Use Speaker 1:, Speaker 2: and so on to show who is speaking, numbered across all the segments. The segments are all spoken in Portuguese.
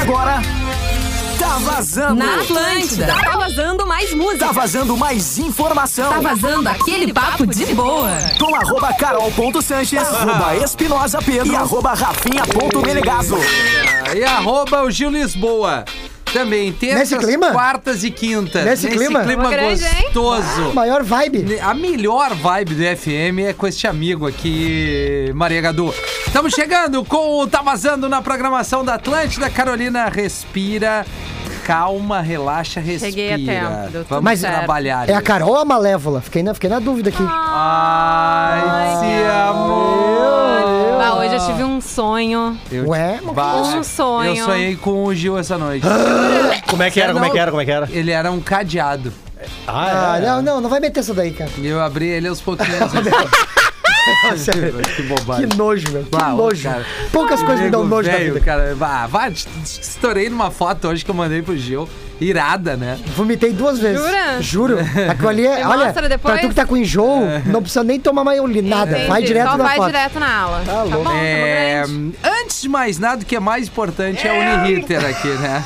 Speaker 1: agora. Tá vazando!
Speaker 2: Na Atlântida. Tá vazando mais música.
Speaker 1: Tá vazando mais informação!
Speaker 2: Tá vazando aquele papo de boa.
Speaker 1: Com arroba carol.sanches, arroba espinosa pedro e arroba rafinha.menegaso.
Speaker 3: E arroba o Gil Lisboa. Também terças,
Speaker 4: Nesse clima?
Speaker 3: quartas e quintas.
Speaker 4: Nesse clima?
Speaker 2: Grande, hein?
Speaker 3: gostoso.
Speaker 4: Maior vibe.
Speaker 3: A melhor vibe do FM é com este amigo aqui, Maria Gadu. Estamos chegando com o Tá Vazando na programação da Atlântida. Carolina, respira. Calma, relaxa, respira.
Speaker 5: Cheguei a tempo, deu tudo
Speaker 3: Vamos
Speaker 4: Mas
Speaker 3: trabalhar.
Speaker 4: É a Carol ou a Malévola? Fiquei na, fiquei na dúvida aqui.
Speaker 3: Ah. Ai, se amor.
Speaker 5: Ah, hoje eu tive um sonho.
Speaker 3: Eu-
Speaker 4: Ué, mas
Speaker 3: Bah,
Speaker 5: Um sonho.
Speaker 3: Eu sonhei com o Gil essa noite.
Speaker 6: Como é que era, como é que era, como é que era?
Speaker 3: Ele era um cadeado.
Speaker 6: Ah,
Speaker 4: Ah,
Speaker 6: é.
Speaker 4: não, não, não vai meter essa daí, cara.
Speaker 3: E eu abri ele aos pouquinhos. que bobagem.
Speaker 4: Que nojo, meu. Que
Speaker 3: Bah, ô,
Speaker 4: nojo.
Speaker 3: cara.
Speaker 4: Poucas coisas me dão
Speaker 3: Nego
Speaker 4: nojo na
Speaker 3: velho,
Speaker 4: vida.
Speaker 3: cara. Ah, vai, est- estourei numa foto hoje que eu mandei pro Gil. Irada, né?
Speaker 4: Vomitei duas vezes.
Speaker 5: Jura?
Speaker 4: Juro. Aquilo ali
Speaker 5: Me
Speaker 4: é. Olha,
Speaker 5: mostra depois?
Speaker 4: pra tu que tá com enjoo,
Speaker 3: É.
Speaker 4: não precisa nem tomar maiolinada. nada. Vai
Speaker 5: Entendi.
Speaker 4: direto
Speaker 5: Só
Speaker 4: na
Speaker 5: vai
Speaker 4: foto.
Speaker 5: direto na aula. Tá,
Speaker 4: louco.
Speaker 5: bom,
Speaker 3: É,
Speaker 5: tá bom, grande.
Speaker 3: antes de mais nada, o que é mais importante é o Uniriter aqui, né?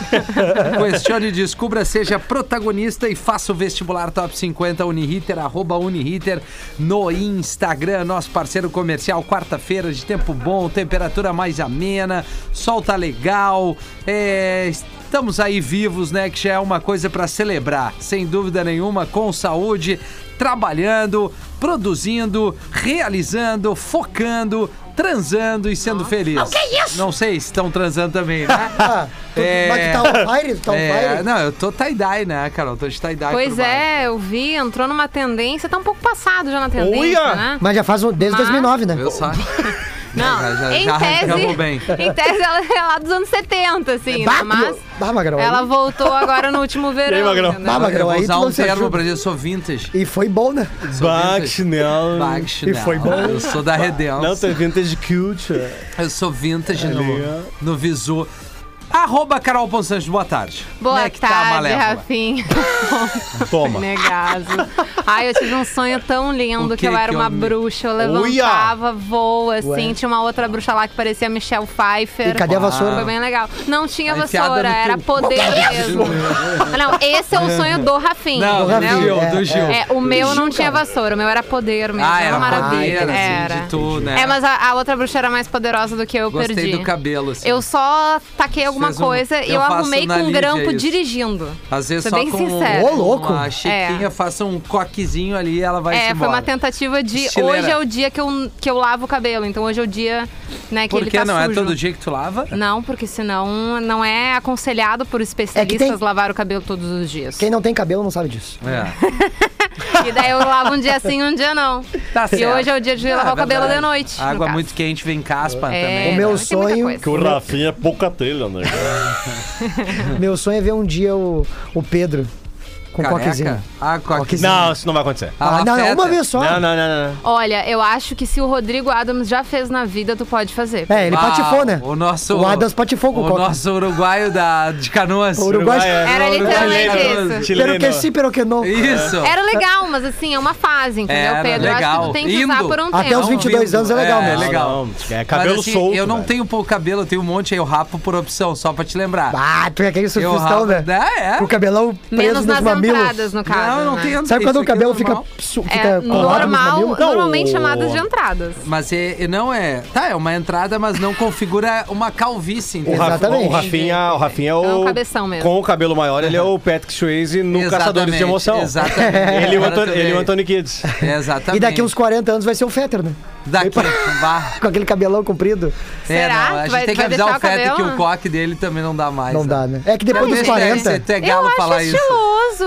Speaker 3: Questione, descubra, seja protagonista e faça o vestibular Top 50 Uniriter, arroba Uniriter no Instagram, nosso parceiro comercial, quarta-feira de tempo bom, temperatura mais amena, sol tá legal, é, estamos aí vivos, né? Que já é uma coisa pra celebrar, sem dúvida nenhuma, com saúde, trabalhando, produzindo, realizando, focando, transando e sendo feliz. O que é isso? Não sei se estão transando também, né?
Speaker 4: Ah, tu,
Speaker 3: É.
Speaker 4: Mas tu tá on fire? Tu tá on
Speaker 3: É,
Speaker 4: fire?
Speaker 3: não, eu tô tie-dye, né, Carol? Tô de tie-dye.
Speaker 5: Pois
Speaker 3: por baixo.
Speaker 5: é, eu vi, entrou numa tendência, tá um pouco passado já na tendência,
Speaker 6: Uia!
Speaker 5: né?
Speaker 4: Mas já faz um, desde
Speaker 5: Mas-
Speaker 4: 2009, né?
Speaker 3: Viu só?
Speaker 5: Não,
Speaker 3: Já- já-
Speaker 5: em
Speaker 3: já arrancamos
Speaker 5: tese,
Speaker 3: bem.
Speaker 5: em tese ela é lá dos anos 70, assim, né?
Speaker 4: Bah,
Speaker 5: mas
Speaker 4: tu- bah, Magrão.
Speaker 5: ela voltou agora no último verão,
Speaker 6: E aí, Magrão?
Speaker 5: entendeu?
Speaker 4: Ah, Magrão,
Speaker 3: eu vou
Speaker 4: aí tu
Speaker 3: usar
Speaker 4: não
Speaker 3: um
Speaker 4: se
Speaker 3: termo
Speaker 4: ajuda.
Speaker 3: pra dizer, eu sou vintage.
Speaker 4: E foi bom, né?
Speaker 3: Sou
Speaker 6: Bah,
Speaker 3: vintage.
Speaker 6: chinelo.
Speaker 3: Bah, chinelo.
Speaker 4: foi bom.
Speaker 3: Eu sou da Redenção.
Speaker 6: Não, tu é vintage cute.
Speaker 3: Eu sou vintage no,
Speaker 6: ligado?
Speaker 3: no visu. Arroba Carol Ponsanches, boa tarde.
Speaker 5: Boa
Speaker 3: Como é que tá,
Speaker 5: tarde,
Speaker 3: Malévola?
Speaker 5: Rafinha.
Speaker 6: Toma.
Speaker 5: Negaso. Ai, eu tive um sonho tão lindo
Speaker 3: O
Speaker 5: que,
Speaker 3: que
Speaker 5: eu era
Speaker 3: que
Speaker 5: uma
Speaker 3: eu me-
Speaker 5: bruxa, eu
Speaker 6: Uia!
Speaker 5: levantava, voa, assim,
Speaker 4: Ué.
Speaker 5: tinha uma outra bruxa lá que parecia Michelle Pfeiffer.
Speaker 4: E cadê a
Speaker 5: Foi
Speaker 4: vassoura?
Speaker 5: bem legal. Não tinha
Speaker 3: Tá enfiada
Speaker 5: vassoura,
Speaker 3: no
Speaker 5: era
Speaker 3: cu.
Speaker 5: poder mesmo. Não, esse é o sonho do Rafinha.
Speaker 3: Não, do
Speaker 5: entendeu?
Speaker 3: Gil,
Speaker 4: É,
Speaker 3: do Gil.
Speaker 5: É, o meu não tinha vassoura, o meu era poder mesmo.
Speaker 3: Ah,
Speaker 5: era
Speaker 3: era
Speaker 5: uma maravilha.
Speaker 3: madeira,
Speaker 5: era.
Speaker 3: assim, de tu, né?
Speaker 5: É, mas a, a outra bruxa era mais poderosa do que eu, eu
Speaker 3: Gostei
Speaker 5: perdi.
Speaker 3: do cabelo, assim.
Speaker 5: Eu só taquei alguma
Speaker 3: Fez um-
Speaker 5: coisa e
Speaker 3: eu
Speaker 5: eu
Speaker 3: faço
Speaker 5: arrumei
Speaker 3: na
Speaker 5: com um
Speaker 3: Lídia
Speaker 5: grampo
Speaker 3: isso.
Speaker 5: dirigindo.
Speaker 3: Às vezes
Speaker 5: Sou
Speaker 3: só
Speaker 5: bem
Speaker 3: com
Speaker 5: sincera.
Speaker 4: Ô, louco.
Speaker 3: uma chiquinha,
Speaker 5: É.
Speaker 3: faça um coquezinho ali e ela vai se
Speaker 5: É, foi
Speaker 3: embora.
Speaker 5: uma tentativa de.
Speaker 3: Estileira.
Speaker 5: Hoje é o dia que eu, que eu lavo o cabelo, então hoje é o dia né, que
Speaker 3: Por
Speaker 5: ele
Speaker 3: que
Speaker 5: tá
Speaker 3: não?
Speaker 5: sujo.
Speaker 3: É todo dia que tu lava?
Speaker 5: Não, porque senão não é aconselhado por especialistas
Speaker 4: tem-
Speaker 5: lavar o cabelo todos os dias.
Speaker 4: Quem não tem cabelo não sabe disso.
Speaker 3: É.
Speaker 5: E daí eu lavo um dia sim, um dia não.
Speaker 3: Tá
Speaker 5: E hoje é o dia de
Speaker 3: Ah,
Speaker 5: lavar o cabelo
Speaker 3: verdade.
Speaker 5: de noite. no
Speaker 3: Água
Speaker 5: caso.
Speaker 3: muito quente vem caspa
Speaker 5: É,
Speaker 3: também. né?
Speaker 4: O meu
Speaker 5: não, tem muita
Speaker 4: sonho-
Speaker 5: coisa.
Speaker 6: Que o Rafinha é pouca telha, né?
Speaker 5: Uhum.
Speaker 4: Meu sonho é ver um dia o, o Pedro com
Speaker 3: Careca?
Speaker 4: um coquezinho.
Speaker 3: Ah, coquezinho.
Speaker 6: Não, isso não vai acontecer.
Speaker 3: Ah,
Speaker 4: Ah, não, não,
Speaker 3: afeta.
Speaker 4: uma vez só.
Speaker 6: Não, não, não, não.
Speaker 5: Olha, eu acho que se o Rodrigo Adams já fez na vida, tu pode fazer.
Speaker 4: É, ele
Speaker 3: Ah,
Speaker 4: patifou, né?
Speaker 3: O nosso.
Speaker 4: O Adams patifou com o
Speaker 3: O
Speaker 4: Coca.
Speaker 3: nosso uruguaio da, de canoas.
Speaker 4: O Uruguai-
Speaker 5: Era literalmente isso.
Speaker 4: Pero que sim, pero que não.
Speaker 3: Isso.
Speaker 5: Era legal, mas assim, é uma fase, entendeu,
Speaker 3: Era
Speaker 5: Pedro? Eu acho que
Speaker 3: legal.
Speaker 5: tu tem que usar
Speaker 3: Indo.
Speaker 5: por um
Speaker 4: Até
Speaker 5: tempo.
Speaker 4: os 22 anos é legal
Speaker 3: É,
Speaker 4: mesmo.
Speaker 3: legal.
Speaker 6: Legal. Ah, É cabelo
Speaker 3: Mas, assim,
Speaker 6: solto.
Speaker 3: Eu não
Speaker 6: velho.
Speaker 3: tenho pouco cabelo, eu tenho um monte aí, eu rapo por opção, só pra te lembrar.
Speaker 4: Ah, tu é aquele
Speaker 3: eu
Speaker 4: surfistão, né?
Speaker 3: É, é.
Speaker 4: Com o cabelão preso
Speaker 5: Menos
Speaker 4: nos
Speaker 5: nas
Speaker 4: mamilos.
Speaker 5: entradas, no caso.
Speaker 3: Não, eu não
Speaker 5: né?
Speaker 3: tenho.
Speaker 4: Sabe quando
Speaker 3: isso
Speaker 4: o
Speaker 3: aqui é
Speaker 4: cabelo
Speaker 3: normal.
Speaker 4: fica, psu-
Speaker 5: É
Speaker 4: fica colado nos
Speaker 5: normal,
Speaker 4: mamilos?
Speaker 6: Não,
Speaker 5: normalmente
Speaker 6: o-
Speaker 5: chamadas de entradas.
Speaker 3: Mas é, não é. Tá, é uma entrada, mas não configura uma calvície,
Speaker 6: O,
Speaker 3: entendeu?
Speaker 6: Rafa-
Speaker 4: Exatamente.
Speaker 6: o Rafinha, o Rafinha é o.
Speaker 5: É um cabeção mesmo.
Speaker 6: Com o cabelo maior, ele é o Patrick Swayze no
Speaker 3: Exatamente,
Speaker 6: Caçadores de Emoção.
Speaker 3: exatamente.
Speaker 6: Ele e o
Speaker 3: Agora
Speaker 6: Antônio,
Speaker 3: tu vê.
Speaker 6: ele e o Anthony Kids.
Speaker 3: É, Exatamente.
Speaker 4: E daqui uns 40 anos vai ser o Fetter, né?
Speaker 3: Daqui, vá.
Speaker 4: Com aquele cabelão comprido.
Speaker 5: Será?
Speaker 3: É, não, a gente
Speaker 5: Vai-
Speaker 3: tem que
Speaker 5: vai deixar
Speaker 3: avisar o
Speaker 5: o
Speaker 3: Fetter que
Speaker 5: cabelo?
Speaker 3: o coque dele também não dá mais.
Speaker 4: Não dá, né? É que depois
Speaker 3: Talvez
Speaker 4: dos
Speaker 3: deve
Speaker 4: 40.
Speaker 3: ser- tu é
Speaker 5: eu
Speaker 3: galo
Speaker 5: acho
Speaker 3: falar isso.
Speaker 5: estiloso.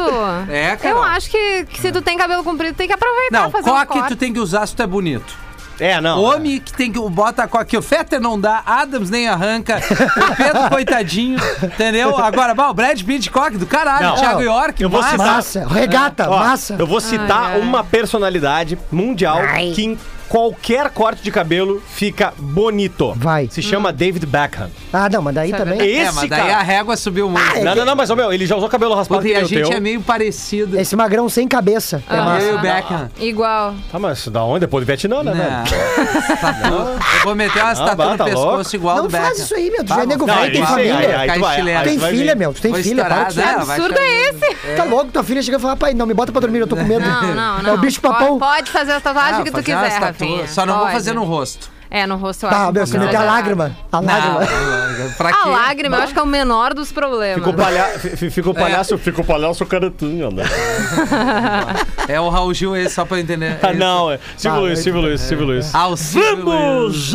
Speaker 3: É, Carol.
Speaker 5: Eu acho que, que se tu tem cabelo comprido, tem que aproveitar
Speaker 3: Não,
Speaker 5: e fazer um
Speaker 3: coque
Speaker 5: corte.
Speaker 3: tu tem que usar se tu é bonito.
Speaker 6: É, não.
Speaker 3: Homem que tem que. Bota a coque. O Fetter não dá, Adams nem arranca. O Pedro, coitadinho. Entendeu? Agora, bah, o Brad Pitt, coque do caralho.
Speaker 6: Não.
Speaker 3: Thiago York,
Speaker 6: Eu vou
Speaker 3: massa.
Speaker 6: citar-
Speaker 4: Massa. Regata,
Speaker 6: Ó,
Speaker 4: massa.
Speaker 6: Eu vou citar
Speaker 5: Ai, ai.
Speaker 6: uma personalidade mundial que em Qualquer corte de cabelo fica bonito.
Speaker 4: Vai.
Speaker 6: Se
Speaker 3: Hum.
Speaker 6: chama David Beckham.
Speaker 4: Ah, não, mas daí também.
Speaker 3: É, mas
Speaker 6: Esse
Speaker 3: daí a
Speaker 6: cara.
Speaker 3: régua subiu muito.
Speaker 6: Não, não, não, mas, ô, meu, ele já usou cabelo raspado
Speaker 3: Puta,
Speaker 6: que
Speaker 3: e a
Speaker 6: nem o
Speaker 3: gente
Speaker 6: teu.
Speaker 3: é meio parecido.
Speaker 4: Esse magrão sem cabeça. É
Speaker 5: Ah.
Speaker 4: massa.
Speaker 3: Eu e o Beckham.
Speaker 5: Igual.
Speaker 6: Tá, mas da onde? Depois do Vietnã, né,
Speaker 3: Não.
Speaker 6: velho?
Speaker 3: Tatu. É. Tá Eu vou meter uma
Speaker 6: Não,
Speaker 3: estatua
Speaker 6: bah,
Speaker 3: no
Speaker 6: tá
Speaker 3: pescoço
Speaker 6: louco.
Speaker 3: igual ao
Speaker 4: Não
Speaker 3: É do Beckham.
Speaker 4: faz isso aí, meu. Tu já
Speaker 3: Tá
Speaker 4: é
Speaker 3: bom.
Speaker 4: nego velho,
Speaker 3: Não, isso
Speaker 4: tem
Speaker 3: aí,
Speaker 4: família.
Speaker 3: aí, aí. tu vai-
Speaker 4: Tu tem
Speaker 6: vai
Speaker 4: filha,
Speaker 6: ver.
Speaker 4: meu. Tu tem
Speaker 3: Vou
Speaker 4: filha,
Speaker 3: estourar,
Speaker 4: para com isso.
Speaker 3: né? Vai
Speaker 5: Absurdo
Speaker 3: ficar-
Speaker 5: é esse?
Speaker 4: Tá louco, tua filha chega e fala, pai, não me bota pra dormir, eu tô com medo.
Speaker 5: Não, não, não.
Speaker 4: É o bicho papão.
Speaker 5: Pode, pode fazer a tatuagem
Speaker 3: Ah,
Speaker 5: que tu
Speaker 3: fazer uma
Speaker 5: quiser,
Speaker 3: estatua.
Speaker 5: Rafinha.
Speaker 3: Só não vou
Speaker 5: Pode.
Speaker 3: fazer no rosto.
Speaker 5: É, no rosto eu acho.
Speaker 4: Tá,
Speaker 5: um
Speaker 4: meu,
Speaker 5: pouco
Speaker 4: se meter a
Speaker 5: exagerado.
Speaker 4: lágrima. A
Speaker 5: Ah.
Speaker 3: Não,
Speaker 4: lágrima.
Speaker 3: pra
Speaker 5: A
Speaker 3: quê?
Speaker 5: lágrima, eu acho que é o menor dos problemas.
Speaker 6: Ficou palha... fi- fi- Ficou palhaço, ficou palhaço caretinho, né?
Speaker 3: É o Raul Gil esse, Ah, só pra eu entender.
Speaker 6: Ah, não, é. Silvio
Speaker 4: Tá,
Speaker 6: Luiz,
Speaker 4: aí-
Speaker 6: Silvio Luiz, Silvio Luiz.
Speaker 3: Vamos!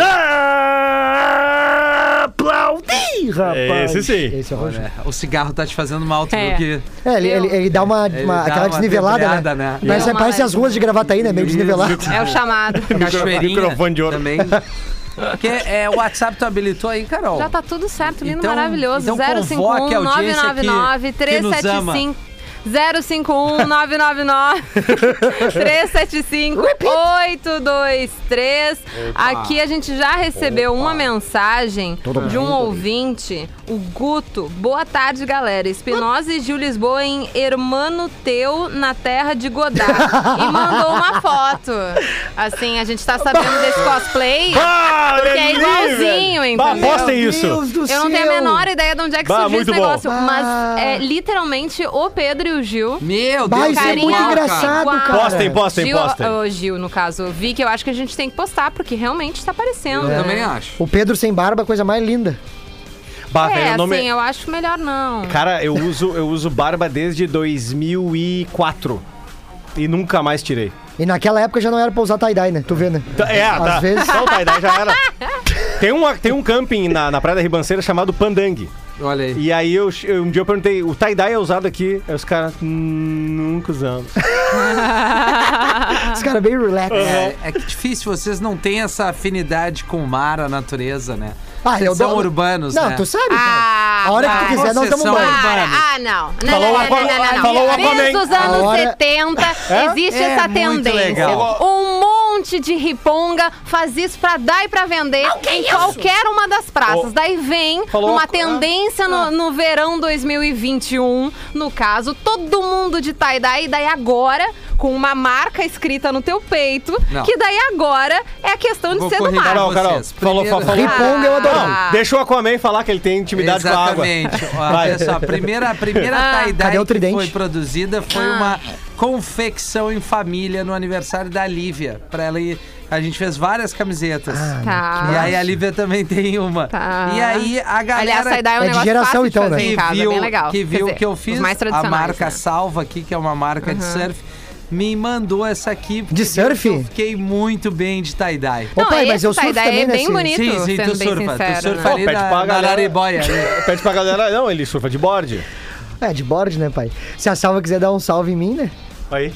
Speaker 4: Aplaudir, rapaz.
Speaker 6: Esse sim.
Speaker 4: Esse é o Rogério.
Speaker 3: O cigarro tá te fazendo mal, tu
Speaker 5: É.
Speaker 3: viu que...
Speaker 4: É, ele, ele, ele dá uma,
Speaker 3: Ele
Speaker 4: uma-
Speaker 3: dá
Speaker 4: aquela
Speaker 3: uma
Speaker 4: desnivelada,
Speaker 3: pedreada,
Speaker 4: né?
Speaker 3: né?
Speaker 4: Parece,
Speaker 5: Dá uma
Speaker 4: parece as
Speaker 5: leve.
Speaker 4: ruas de gravata aí, né? Meio desnivelado.
Speaker 5: É o chamado.
Speaker 3: Cachoeirinha
Speaker 6: Microfone de ouro.
Speaker 3: também. Porque é, o WhatsApp tu habilitou aí, Carol?
Speaker 5: Já tá tudo certo, lindo,
Speaker 3: Então-
Speaker 5: maravilhoso.
Speaker 3: então convoque a
Speaker 5: 051
Speaker 3: audiência que-
Speaker 5: 999
Speaker 3: que nos ama.
Speaker 5: 375 051 999 375 823. Aqui a gente já recebeu uma mensagem de um ouvinte, o Guto. Boa tarde, galera. Espinosa e Gil Lisboa em Hermano Teu na terra de Godard. e mandou uma foto. Assim, a gente tá sabendo desse cosplay.
Speaker 6: Ah,
Speaker 5: Porque é
Speaker 6: Lelê,
Speaker 5: igualzinho,
Speaker 6: velho.
Speaker 5: entendeu?
Speaker 6: Bah, Apostem
Speaker 4: Meu
Speaker 6: isso.
Speaker 4: Deus do
Speaker 5: Eu não tenho a
Speaker 4: céu.
Speaker 5: menor ideia de onde é que
Speaker 6: Bah,
Speaker 5: surgiu
Speaker 6: muito
Speaker 5: esse negócio.
Speaker 6: bom.
Speaker 5: Mas é literalmente o Pedro e o Gil.
Speaker 3: Meu
Speaker 4: Bah,
Speaker 3: Deus,
Speaker 4: isso é
Speaker 5: Carinha
Speaker 4: muito
Speaker 5: igual,
Speaker 4: engraçado,
Speaker 5: cara.
Speaker 4: cara.
Speaker 6: Postem, postem,
Speaker 5: Gil,
Speaker 6: postem.
Speaker 5: o Gil, no caso, vi que eu acho que a gente tem que postar, porque realmente tá aparecendo.
Speaker 3: Eu
Speaker 5: né?
Speaker 3: também acho.
Speaker 4: O Pedro sem barba, é coisa mais linda.
Speaker 6: Bah,
Speaker 5: É,
Speaker 6: velho, o nome-
Speaker 5: assim, eu acho melhor não.
Speaker 6: Cara, eu uso, eu uso barba desde 2004. E nunca mais tirei.
Speaker 4: E naquela época já não era pra usar tie-dye, né? Tu vê, né?
Speaker 6: É,
Speaker 4: Às
Speaker 6: tá.
Speaker 4: vezes-
Speaker 6: Não, tá, daí já era. Tem, uma, tem um camping na, na Praia da Ribanceira chamado Pandangue.
Speaker 3: Olha aí.
Speaker 6: E aí eu, eu- um dia eu perguntei, o tie-dye é usado aqui? Aí os caras, "Hum, nunca usamos.
Speaker 4: Os caras bem relax.
Speaker 3: É, é que difícil, vocês não têm essa afinidade com o mar, a natureza, né?
Speaker 4: Ah,
Speaker 3: vocês
Speaker 4: eu
Speaker 3: são
Speaker 4: dou-
Speaker 3: urbanos,
Speaker 4: Não,
Speaker 3: né?
Speaker 4: tu sabe,
Speaker 5: Ah,
Speaker 4: cara. A hora que tu
Speaker 5: vai.
Speaker 4: quiser, nós damos um
Speaker 3: Concessão.
Speaker 4: banho.
Speaker 5: Para.
Speaker 3: Urbano.
Speaker 5: Ah, não. Não,
Speaker 6: Falou
Speaker 5: não,
Speaker 6: o
Speaker 5: não,
Speaker 6: Aquaman.
Speaker 5: não, não,
Speaker 6: Falou o
Speaker 5: não.
Speaker 6: Aquaman.
Speaker 5: Desde os anos
Speaker 4: A hora-
Speaker 5: 70 existe
Speaker 3: É
Speaker 5: essa
Speaker 3: muito
Speaker 5: tendência.
Speaker 3: legal.
Speaker 5: Um monte de riponga faz isso pra dar e pra vender em qualquer uma das praças.
Speaker 6: Oh.
Speaker 5: Daí vem
Speaker 6: Falou
Speaker 5: uma
Speaker 6: a-
Speaker 5: tendência no, no verão 2021, no caso, todo mundo de tie-dye, e daí agora com uma marca escrita no teu peito,
Speaker 3: Não.
Speaker 5: que daí agora é questão de
Speaker 3: Vou
Speaker 5: ser do
Speaker 3: corrigir
Speaker 5: mar.
Speaker 6: Carol, Carol,
Speaker 3: Ah, vocês.
Speaker 6: falou,
Speaker 3: Primeiro-
Speaker 6: falou.
Speaker 4: Riponga eu adoro.
Speaker 5: Ah.
Speaker 6: Deixa o Aquaman falar que ele tem intimidade
Speaker 3: Exatamente.
Speaker 6: com a
Speaker 3: Ó,
Speaker 6: água.
Speaker 3: Olha só, a primeira, a primeira
Speaker 5: Ah.
Speaker 4: Cadê o
Speaker 3: tie-dye que
Speaker 4: tridente?
Speaker 3: foi produzida foi uma confecção em família no aniversário da Lívia. Pra ela ir, a gente fez várias camisetas.
Speaker 4: Ah,
Speaker 5: Tá.
Speaker 3: E aí a Lívia também tem uma.
Speaker 5: Tá.
Speaker 3: E aí a galera...
Speaker 5: Aliás, sai daí é um
Speaker 4: É de
Speaker 5: negócio
Speaker 4: geração,
Speaker 5: fácil de
Speaker 4: então,
Speaker 5: fazer
Speaker 4: né?
Speaker 5: em
Speaker 3: que
Speaker 5: casa, é
Speaker 3: viu,
Speaker 5: bem legal.
Speaker 3: que
Speaker 5: Quer
Speaker 3: viu
Speaker 5: dizer,
Speaker 3: que eu
Speaker 5: os
Speaker 3: fiz,
Speaker 5: mais
Speaker 3: a
Speaker 5: tradicionais,
Speaker 3: marca
Speaker 5: né?
Speaker 3: Salva aqui, que é uma marca de surf, me mandou essa aqui. porque
Speaker 4: surf?
Speaker 3: Eu fiquei muito bem de tie-dye.
Speaker 4: Ô,
Speaker 5: Não,
Speaker 4: pai,
Speaker 5: esse
Speaker 4: mas eu surfo
Speaker 5: tie-dye
Speaker 4: também,
Speaker 5: é
Speaker 4: né?
Speaker 5: bem
Speaker 4: Cid?
Speaker 5: bonito.
Speaker 3: Sim, sim,
Speaker 5: sendo
Speaker 3: tu
Speaker 5: bem
Speaker 3: surfa.
Speaker 5: sincera,
Speaker 3: Tu surfa
Speaker 5: né?
Speaker 3: ali
Speaker 6: Pô, pede pra
Speaker 3: na, na né?
Speaker 6: galera.
Speaker 3: Araribóia. ali.
Speaker 6: Pede pra galera, não, ele surfa de board.
Speaker 4: É, de board, né, pai? Se a salva quiser dar um salve em mim, né?
Speaker 6: Aí.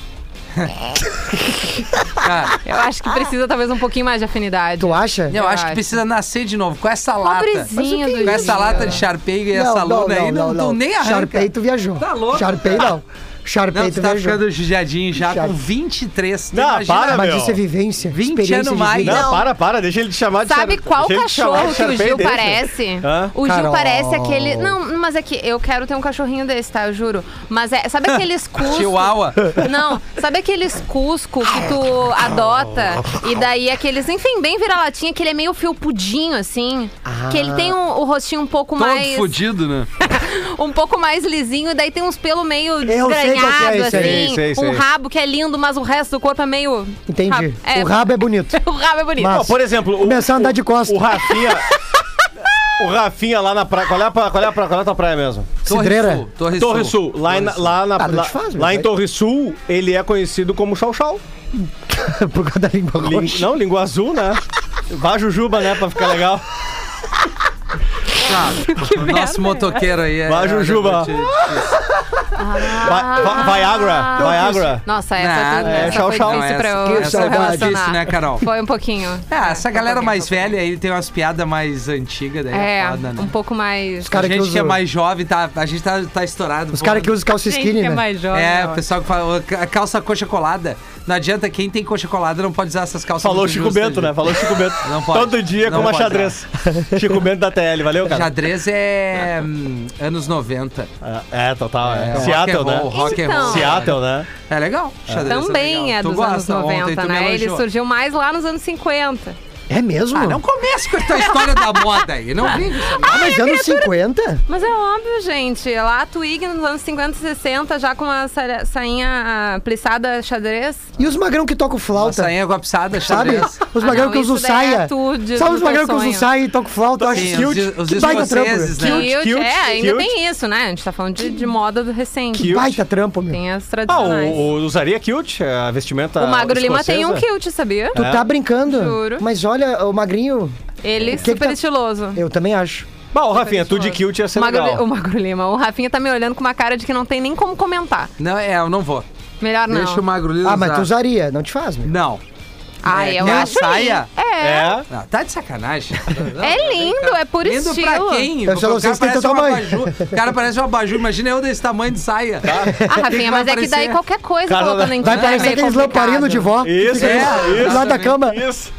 Speaker 3: Cara,
Speaker 5: Eu acho que precisa talvez um pouquinho mais de afinidade.
Speaker 4: Tu acha?
Speaker 3: eu acho
Speaker 5: acho.
Speaker 3: que precisa nascer de novo, com essa lata.
Speaker 5: Pobrezinho
Speaker 4: é
Speaker 5: do
Speaker 3: Com essa
Speaker 5: Gil.
Speaker 3: lata de Sharpei e essa luna aí, não, tu nem arranca.
Speaker 4: Sharpay tu viajou.
Speaker 3: Tá louco,
Speaker 4: Sharpay
Speaker 3: cara.
Speaker 4: não. Sharpay
Speaker 3: Não,
Speaker 4: tu
Speaker 3: tu tá
Speaker 4: viajou.
Speaker 3: ficando judiadinho já
Speaker 4: Sharpay.
Speaker 3: com 23. tu
Speaker 6: Não,
Speaker 3: imagina-
Speaker 6: para,
Speaker 4: Mas
Speaker 6: meu.
Speaker 4: isso é vivência.
Speaker 3: 20
Speaker 4: experiência
Speaker 3: anos
Speaker 4: de
Speaker 3: mais.
Speaker 4: vida.
Speaker 6: Não,
Speaker 5: Não.
Speaker 6: para, para, deixa ele te chamar de
Speaker 5: Sabe
Speaker 6: Shar-
Speaker 5: qual
Speaker 6: deixa ele te chamar
Speaker 5: cachorro
Speaker 6: de
Speaker 5: que o
Speaker 6: Sharpay,
Speaker 5: Gil
Speaker 6: deixa.
Speaker 5: parece?
Speaker 6: Hã?
Speaker 5: O Gil
Speaker 4: Carol.
Speaker 5: parece aquele. Não, mas é que eu quero ter um cachorrinho desse, tá? Eu juro. Mas é. Sabe aqueles cuscos?
Speaker 3: Chihuahua.
Speaker 5: Não, sabe aqueles cusco que tu adota e daí aqueles, enfim, bem vira-latinha, que ele é meio felpudinho, assim.
Speaker 4: Ah.
Speaker 5: Que ele tem um- o rostinho um pouco
Speaker 3: Todo
Speaker 5: mais.
Speaker 3: fudido, né?
Speaker 5: um pouco mais lisinho, e daí tem uns pelos meio
Speaker 4: Eu sei qual que é
Speaker 5: desgranhado,
Speaker 4: esse
Speaker 6: aí.
Speaker 5: assim.
Speaker 6: Sei, sei,
Speaker 5: um
Speaker 6: sei.
Speaker 5: rabo que é lindo, mas o resto do corpo é meio.
Speaker 4: Entendi.
Speaker 5: Rabo- é,
Speaker 4: O rabo é bonito.
Speaker 5: o rabo é bonito.
Speaker 4: Mas-
Speaker 6: Ó, por exemplo, o,
Speaker 4: Começar a andar de costas.
Speaker 6: o Rafinha. o Rafinha lá na praia. Qual é a, pra- qual é a, pra- qual é a tua praia mesmo?
Speaker 4: Cidreira.
Speaker 3: Sul. Torre,
Speaker 6: Torre
Speaker 3: Sul.
Speaker 6: Sul. Lá, em- lá, na,
Speaker 4: Ah, não
Speaker 6: lá,
Speaker 4: te faz, meu
Speaker 6: lá em
Speaker 4: pai.
Speaker 6: Torre Sul, ele é conhecido como Chau Chau.
Speaker 4: Por causa da língua
Speaker 6: Lin-
Speaker 4: roxa.
Speaker 6: Não, língua azul, né? Vá Jujuba, né? Pra ficar legal.
Speaker 3: Tá, o nosso motoqueiro é aí é.
Speaker 6: Vai, Jujuba.
Speaker 3: é muito difícil.
Speaker 6: Vi- Vi- Viagra, Viagra.
Speaker 5: Ah. Nossa, essa,
Speaker 3: Não,
Speaker 5: tudo,
Speaker 3: não,
Speaker 5: essa
Speaker 6: é, tchau,
Speaker 5: foi
Speaker 6: tchau.
Speaker 5: difícil um pra eu
Speaker 4: Que
Speaker 5: pra eu
Speaker 4: saudade.
Speaker 5: relacionar.
Speaker 3: Né, Carol?
Speaker 5: Foi um pouquinho.
Speaker 3: Ah, essa
Speaker 5: É,
Speaker 3: galera
Speaker 5: foi um
Speaker 3: mais
Speaker 5: pouquinho.
Speaker 3: velha aí tem umas piadas mais antigas daí. É,
Speaker 5: É,
Speaker 3: foda, né?
Speaker 5: um pouco mais...
Speaker 3: A
Speaker 4: cara que
Speaker 3: gente que é
Speaker 4: usa-
Speaker 3: mais jovem, tá, a gente tá, tá estourado.
Speaker 4: Os
Speaker 3: pô.
Speaker 4: caras que usam calça skinny, né?
Speaker 5: jovem.
Speaker 3: É, o pessoal que fala, "Ô, a calça coxa colada. Não adianta, quem tem coxa colada não pode usar essas calças.
Speaker 6: Falou
Speaker 3: muito
Speaker 6: Chico
Speaker 3: justas,
Speaker 6: Bento,
Speaker 3: gente.
Speaker 6: né? Falou Chico Bento.
Speaker 3: Não pode.
Speaker 6: Todo dia
Speaker 3: Não
Speaker 6: com uma
Speaker 3: pode,
Speaker 6: xadrez. Chico Bento da TL, valeu, cara?
Speaker 3: Xadrez é hum, anos 90.
Speaker 6: É, total. É.
Speaker 3: É,
Speaker 6: Seattle,
Speaker 3: rock and
Speaker 6: né?
Speaker 3: roll, rock and
Speaker 5: Então.
Speaker 3: roll.
Speaker 6: Seattle, né?
Speaker 3: É legal. Xadrez
Speaker 5: Também
Speaker 3: legal.
Speaker 5: é
Speaker 3: Tu
Speaker 5: dos anos
Speaker 3: gosta, ontem
Speaker 5: 90,
Speaker 3: tu me
Speaker 5: né? Ele
Speaker 3: elogiou.
Speaker 5: surgiu mais lá nos anos 50.
Speaker 4: É mesmo?
Speaker 3: Ah, não comece com a tua história da moda aí. Não vem com isso.
Speaker 4: Ah, mas anos 50?
Speaker 5: Mas é óbvio, gente. Lá a Twig nos anos 50 e 60, já com uma sa- sainha ah, plissada xadrez.
Speaker 4: E os magrão que tocam flauta?
Speaker 3: Sainha golpiçada,
Speaker 4: Sabe?
Speaker 3: xadrez.
Speaker 4: Os
Speaker 5: Ah,
Speaker 4: magrão
Speaker 5: não,
Speaker 4: que usam
Speaker 5: isso daí é
Speaker 4: saia.
Speaker 5: tu de-
Speaker 4: Sabe
Speaker 5: do
Speaker 4: os
Speaker 5: teu
Speaker 4: magrão que usam
Speaker 5: sonho.
Speaker 4: saia e tocam flauta? Eu acho
Speaker 3: Sim,
Speaker 4: cute.
Speaker 3: os- os
Speaker 4: que baita trampo.
Speaker 3: escoceses,
Speaker 4: meu.
Speaker 3: né?
Speaker 5: Cute,
Speaker 6: cute,
Speaker 5: é, ainda
Speaker 6: cute.
Speaker 5: tem isso, né? A gente tá falando de, de moda do recente.
Speaker 4: Que baita trampo, meu.
Speaker 5: Tem as
Speaker 6: Ah,
Speaker 5: tradicionais.
Speaker 6: o, o usaria kilt, a vestimenta.
Speaker 5: O Magro Lima
Speaker 6: escocesa?
Speaker 5: tem um quilt, sabia?
Speaker 4: Tu
Speaker 3: É.
Speaker 4: tá brincando?
Speaker 5: Juro.
Speaker 4: Mas olha, o magrinho,
Speaker 5: Ele
Speaker 4: que que
Speaker 5: super
Speaker 4: tá-
Speaker 5: estiloso.
Speaker 4: eu também acho.
Speaker 6: Bom, Rafinha, tu de kilt ia ser
Speaker 5: Tá O Magro,
Speaker 6: é legal.
Speaker 5: o Magro Lima. O Rafinha tá me olhando com uma cara de que não tem nem como comentar.
Speaker 3: Não, é, eu não vou.
Speaker 5: Melhor não.
Speaker 3: Deixa o magro Lima
Speaker 4: Ah, mas tu
Speaker 3: usar.
Speaker 4: usaria, não te faz, meu.
Speaker 3: Não.
Speaker 5: Ai,
Speaker 3: É,
Speaker 5: eu
Speaker 3: tem a
Speaker 5: acho lindo.
Speaker 3: saia?
Speaker 5: É.
Speaker 6: É.
Speaker 3: Não, tá de sacanagem.
Speaker 5: É lindo, é por
Speaker 3: Lindo
Speaker 5: estilo.
Speaker 3: pra quem?
Speaker 4: Eu só não
Speaker 3: O cara
Speaker 4: sei se tem
Speaker 3: parece
Speaker 4: teu
Speaker 3: um
Speaker 4: tamanho.
Speaker 3: abajur. O cara parece um abajur. Imagina eu desse tamanho de saia.
Speaker 5: Ah,
Speaker 3: Quem que
Speaker 5: Rafinha,
Speaker 3: vai
Speaker 5: mas é que daí
Speaker 3: aparecer?
Speaker 5: qualquer coisa
Speaker 6: Cara,
Speaker 5: colocando em
Speaker 4: Vai
Speaker 5: tudo é
Speaker 4: parecer
Speaker 5: meio
Speaker 4: aqueles
Speaker 5: complicado.
Speaker 4: lamparinos de vó.
Speaker 6: Isso,
Speaker 4: Fica
Speaker 3: é,
Speaker 4: do lado da
Speaker 3: exatamente.
Speaker 4: cama.
Speaker 6: Isso.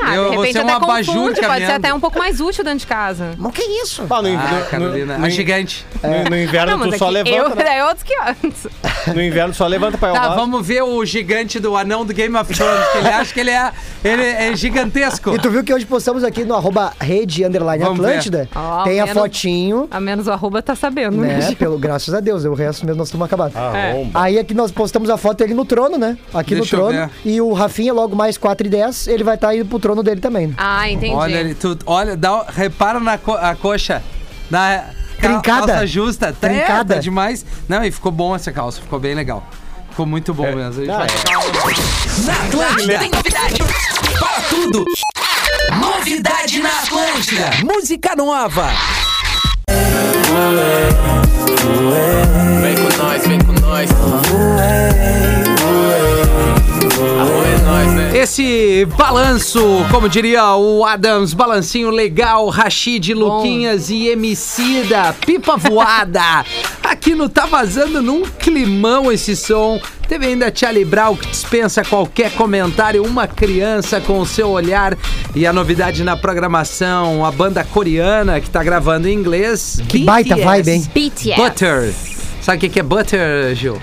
Speaker 5: Ah,
Speaker 3: Eu
Speaker 5: de
Speaker 3: vou
Speaker 5: repente
Speaker 3: ser um
Speaker 5: até
Speaker 3: abajur
Speaker 5: confunde, pode ser
Speaker 3: caminhando.
Speaker 5: até um pouco mais útil dentro de casa.
Speaker 4: Mas o que é isso?
Speaker 6: Ah, no, inv-
Speaker 3: Ah,
Speaker 6: no-
Speaker 3: Carolina,
Speaker 6: no-
Speaker 3: a
Speaker 6: no-
Speaker 3: gigante.
Speaker 6: no- no inverno
Speaker 5: não, mas
Speaker 6: tu
Speaker 5: é
Speaker 6: só
Speaker 5: que
Speaker 6: levanta.
Speaker 5: eu,
Speaker 6: né?
Speaker 5: é outros que antes.
Speaker 6: No inverno tu só levanta pra
Speaker 3: Tá,
Speaker 6: lá.
Speaker 3: vamos ver o gigante do anão do Game of Thrones, que ele acha que ele é, ele é gigantesco.
Speaker 4: E tu viu que hoje postamos aqui no arroba rede underline
Speaker 3: Vamos ver.
Speaker 4: Atlântida?
Speaker 5: Ó,
Speaker 4: tem a
Speaker 5: menos-
Speaker 4: fotinho,
Speaker 5: A menos o arroba tá sabendo, né?
Speaker 4: né? Pelo graças a Deus, o resto mesmo nós estamos acabados.
Speaker 6: Ah.
Speaker 5: É.
Speaker 6: Arromba.
Speaker 4: Aí aqui nós postamos a foto dele no trono, né? Aqui
Speaker 3: Deixa eu
Speaker 4: no trono. E o Rafinha, logo mais 4 e 10, ele vai estar indo pro trono dele também. né?
Speaker 5: Ah, entendi.
Speaker 3: Olha, ele, tu, olha, dá, repara na co- a coxa. Na cal-
Speaker 4: Trincada.
Speaker 3: Calça justa. Tá- é,
Speaker 4: Trincada.
Speaker 3: tá demais. Não, e ficou bom essa calça, ficou bem legal. Ficou muito bom mesmo. A gente
Speaker 6: Ah,
Speaker 3: vai
Speaker 6: é.
Speaker 1: Na Atlântida tem novidade para tudo. Novidade na Atlântida. Música nova.
Speaker 7: Vem com nós, vem com nós. Arroz é nós, né?
Speaker 3: Esse balanço, como diria o Adams, balancinho legal, Rashid, Luquinhas e MC da Pipa Voada. Aqui no Tá Vazando num climão esse som. Teve ainda Charlie Brown que dispensa qualquer comentário, uma criança com o seu olhar. E a novidade na programação, a banda coreana que tá gravando em inglês. Que
Speaker 4: baita
Speaker 5: é
Speaker 4: vibe, hein?
Speaker 5: BTS.
Speaker 3: Butter. Sabe o que que é butter, Gil?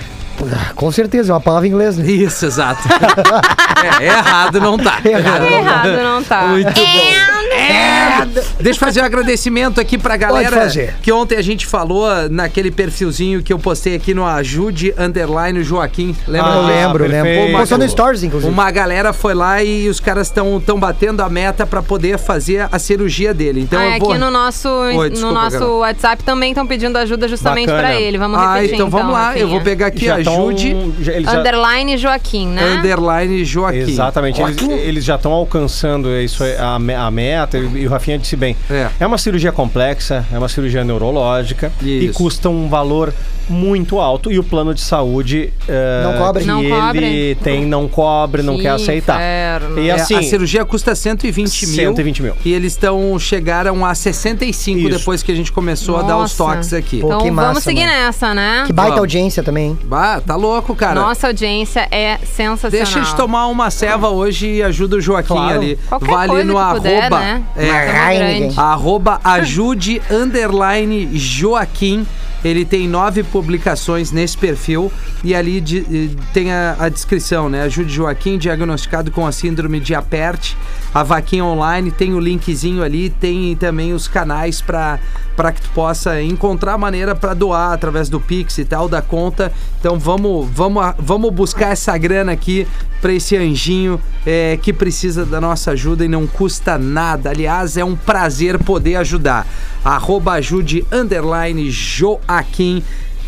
Speaker 4: Ah, Com certeza, é uma palavra em inglês, né?
Speaker 3: Isso, exato. é, errado não tá.
Speaker 4: Errado né? não
Speaker 5: Errado, não tá.
Speaker 3: Muito bom. Deixa eu fazer um agradecimento aqui pra galera
Speaker 4: Pode fazer.
Speaker 3: que ontem a gente falou naquele perfilzinho que eu postei aqui no Ajude Underline Joaquim. Lembra?
Speaker 6: Ah,
Speaker 4: eu lembro,
Speaker 6: perfeito.
Speaker 4: lembro. Postou no Stories, inclusive.
Speaker 3: Ah, Uma galera foi lá e os caras estão tão batendo a meta pra poder fazer a cirurgia dele. Então
Speaker 5: Ah,
Speaker 3: eu
Speaker 5: aqui
Speaker 3: vou.
Speaker 5: no nosso,
Speaker 3: Oi,
Speaker 5: no
Speaker 3: desculpa,
Speaker 5: nosso
Speaker 3: Carol.
Speaker 5: WhatsApp também estão pedindo ajuda justamente
Speaker 6: Bacana.
Speaker 5: pra ele. Vamos
Speaker 3: Ah,
Speaker 5: repetir
Speaker 3: então vamos lá. Eu
Speaker 5: Rafinha.
Speaker 3: vou pegar aqui
Speaker 6: Já tão-
Speaker 3: Ajude
Speaker 6: já- eles já-
Speaker 5: Underline Joaquim, né?
Speaker 3: Underline Joaquim.
Speaker 6: Exatamente, eles, eles já estão alcançando isso, aí, a, me- a meta, e e o Rafinha disse bem.
Speaker 3: É.
Speaker 6: É. uma cirurgia complexa, é uma cirurgia neurológica e
Speaker 3: Isso.
Speaker 6: custa um valor muito alto e o plano de saúde eh,
Speaker 4: Não cobre.
Speaker 6: que
Speaker 5: Não
Speaker 6: ele
Speaker 5: cobre.
Speaker 6: tem não cobre, não
Speaker 5: Que
Speaker 6: quer aceitar.
Speaker 5: inferno.
Speaker 6: E
Speaker 3: É,
Speaker 6: assim,
Speaker 3: a cirurgia custa 120 mil.
Speaker 6: 120 mil.
Speaker 3: E eles estão chegaram a 65
Speaker 6: Isso.
Speaker 3: depois que a gente começou a dar os
Speaker 5: Nossa.
Speaker 3: toques aqui.
Speaker 4: Pô,
Speaker 5: Então
Speaker 4: que massa,
Speaker 5: vamos seguir
Speaker 4: mano.
Speaker 5: nessa, né?
Speaker 4: Que baita
Speaker 3: Vamos.
Speaker 4: audiência também, hein?
Speaker 3: Bah, tá louco, cara.
Speaker 5: Nossa audiência é sensacional.
Speaker 3: Deixa de tomar uma ceva hoje e ajuda o Joaquim
Speaker 4: Claro.
Speaker 3: ali.
Speaker 5: Qualquer
Speaker 3: Vale
Speaker 5: coisa
Speaker 3: no
Speaker 5: que
Speaker 3: arroba.
Speaker 5: puder, né?
Speaker 3: é,
Speaker 5: Tamo grande.
Speaker 4: ninguém.
Speaker 3: Arroba ajude underline Joaquim. Ele tem nove publicações nesse perfil e ali de- e tem a, a descrição, né? Ajude Joaquim, diagnosticado com a síndrome de Aperte, a vaquinha online, tem o linkzinho ali, tem também os canais para para que tu possa encontrar a maneira para doar através do Pix e tal, da conta. Então vamos vamos, a- vamos buscar essa grana aqui para esse anjinho é, que precisa da nossa ajuda e não custa nada. Aliás, é um prazer poder ajudar. Arroba ajude underline Joaquim.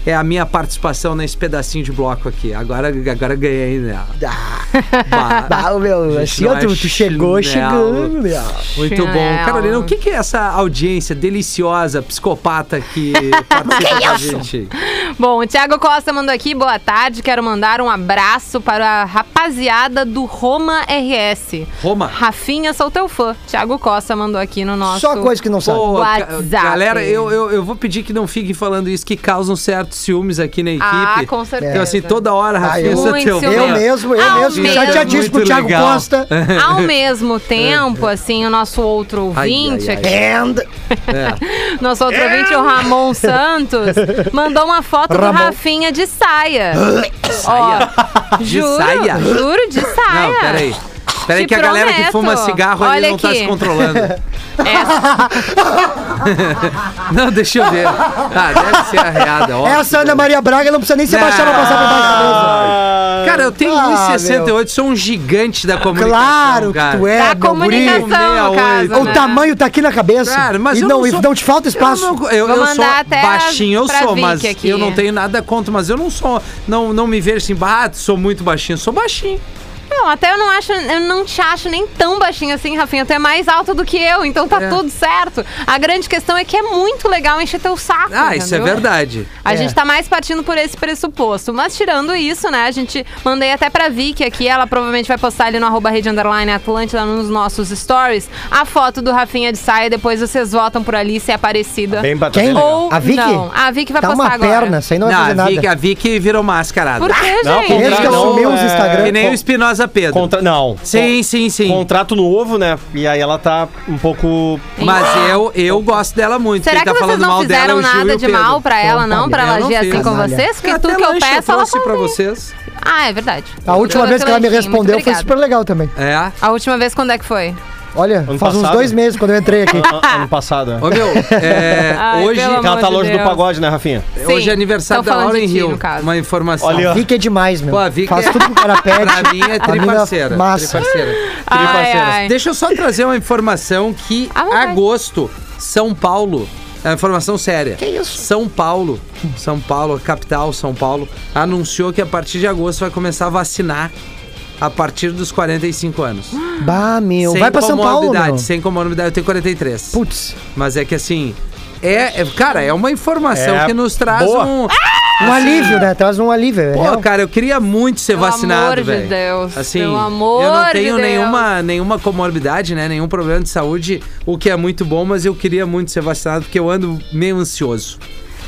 Speaker 3: é a minha participação nesse pedacinho de bloco aqui. Agora, agora ganhei, né? Bah,
Speaker 4: Ah, meu, assim, ó,
Speaker 5: é
Speaker 4: tu, tu chegou chegando, meu.
Speaker 3: é Muito
Speaker 5: Chinelo.
Speaker 3: bom. Carolina, o que, que é essa audiência deliciosa, psicopata que participa da gente?
Speaker 5: Bom, o Thiago Costa mandou aqui, boa tarde. Quero mandar um abraço para a rapaziada do Roma RS.
Speaker 3: Roma.
Speaker 5: Rafinha, sou teu fã. Thiago Costa mandou aqui no nosso.
Speaker 4: Só coisa que não sabe.
Speaker 3: Pô, ca-
Speaker 5: WhatsApp.
Speaker 3: Galera, eu, eu, eu vou pedir que não fiquem falando isso, que causam certos ciúmes aqui na equipe.
Speaker 5: Ah, com certeza.
Speaker 3: Então, assim, toda hora, Rafinha,
Speaker 4: Tá, eu-
Speaker 3: esse é
Speaker 5: Muito
Speaker 3: teu.
Speaker 5: ciumento.
Speaker 4: Eu mesmo, eu
Speaker 5: Ah,
Speaker 4: mesmo.
Speaker 5: mesmo.
Speaker 4: Já tinha dito pro
Speaker 3: Muito
Speaker 4: Thiago
Speaker 3: legal.
Speaker 4: Costa.
Speaker 5: Ao mesmo tempo, assim, o nosso outro ouvinte aqui,
Speaker 3: É.
Speaker 4: And...
Speaker 5: nosso outro ouvinte, o Ramon Santos, mandou uma foto do
Speaker 4: Ramon.
Speaker 5: Rafinha de saia.
Speaker 3: Saia?
Speaker 5: Ó,
Speaker 3: De
Speaker 5: juro,
Speaker 3: saia?
Speaker 5: juro, de saia.
Speaker 3: Não, peraí. Peraí
Speaker 5: Ah, é? Te
Speaker 3: que a galera que
Speaker 5: prometo.
Speaker 3: fuma cigarro
Speaker 5: Olha
Speaker 3: ali não tá
Speaker 5: aqui. É.
Speaker 3: se controlando.
Speaker 5: Essa,
Speaker 3: Não, deixa eu ver. Ah, deve ser arreada. ó. Ah,
Speaker 4: Essa é Ana Maria Braga não precisa nem se
Speaker 3: Não.
Speaker 4: baixar pra passar pra baixo da mesa.
Speaker 3: Cara, eu tenho
Speaker 4: Ah,
Speaker 3: 1,68, sou um gigante da comunicação,
Speaker 4: Claro
Speaker 3: cara.
Speaker 4: que tu é,
Speaker 5: da
Speaker 4: meu
Speaker 5: comunicação,
Speaker 4: guri.
Speaker 5: no caso,
Speaker 3: Meia
Speaker 4: O
Speaker 5: né?
Speaker 4: tamanho tá aqui na cabeça.
Speaker 3: Cara, mas
Speaker 4: e
Speaker 3: eu
Speaker 4: não,
Speaker 3: não
Speaker 4: e
Speaker 3: sou-
Speaker 4: te falta espaço.
Speaker 3: Eu, não, eu,
Speaker 5: Vou
Speaker 3: eu sou
Speaker 5: mandar até
Speaker 3: baixinho, eu
Speaker 5: pra
Speaker 3: sou,
Speaker 5: Vicky
Speaker 3: mas
Speaker 5: aqui.
Speaker 3: eu não tenho nada contra, mas eu não sou, não, não me vejo assim, bah, sou muito baixinho, sou baixinho.
Speaker 5: não, até eu não acho, eu não te acho nem tão baixinho assim, Rafinha. Tu é mais alto do que eu, então tá
Speaker 3: É.
Speaker 5: tudo certo. A grande questão é que é muito legal encher teu saco.
Speaker 3: Ah, isso é
Speaker 5: entendeu?
Speaker 3: verdade.
Speaker 5: A
Speaker 4: É.
Speaker 5: gente tá mais partindo por esse pressuposto. Mas tirando isso, né? A gente mandei até pra Vicky aqui, ela provavelmente vai postar ali no arroba rede underline Atlântida nos nossos stories a foto do Rafinha de saia, depois vocês votam por ali se é parecida.
Speaker 6: Tá Ah, Bem batata
Speaker 4: Quem?
Speaker 6: legal.
Speaker 5: Ou
Speaker 4: A Vicky?
Speaker 5: não. A Vicky vai
Speaker 4: Tá
Speaker 5: postar
Speaker 4: uma
Speaker 5: agora.
Speaker 4: perna, isso aí não vai fazer
Speaker 3: a,
Speaker 4: nada.
Speaker 3: Ah, Vicky, a Vicky virou mascarada.
Speaker 5: Por quê,
Speaker 6: Não,
Speaker 5: gente?
Speaker 4: Desde que eu
Speaker 6: Não,
Speaker 4: assumi os
Speaker 6: é-
Speaker 3: Que
Speaker 4: Instagram.
Speaker 3: nem o Espinosa Pedro.
Speaker 6: Contra... Não.
Speaker 3: Sim, sim, sim.
Speaker 6: Contrato novo, né? E aí ela tá um pouco.
Speaker 3: Mas eu, eu gosto dela muito.
Speaker 5: Ah! Será
Speaker 3: Quem tá
Speaker 5: que vocês
Speaker 3: falando
Speaker 5: não
Speaker 3: mal dela é
Speaker 5: fizeram
Speaker 3: o Gil e
Speaker 5: nada
Speaker 3: o
Speaker 5: de
Speaker 3: Pedro.
Speaker 5: mal pra ela, não? Pra
Speaker 3: Eu
Speaker 5: ela
Speaker 3: não
Speaker 5: agir assim
Speaker 3: fiz.
Speaker 5: com
Speaker 4: Olha.
Speaker 5: vocês? Porque
Speaker 3: Até
Speaker 5: tudo que eu
Speaker 3: lanche
Speaker 5: peço, ela
Speaker 3: trouxe
Speaker 5: faz.
Speaker 3: pra vocês.
Speaker 5: Ah, é verdade.
Speaker 4: A última
Speaker 5: Trouxe
Speaker 4: vez que ela me
Speaker 5: lanchinho, muito
Speaker 4: respondeu foi
Speaker 5: obrigada.
Speaker 4: super legal também.
Speaker 3: É.
Speaker 5: A última vez quando é que foi?
Speaker 4: Olha,
Speaker 6: Ano
Speaker 4: faz uns
Speaker 6: passado?
Speaker 4: dois meses quando eu entrei aqui.
Speaker 6: An- ano passado. é.
Speaker 3: Ô, meu, é,
Speaker 5: Ai,
Speaker 3: hoje,
Speaker 5: pelo amor
Speaker 6: Ela tá
Speaker 5: de
Speaker 6: longe do
Speaker 5: Deus.
Speaker 6: pagode, né, Rafinha?
Speaker 3: hoje
Speaker 5: Sim,
Speaker 3: é aniversário
Speaker 5: tão
Speaker 3: da
Speaker 5: falando
Speaker 3: Lauren
Speaker 5: de ti,
Speaker 3: Hill.
Speaker 5: no caso.
Speaker 3: Uma informação.
Speaker 6: Olha, ó.
Speaker 4: Vicky é demais, meu.
Speaker 3: Pô, a Vicky
Speaker 4: faz
Speaker 3: é-
Speaker 4: tudo que o cara
Speaker 3: Pra
Speaker 4: pede.
Speaker 3: mim é
Speaker 4: A mina
Speaker 3: triparceira.
Speaker 4: massa.
Speaker 3: triparceira.
Speaker 5: Ai,
Speaker 6: parceiras.
Speaker 5: ai.
Speaker 3: Deixa eu só trazer uma informação que
Speaker 5: À vontade.
Speaker 3: agosto, São Paulo. É uma informação séria. Que isso? São Paulo, São Paulo, capital São Paulo, anunciou que a partir de agosto vai começar a vacinar a partir dos 45 anos.
Speaker 4: Bah, meu. Vai pra São Paulo,
Speaker 3: comorbidade,
Speaker 4: meu.
Speaker 3: Sem comorbidade, eu tenho 43.
Speaker 4: Putz.
Speaker 3: Mas é que assim, é, é- cara, é uma informação
Speaker 6: É
Speaker 3: que nos traz
Speaker 6: boa.
Speaker 5: É
Speaker 3: um...
Speaker 4: Um alívio, né? Traz um alívio. é
Speaker 3: Pô,
Speaker 4: real.
Speaker 3: cara, eu queria muito ser
Speaker 5: Pelo amor
Speaker 3: vacinado,
Speaker 5: de
Speaker 3: velho.
Speaker 5: Deus,
Speaker 3: Assim,
Speaker 5: pelo amor
Speaker 3: eu não
Speaker 5: de
Speaker 3: tenho
Speaker 5: Deus.
Speaker 3: nenhuma nenhuma comorbidade, né? Nenhum problema de saúde, o que é muito bom, mas eu queria muito ser vacinado porque eu ando meio ansioso.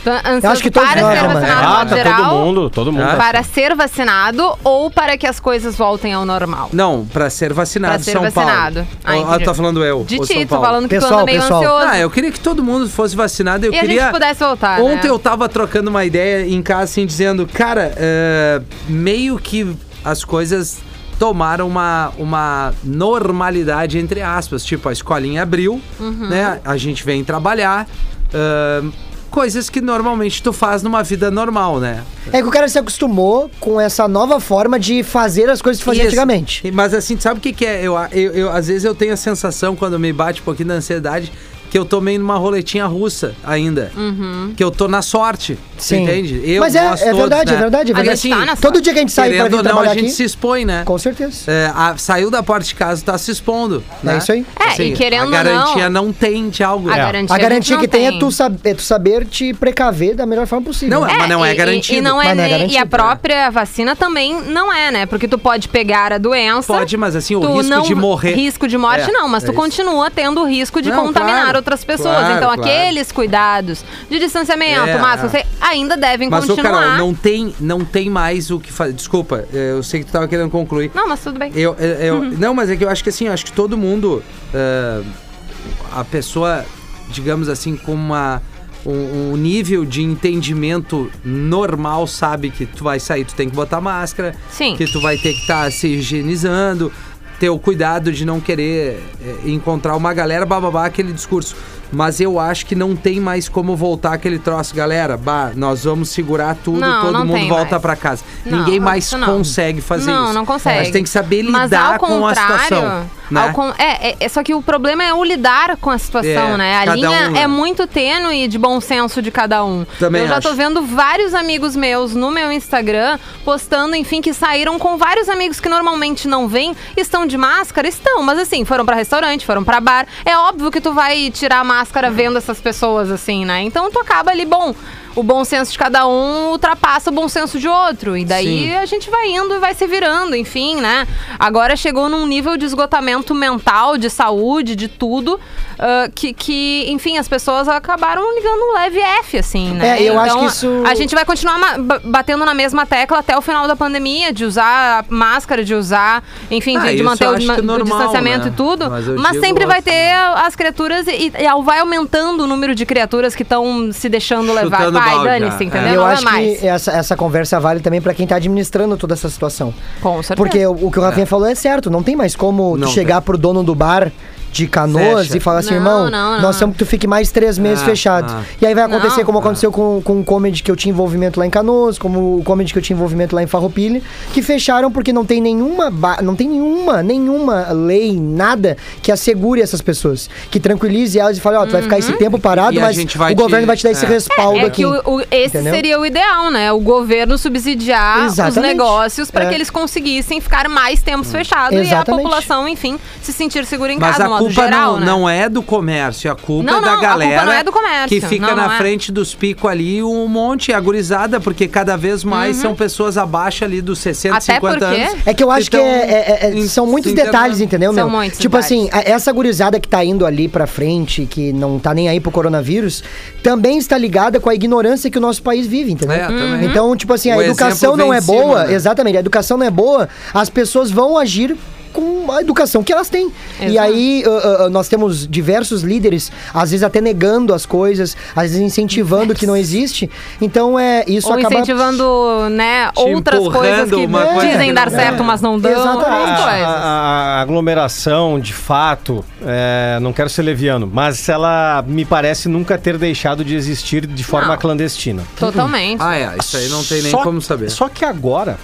Speaker 5: Tô ansioso
Speaker 4: Eu acho que todos
Speaker 5: para
Speaker 4: nós,
Speaker 5: ser
Speaker 4: Ramon.
Speaker 5: vacinado
Speaker 6: Ah,
Speaker 5: no
Speaker 6: tá
Speaker 5: geral,
Speaker 6: todo mundo, todo mundo.
Speaker 3: Ah.
Speaker 6: tá-
Speaker 5: para ser vacinado ou para que as coisas voltem ao normal.
Speaker 3: Não, pra ser vacinado,
Speaker 5: Pra ser
Speaker 3: São
Speaker 5: vacinado.
Speaker 3: Paulo.
Speaker 5: Ah,
Speaker 3: Ah,
Speaker 5: entendi.
Speaker 3: tá falando eu.
Speaker 5: De
Speaker 3: ou
Speaker 5: ti,
Speaker 3: São
Speaker 5: tô
Speaker 3: Paulo.
Speaker 5: falando que tu
Speaker 4: Pessoal,
Speaker 5: anda meio
Speaker 4: pessoal.
Speaker 5: ansioso.
Speaker 3: Ah, eu queria que todo mundo fosse vacinado. Eu
Speaker 5: E a
Speaker 3: queria...
Speaker 5: gente pudesse voltar,
Speaker 3: Ontem
Speaker 5: né?
Speaker 3: eu tava trocando uma ideia em casa, assim, dizendo, cara, é, meio que as coisas tomaram uma, uma normalidade, entre aspas. Tipo, a escolinha abriu, né? A gente vem trabalhar. é, coisas que normalmente tu faz numa vida normal, né?
Speaker 4: É que o cara se acostumou com essa nova forma de fazer as coisas que fazia
Speaker 3: Isso.
Speaker 4: antigamente.
Speaker 3: E- Mas assim, sabe o que, que é? Eu, eu, eu- às vezes eu tenho a sensação, quando me bate um pouquinho da ansiedade, que eu tô meio numa roletinha russa ainda.
Speaker 5: Uhum.
Speaker 3: Que eu tô na sorte. Você
Speaker 4: Sim.
Speaker 3: entende? Eu,
Speaker 4: Mas é-
Speaker 3: nós
Speaker 4: é
Speaker 3: todos,
Speaker 4: verdade,
Speaker 3: né?
Speaker 4: é verdade, é
Speaker 3: Mas,
Speaker 4: verdade.
Speaker 3: assim,
Speaker 5: Tá na sorte.
Speaker 4: Todo dia que a gente sai pra
Speaker 3: Querendo
Speaker 4: vir
Speaker 3: ou não, a
Speaker 4: trabalhar
Speaker 3: gente
Speaker 4: aqui,
Speaker 3: se expõe, né?
Speaker 4: com certeza.
Speaker 3: É, a- saiu da porta de casa, tá se expondo. né?
Speaker 4: isso aí.
Speaker 5: É, e querendo
Speaker 3: A
Speaker 5: ou
Speaker 3: garantia não, tem de algo.
Speaker 5: A
Speaker 3: É.
Speaker 5: garantia,
Speaker 4: A
Speaker 5: gente
Speaker 4: garantia
Speaker 5: não
Speaker 4: que tem, É, tu sab- é tu saber te precaver da melhor forma possível.
Speaker 3: Não,
Speaker 4: né?
Speaker 3: mas não é
Speaker 5: e- e-
Speaker 3: garantido.
Speaker 5: E, não é,
Speaker 4: Mas não
Speaker 5: nem-
Speaker 4: é
Speaker 5: e
Speaker 4: garantido,
Speaker 5: a
Speaker 4: né?
Speaker 5: própria vacina também não é, né? Porque tu pode pegar a doença.
Speaker 3: Pode, mas assim, o
Speaker 5: tu
Speaker 3: risco
Speaker 5: não-
Speaker 3: de morrer.
Speaker 5: Risco de morte,
Speaker 3: É,
Speaker 5: não, mas
Speaker 3: é
Speaker 5: tu
Speaker 3: isso.
Speaker 5: continua tendo o risco de
Speaker 3: Não,
Speaker 5: contaminar
Speaker 3: claro,
Speaker 5: outras pessoas.
Speaker 3: claro,
Speaker 5: então,
Speaker 3: claro.
Speaker 5: aqueles cuidados de distanciamento,
Speaker 3: É,
Speaker 5: máscara,
Speaker 3: é.
Speaker 5: você ainda devem
Speaker 3: Mas, ô,
Speaker 5: continuar.
Speaker 3: Carol,
Speaker 5: não...
Speaker 3: não tem, não tem mais o que fazer. Desculpa, eu sei que tu tava querendo concluir.
Speaker 5: mas tudo bem.
Speaker 3: Eu, eu- eu-
Speaker 5: Uhum.
Speaker 3: Não, mas é que eu acho que assim, eu acho que todo mundo. ah, a pessoa, digamos assim, com uma. Um, um nível de entendimento normal sabe que tu vai sair, tu tem que botar máscara,
Speaker 5: Sim.
Speaker 3: que tu vai ter que estar se higienizando, ter o cuidado de não querer eh, encontrar uma galera bababá aquele discurso. Mas eu acho que não tem mais como voltar aquele troço, galera. Bah, nós vamos segurar tudo,
Speaker 5: Não,
Speaker 3: todo
Speaker 5: não
Speaker 3: mundo
Speaker 5: tem
Speaker 3: volta
Speaker 5: mais.
Speaker 3: pra casa.
Speaker 5: Não, é
Speaker 3: Ninguém mais
Speaker 5: isso não.
Speaker 3: consegue fazer
Speaker 5: Não,
Speaker 3: isso.
Speaker 5: não consegue.
Speaker 3: Mas tem que saber
Speaker 5: Mas,
Speaker 3: lidar
Speaker 5: ao
Speaker 3: com a
Speaker 5: contrário,
Speaker 3: situação. Né?
Speaker 5: Ao con- é, é- é, só que o problema é o lidar com a situação,
Speaker 3: É,
Speaker 5: né? A
Speaker 3: cada
Speaker 5: linha
Speaker 3: um, né?
Speaker 5: é muito tênue de bom senso de cada um.
Speaker 3: Também
Speaker 5: Eu já tô
Speaker 3: acho.
Speaker 5: vendo vários amigos meus no meu Instagram postando, enfim, que saíram com vários amigos que normalmente não vêm, estão de máscara, estão, mas assim, foram pra restaurante, foram pra bar. É óbvio que tu vai tirar a máscara vendo essas pessoas assim, né? Então tu acaba ali, bom, o bom senso de cada um ultrapassa o bom senso de outro e daí
Speaker 3: Sim.
Speaker 5: a gente vai indo e vai se virando, enfim, né? Agora chegou num nível de esgotamento mental, de saúde, de tudo, ah, que, que, enfim, as pessoas acabaram ligando um leve F, assim, né?
Speaker 4: É, eu
Speaker 5: então,
Speaker 4: acho que isso-
Speaker 5: A gente vai continuar ma- ba- batendo na mesma tecla até o final da pandemia, de usar a máscara, de usar, enfim,
Speaker 3: Ah,
Speaker 5: de, de
Speaker 3: isso
Speaker 5: manter
Speaker 3: eu
Speaker 5: o,
Speaker 3: acho
Speaker 5: ma-
Speaker 3: que é
Speaker 5: o
Speaker 3: normal,
Speaker 5: distanciamento e
Speaker 3: né?
Speaker 5: tudo.
Speaker 3: Mas
Speaker 5: Mas,
Speaker 3: eu digo
Speaker 5: sempre vai
Speaker 3: assim-
Speaker 5: ter as criaturas e, e vai aumentando o número de criaturas que estão se deixando levar.
Speaker 3: Chutando
Speaker 5: Vai,
Speaker 3: balde,
Speaker 5: dane-se,
Speaker 3: é.
Speaker 5: entendeu?
Speaker 4: E eu
Speaker 5: Não é
Speaker 4: acho
Speaker 5: mais.
Speaker 4: que essa, essa conversa vale também pra quem tá administrando toda essa situação.
Speaker 5: Com certeza.
Speaker 4: Porque o, o que o Rafinha falou é certo, não tem mais como
Speaker 3: Não
Speaker 4: tu
Speaker 3: tem.
Speaker 4: chegar pro dono do bar de canoas
Speaker 3: Fecha.
Speaker 4: e falar assim,
Speaker 5: Não,
Speaker 4: irmão,
Speaker 5: não, não.
Speaker 4: nós temos que tu fique mais três meses
Speaker 3: Ah,
Speaker 4: fechado.
Speaker 3: ah.
Speaker 4: E aí vai acontecer
Speaker 5: Não.
Speaker 4: como aconteceu com, com o comedy que eu tinha envolvimento lá em Canoas, como o comedy que eu tinha envolvimento lá em Farroupilha, que fecharam porque não tem nenhuma, ba- não tem nenhuma, nenhuma lei, nada que assegure essas pessoas, que tranquilize elas e fale, ó, tu vai ficar esse tempo parado,
Speaker 3: E a
Speaker 4: mas
Speaker 3: gente vai
Speaker 4: o
Speaker 3: te-
Speaker 4: governo vai te dar esse
Speaker 3: é.
Speaker 4: respaldo
Speaker 5: Uhum. É
Speaker 4: aqui.
Speaker 5: que o, o- esse
Speaker 4: Entendeu?
Speaker 5: seria o ideal, né? O governo subsidiar os
Speaker 4: Exatamente.
Speaker 5: negócios para
Speaker 4: É.
Speaker 5: que eles conseguissem ficar mais tempos fechados e a
Speaker 4: Exatamente.
Speaker 5: população, enfim, se sentir segura em
Speaker 3: Hum. Mas
Speaker 5: casa,
Speaker 3: a
Speaker 5: no modo
Speaker 3: culpa
Speaker 5: geral,
Speaker 3: não,
Speaker 5: né?
Speaker 3: não é do comércio, a culpa
Speaker 5: Não,
Speaker 3: é da
Speaker 5: não, a culpa
Speaker 3: galera
Speaker 5: não é do comércio,
Speaker 3: que fica
Speaker 5: não,
Speaker 3: na
Speaker 5: não é.
Speaker 3: frente dos picos ali um monte agorizada, porque cada vez mais são pessoas abaixo ali dos 60,
Speaker 5: Uhum. Até porque-
Speaker 3: 50 anos. Então,
Speaker 4: É que eu acho que
Speaker 3: tão
Speaker 4: é- é- é-
Speaker 3: in-
Speaker 4: são muitos
Speaker 3: se
Speaker 4: detalhes,
Speaker 3: internando.
Speaker 4: entendeu,
Speaker 5: São
Speaker 4: meu?
Speaker 5: muitos
Speaker 4: tipo
Speaker 5: detalhes.
Speaker 4: assim, a- essa gurizada que tá indo ali pra frente, que não tá nem aí pro coronavírus, também está ligada com a ignorância que o nosso país vive, entendeu?
Speaker 3: É,
Speaker 5: Uhum.
Speaker 3: também.
Speaker 4: Então, tipo assim, a
Speaker 3: O
Speaker 4: educação
Speaker 3: exemplo
Speaker 4: não
Speaker 3: vem
Speaker 4: é
Speaker 3: em cima,
Speaker 4: boa,
Speaker 3: né?
Speaker 4: exatamente, a educação não é boa, as pessoas vão agir com a educação que elas têm. E
Speaker 5: Exato.
Speaker 4: aí ah, ah, nós temos diversos líderes, às vezes até negando as coisas, às vezes incentivando o que não existe. Então é isso
Speaker 5: Ou
Speaker 4: acaba
Speaker 5: incentivando, né, outras
Speaker 3: empurrando
Speaker 5: coisas que
Speaker 3: uma coisa
Speaker 5: dizem
Speaker 3: que
Speaker 5: dar
Speaker 3: não é. Ah,
Speaker 5: certo, mas não dão.
Speaker 4: Exatamente.
Speaker 5: outras
Speaker 6: a,
Speaker 5: coisas.
Speaker 6: a- a aglomeração, de fato, é, não quero ser leviano, mas ela me parece nunca ter deixado de existir de forma
Speaker 5: Não.
Speaker 6: clandestina.
Speaker 5: Totalmente.
Speaker 3: Ah, é, isso aí não tem nem
Speaker 6: Só-
Speaker 3: como saber.
Speaker 6: Só que agora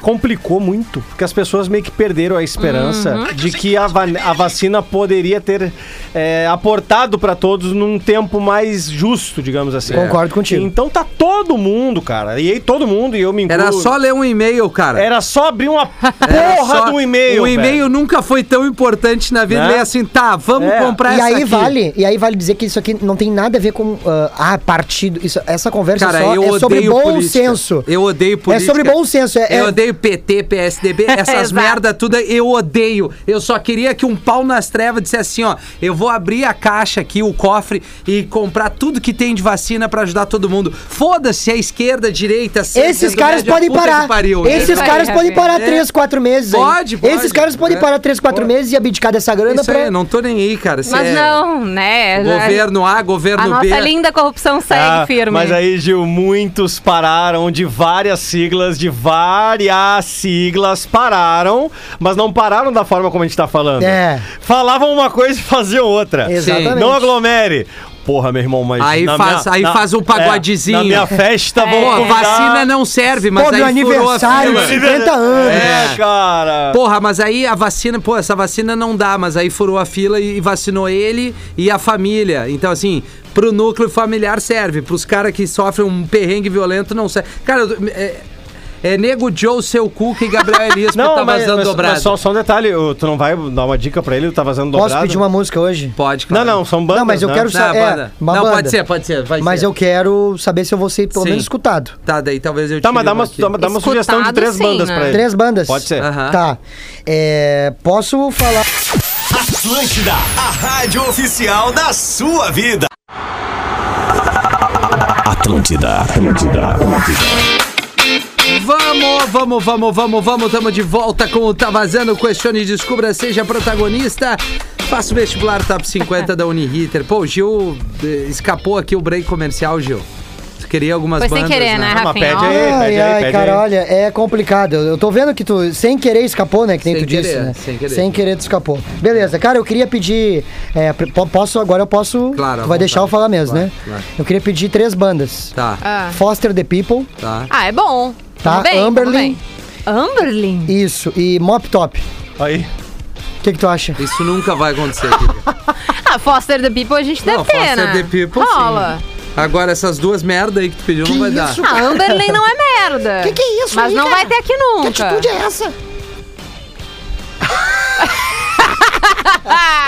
Speaker 6: complicou muito, porque as pessoas meio que perderam a esperança de que a, va- a vacina poderia ter é, aportado para todos num tempo mais justo, digamos assim.
Speaker 4: Concordo contigo.
Speaker 6: Então tá todo mundo, cara. E aí todo mundo, e eu me incluo.
Speaker 3: Era só ler um e-mail, cara.
Speaker 6: Era só abrir uma
Speaker 3: Era
Speaker 6: porra
Speaker 3: só-
Speaker 6: do e-mail.
Speaker 3: O
Speaker 6: velho.
Speaker 3: e-mail nunca foi tão importante na vida.
Speaker 6: Né?
Speaker 3: Ler assim, tá, vamos
Speaker 6: É.
Speaker 3: comprar
Speaker 4: E
Speaker 3: essa
Speaker 4: aí
Speaker 3: aqui.
Speaker 4: vale, e aí vale dizer que isso aqui não tem nada a ver com ah, ah, partido. Isso, essa conversa
Speaker 3: Cara,
Speaker 4: só
Speaker 3: eu
Speaker 4: é
Speaker 3: odeio
Speaker 4: sobre bom
Speaker 3: política.
Speaker 4: senso. É
Speaker 3: Eu odeio política.
Speaker 4: sobre bom senso, é-
Speaker 3: Eu
Speaker 4: é-
Speaker 3: odeio PT, PSDB, essas
Speaker 5: Exato.
Speaker 3: merda tudo, eu odeio. Eu só queria que um pau nas trevas dissesse assim, ó, eu vou abrir a caixa aqui, o cofre, e comprar tudo que tem de vacina pra ajudar todo mundo. Foda-se a esquerda, a direita, centro,
Speaker 4: Esses
Speaker 3: do
Speaker 4: caras
Speaker 3: médio, é a
Speaker 4: podem
Speaker 3: puta
Speaker 4: parar.
Speaker 3: que pariu, né?
Speaker 4: Esses
Speaker 5: Vai,
Speaker 4: caras podem
Speaker 5: Rafinha.
Speaker 4: parar
Speaker 3: É.
Speaker 4: 3, 4 meses. aí.
Speaker 3: Pode, pode,
Speaker 4: Esses caras podem
Speaker 3: é.
Speaker 4: parar 3, 4 meses e abdicar dessa grana
Speaker 3: Isso
Speaker 4: pra.
Speaker 3: aí, não tô nem aí, cara. Isso
Speaker 5: Mas
Speaker 3: é
Speaker 5: não, né?
Speaker 3: Governo A,
Speaker 5: a
Speaker 3: governo
Speaker 5: nossa
Speaker 3: B.
Speaker 5: linda corrupção segue
Speaker 6: Ah,
Speaker 5: firme.
Speaker 6: Mas aí, Gil, muitos pararam de várias siglas, de várias siglas pararam, mas não pararam da forma como a gente tá falando.
Speaker 4: É.
Speaker 6: Falavam uma coisa e faziam outra.
Speaker 4: Exatamente.
Speaker 6: Não aglomere. Porra, meu irmão, mas.
Speaker 3: Aí
Speaker 6: na
Speaker 3: faz- aí faz um
Speaker 6: é,
Speaker 3: pagodezinho. É.
Speaker 6: na minha festa, vão
Speaker 5: é-
Speaker 3: Pô,
Speaker 6: convidar-
Speaker 3: Tá vacina não serve, mas
Speaker 4: Pô,
Speaker 3: aí
Speaker 4: meu
Speaker 3: furou a
Speaker 4: aniversário,
Speaker 3: fila.
Speaker 4: 50 anos.
Speaker 6: É, cara.
Speaker 3: Porra, mas aí a vacina, pô, essa vacina não dá, mas aí furou a fila e vacinou ele e a família. Então, assim, pro núcleo familiar serve, pros caras que sofrem um perrengue violento não serve. Cara, eu- é, é nego Joe, seu Cuca e Gabriel Elias
Speaker 6: Não,
Speaker 3: tá
Speaker 6: mas,
Speaker 3: vazando
Speaker 6: mas-
Speaker 3: dobrado.
Speaker 6: mas só, só um detalhe, eu- tu não vai dar uma dica pra ele, tu tá vazando
Speaker 4: Posso
Speaker 6: dobrado?
Speaker 4: pedir uma música hoje?
Speaker 3: Pode,
Speaker 6: Não,
Speaker 3: claro.
Speaker 6: não, são bandas,
Speaker 4: não, mas eu
Speaker 6: né?
Speaker 4: quero
Speaker 3: Não,
Speaker 4: saber. É,
Speaker 3: banda.
Speaker 4: uma
Speaker 3: Não,
Speaker 4: banda.
Speaker 3: pode ser, pode ser. Vai
Speaker 4: Mas
Speaker 3: ser.
Speaker 4: eu quero saber se eu vou ser pelo
Speaker 3: Sim.
Speaker 4: menos escutado.
Speaker 3: Tá, daí talvez eu
Speaker 6: Tá,
Speaker 3: tire
Speaker 6: mas dá uma,
Speaker 3: aqui.
Speaker 6: dá uma- dá uma sugestão de
Speaker 5: Escutado,
Speaker 6: três
Speaker 5: sim,
Speaker 6: bandas
Speaker 5: né?
Speaker 6: pra ele.
Speaker 4: Três bandas.
Speaker 6: Pode ser.
Speaker 3: Aham.
Speaker 4: Tá. É, posso falar.
Speaker 8: Atlântida, a rádio oficial da sua vida. Atlântida, Atlântida, Atlântida.
Speaker 3: Vamos, vamos, vamos, vamos, vamos. Estamos de volta com o Tá Vazando. Questione e descubra, seja protagonista. Faça o vestibular Top 50 da Uniriter. Pô, o Gil eh, escapou aqui o break comercial, Gil. Tu queria algumas
Speaker 5: Foi sem
Speaker 3: bandas,
Speaker 5: querer, né,
Speaker 6: Ah, mas
Speaker 5: Rafinha?
Speaker 6: pede aí.
Speaker 4: Ai,
Speaker 6: pede aí,
Speaker 4: ai,
Speaker 6: pede
Speaker 4: cara,
Speaker 6: aí.
Speaker 4: olha, é complicado. Eu eu tô vendo que tu, sem querer, escapou, né? Que nem
Speaker 3: Sem
Speaker 4: tu disse,
Speaker 3: querer,
Speaker 4: né?
Speaker 3: sem querer.
Speaker 4: tu escapou. Beleza, cara, eu queria pedir. é, pre- po- posso, agora eu posso.
Speaker 3: Claro, à
Speaker 4: Tu vai deixar eu
Speaker 3: vontade.
Speaker 4: falar mesmo,
Speaker 3: Claro,
Speaker 4: né?
Speaker 3: claro.
Speaker 4: Eu queria pedir três bandas:
Speaker 3: Tá,
Speaker 5: Ah.
Speaker 4: Foster the People,
Speaker 3: tá.
Speaker 5: Ah, é bom.
Speaker 4: Tá,
Speaker 5: Tudo bem, tudo
Speaker 4: Amberlin.
Speaker 5: bem. Amberlin?
Speaker 4: isso, e Mop Top.
Speaker 6: Aí.
Speaker 4: O que, que tu acha?
Speaker 3: Isso nunca vai acontecer, querida.
Speaker 5: Ah, Foster the People a gente deve
Speaker 3: Não,
Speaker 5: ter,
Speaker 3: Foster
Speaker 5: né?
Speaker 3: the People, sim.
Speaker 5: Rola.
Speaker 3: Agora, essas duas merda aí que tu pediu não
Speaker 4: Que
Speaker 3: vai
Speaker 4: isso?
Speaker 3: dar.
Speaker 5: Ah, Amberley não é merda.
Speaker 4: Que que é isso
Speaker 5: Mas
Speaker 4: aí,
Speaker 5: não
Speaker 4: cara?
Speaker 5: vai ter aqui
Speaker 4: Que
Speaker 5: nunca.
Speaker 4: atitude é essa?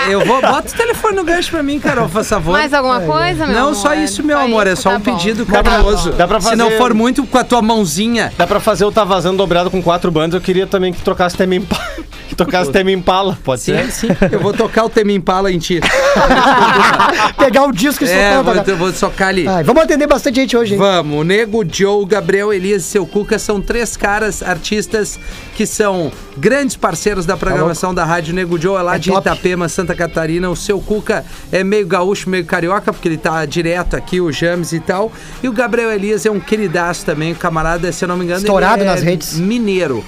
Speaker 3: Eu vou. Bota o telefone no gancho pra mim, Carol, por favor.
Speaker 5: Mais alguma coisa, meu
Speaker 3: É, não,
Speaker 5: amor?
Speaker 3: só isso, meu amor. É
Speaker 5: isso,
Speaker 3: só
Speaker 5: tá
Speaker 3: um
Speaker 5: bom.
Speaker 3: pedido
Speaker 6: Dá pra-
Speaker 3: carinhoso.
Speaker 6: dá pra
Speaker 3: Se não
Speaker 6: fazer- um
Speaker 3: for muito com a tua mãozinha.
Speaker 6: Dá pra fazer o Tá Vazando dobrado com quatro bandas. Eu queria também que trocasse tema impala. Que tocasse tema impala, pode
Speaker 3: Sim,
Speaker 6: ser?
Speaker 3: sim. Eu vou tocar o Tema Impala em ti.
Speaker 4: Pegar o disco e
Speaker 3: É,
Speaker 4: soltar Ah,
Speaker 3: vou,
Speaker 4: pra cá.
Speaker 3: eu vou socar ali.
Speaker 4: Ai, Vamos atender bastante gente hoje, hein?
Speaker 3: Vamos, Nego, Joe, Gabriel, Elias e seu Cuca são três caras, artistas, que são grandes parceiros da programação da rádio. Nego Joe é lá
Speaker 4: Tá É
Speaker 3: de
Speaker 4: top.
Speaker 3: Itapema, Santa Catarina. O seu Cuca é meio gaúcho, meio carioca, porque ele tá direto aqui, o James e tal. E o Gabriel Elias é um queridaço também, o camarada, se eu não me engano,
Speaker 4: Estourado
Speaker 3: ele é
Speaker 4: nas redes.
Speaker 3: mineiro.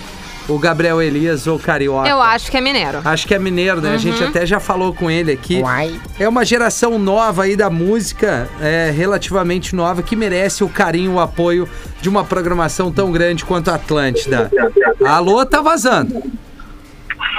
Speaker 3: O Gabriel Elias ou carioca.
Speaker 5: Eu acho que é mineiro.
Speaker 3: Acho que é mineiro, né? A gente até já falou com ele aqui.
Speaker 4: Uai.
Speaker 3: É uma geração nova aí da música, é, relativamente nova, que merece o carinho, o apoio de uma programação tão grande quanto a Atlântida. Alô, tá vazando.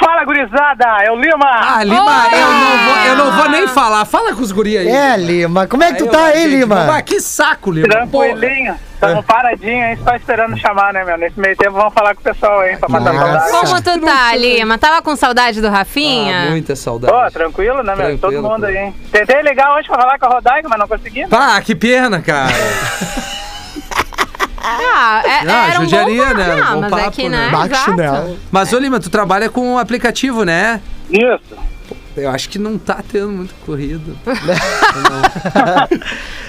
Speaker 9: Fala, gurizada! É o Lima!
Speaker 3: Ah, Lima, eu, não vou, eu não vou nem falar. Fala com os guri aí.
Speaker 4: É, Lima. Como é que tu
Speaker 3: eu-
Speaker 4: tá aí,
Speaker 3: gente,
Speaker 4: Lima?
Speaker 3: mas Que saco, Lima.
Speaker 9: Tranquilinho.
Speaker 3: É.
Speaker 9: Tamo paradinho aí, só esperando chamar, né, meu? Nesse meio tempo vamos falar com o pessoal aí pra matar a
Speaker 4: Nossa.
Speaker 9: saudade.
Speaker 5: Como tu tá, Lima? Tava com saudade do Rafinha?
Speaker 3: Ah, muita
Speaker 9: Ô,
Speaker 3: saudade.
Speaker 9: tranquilo, né, meu? Todo
Speaker 3: Tranquilo,
Speaker 9: mundo aí,
Speaker 3: tranquilo.
Speaker 9: hein? Tentei ligar hoje pra falar com a Rodaica, mas não consegui.
Speaker 3: Pá, que pena, cara.
Speaker 5: Ah, é,
Speaker 3: Ah,
Speaker 5: era um
Speaker 3: judiaria,
Speaker 5: bom papo.
Speaker 3: né? Era um
Speaker 5: Ah,
Speaker 3: bom
Speaker 5: mas é
Speaker 3: papo,
Speaker 5: que,
Speaker 3: né?
Speaker 5: né?
Speaker 4: Baixo
Speaker 5: Exato.
Speaker 4: nela.
Speaker 3: Mas, ô Lima, tu trabalha com um aplicativo, né?
Speaker 9: Isso.
Speaker 3: Eu acho que não tá tendo muito corrido.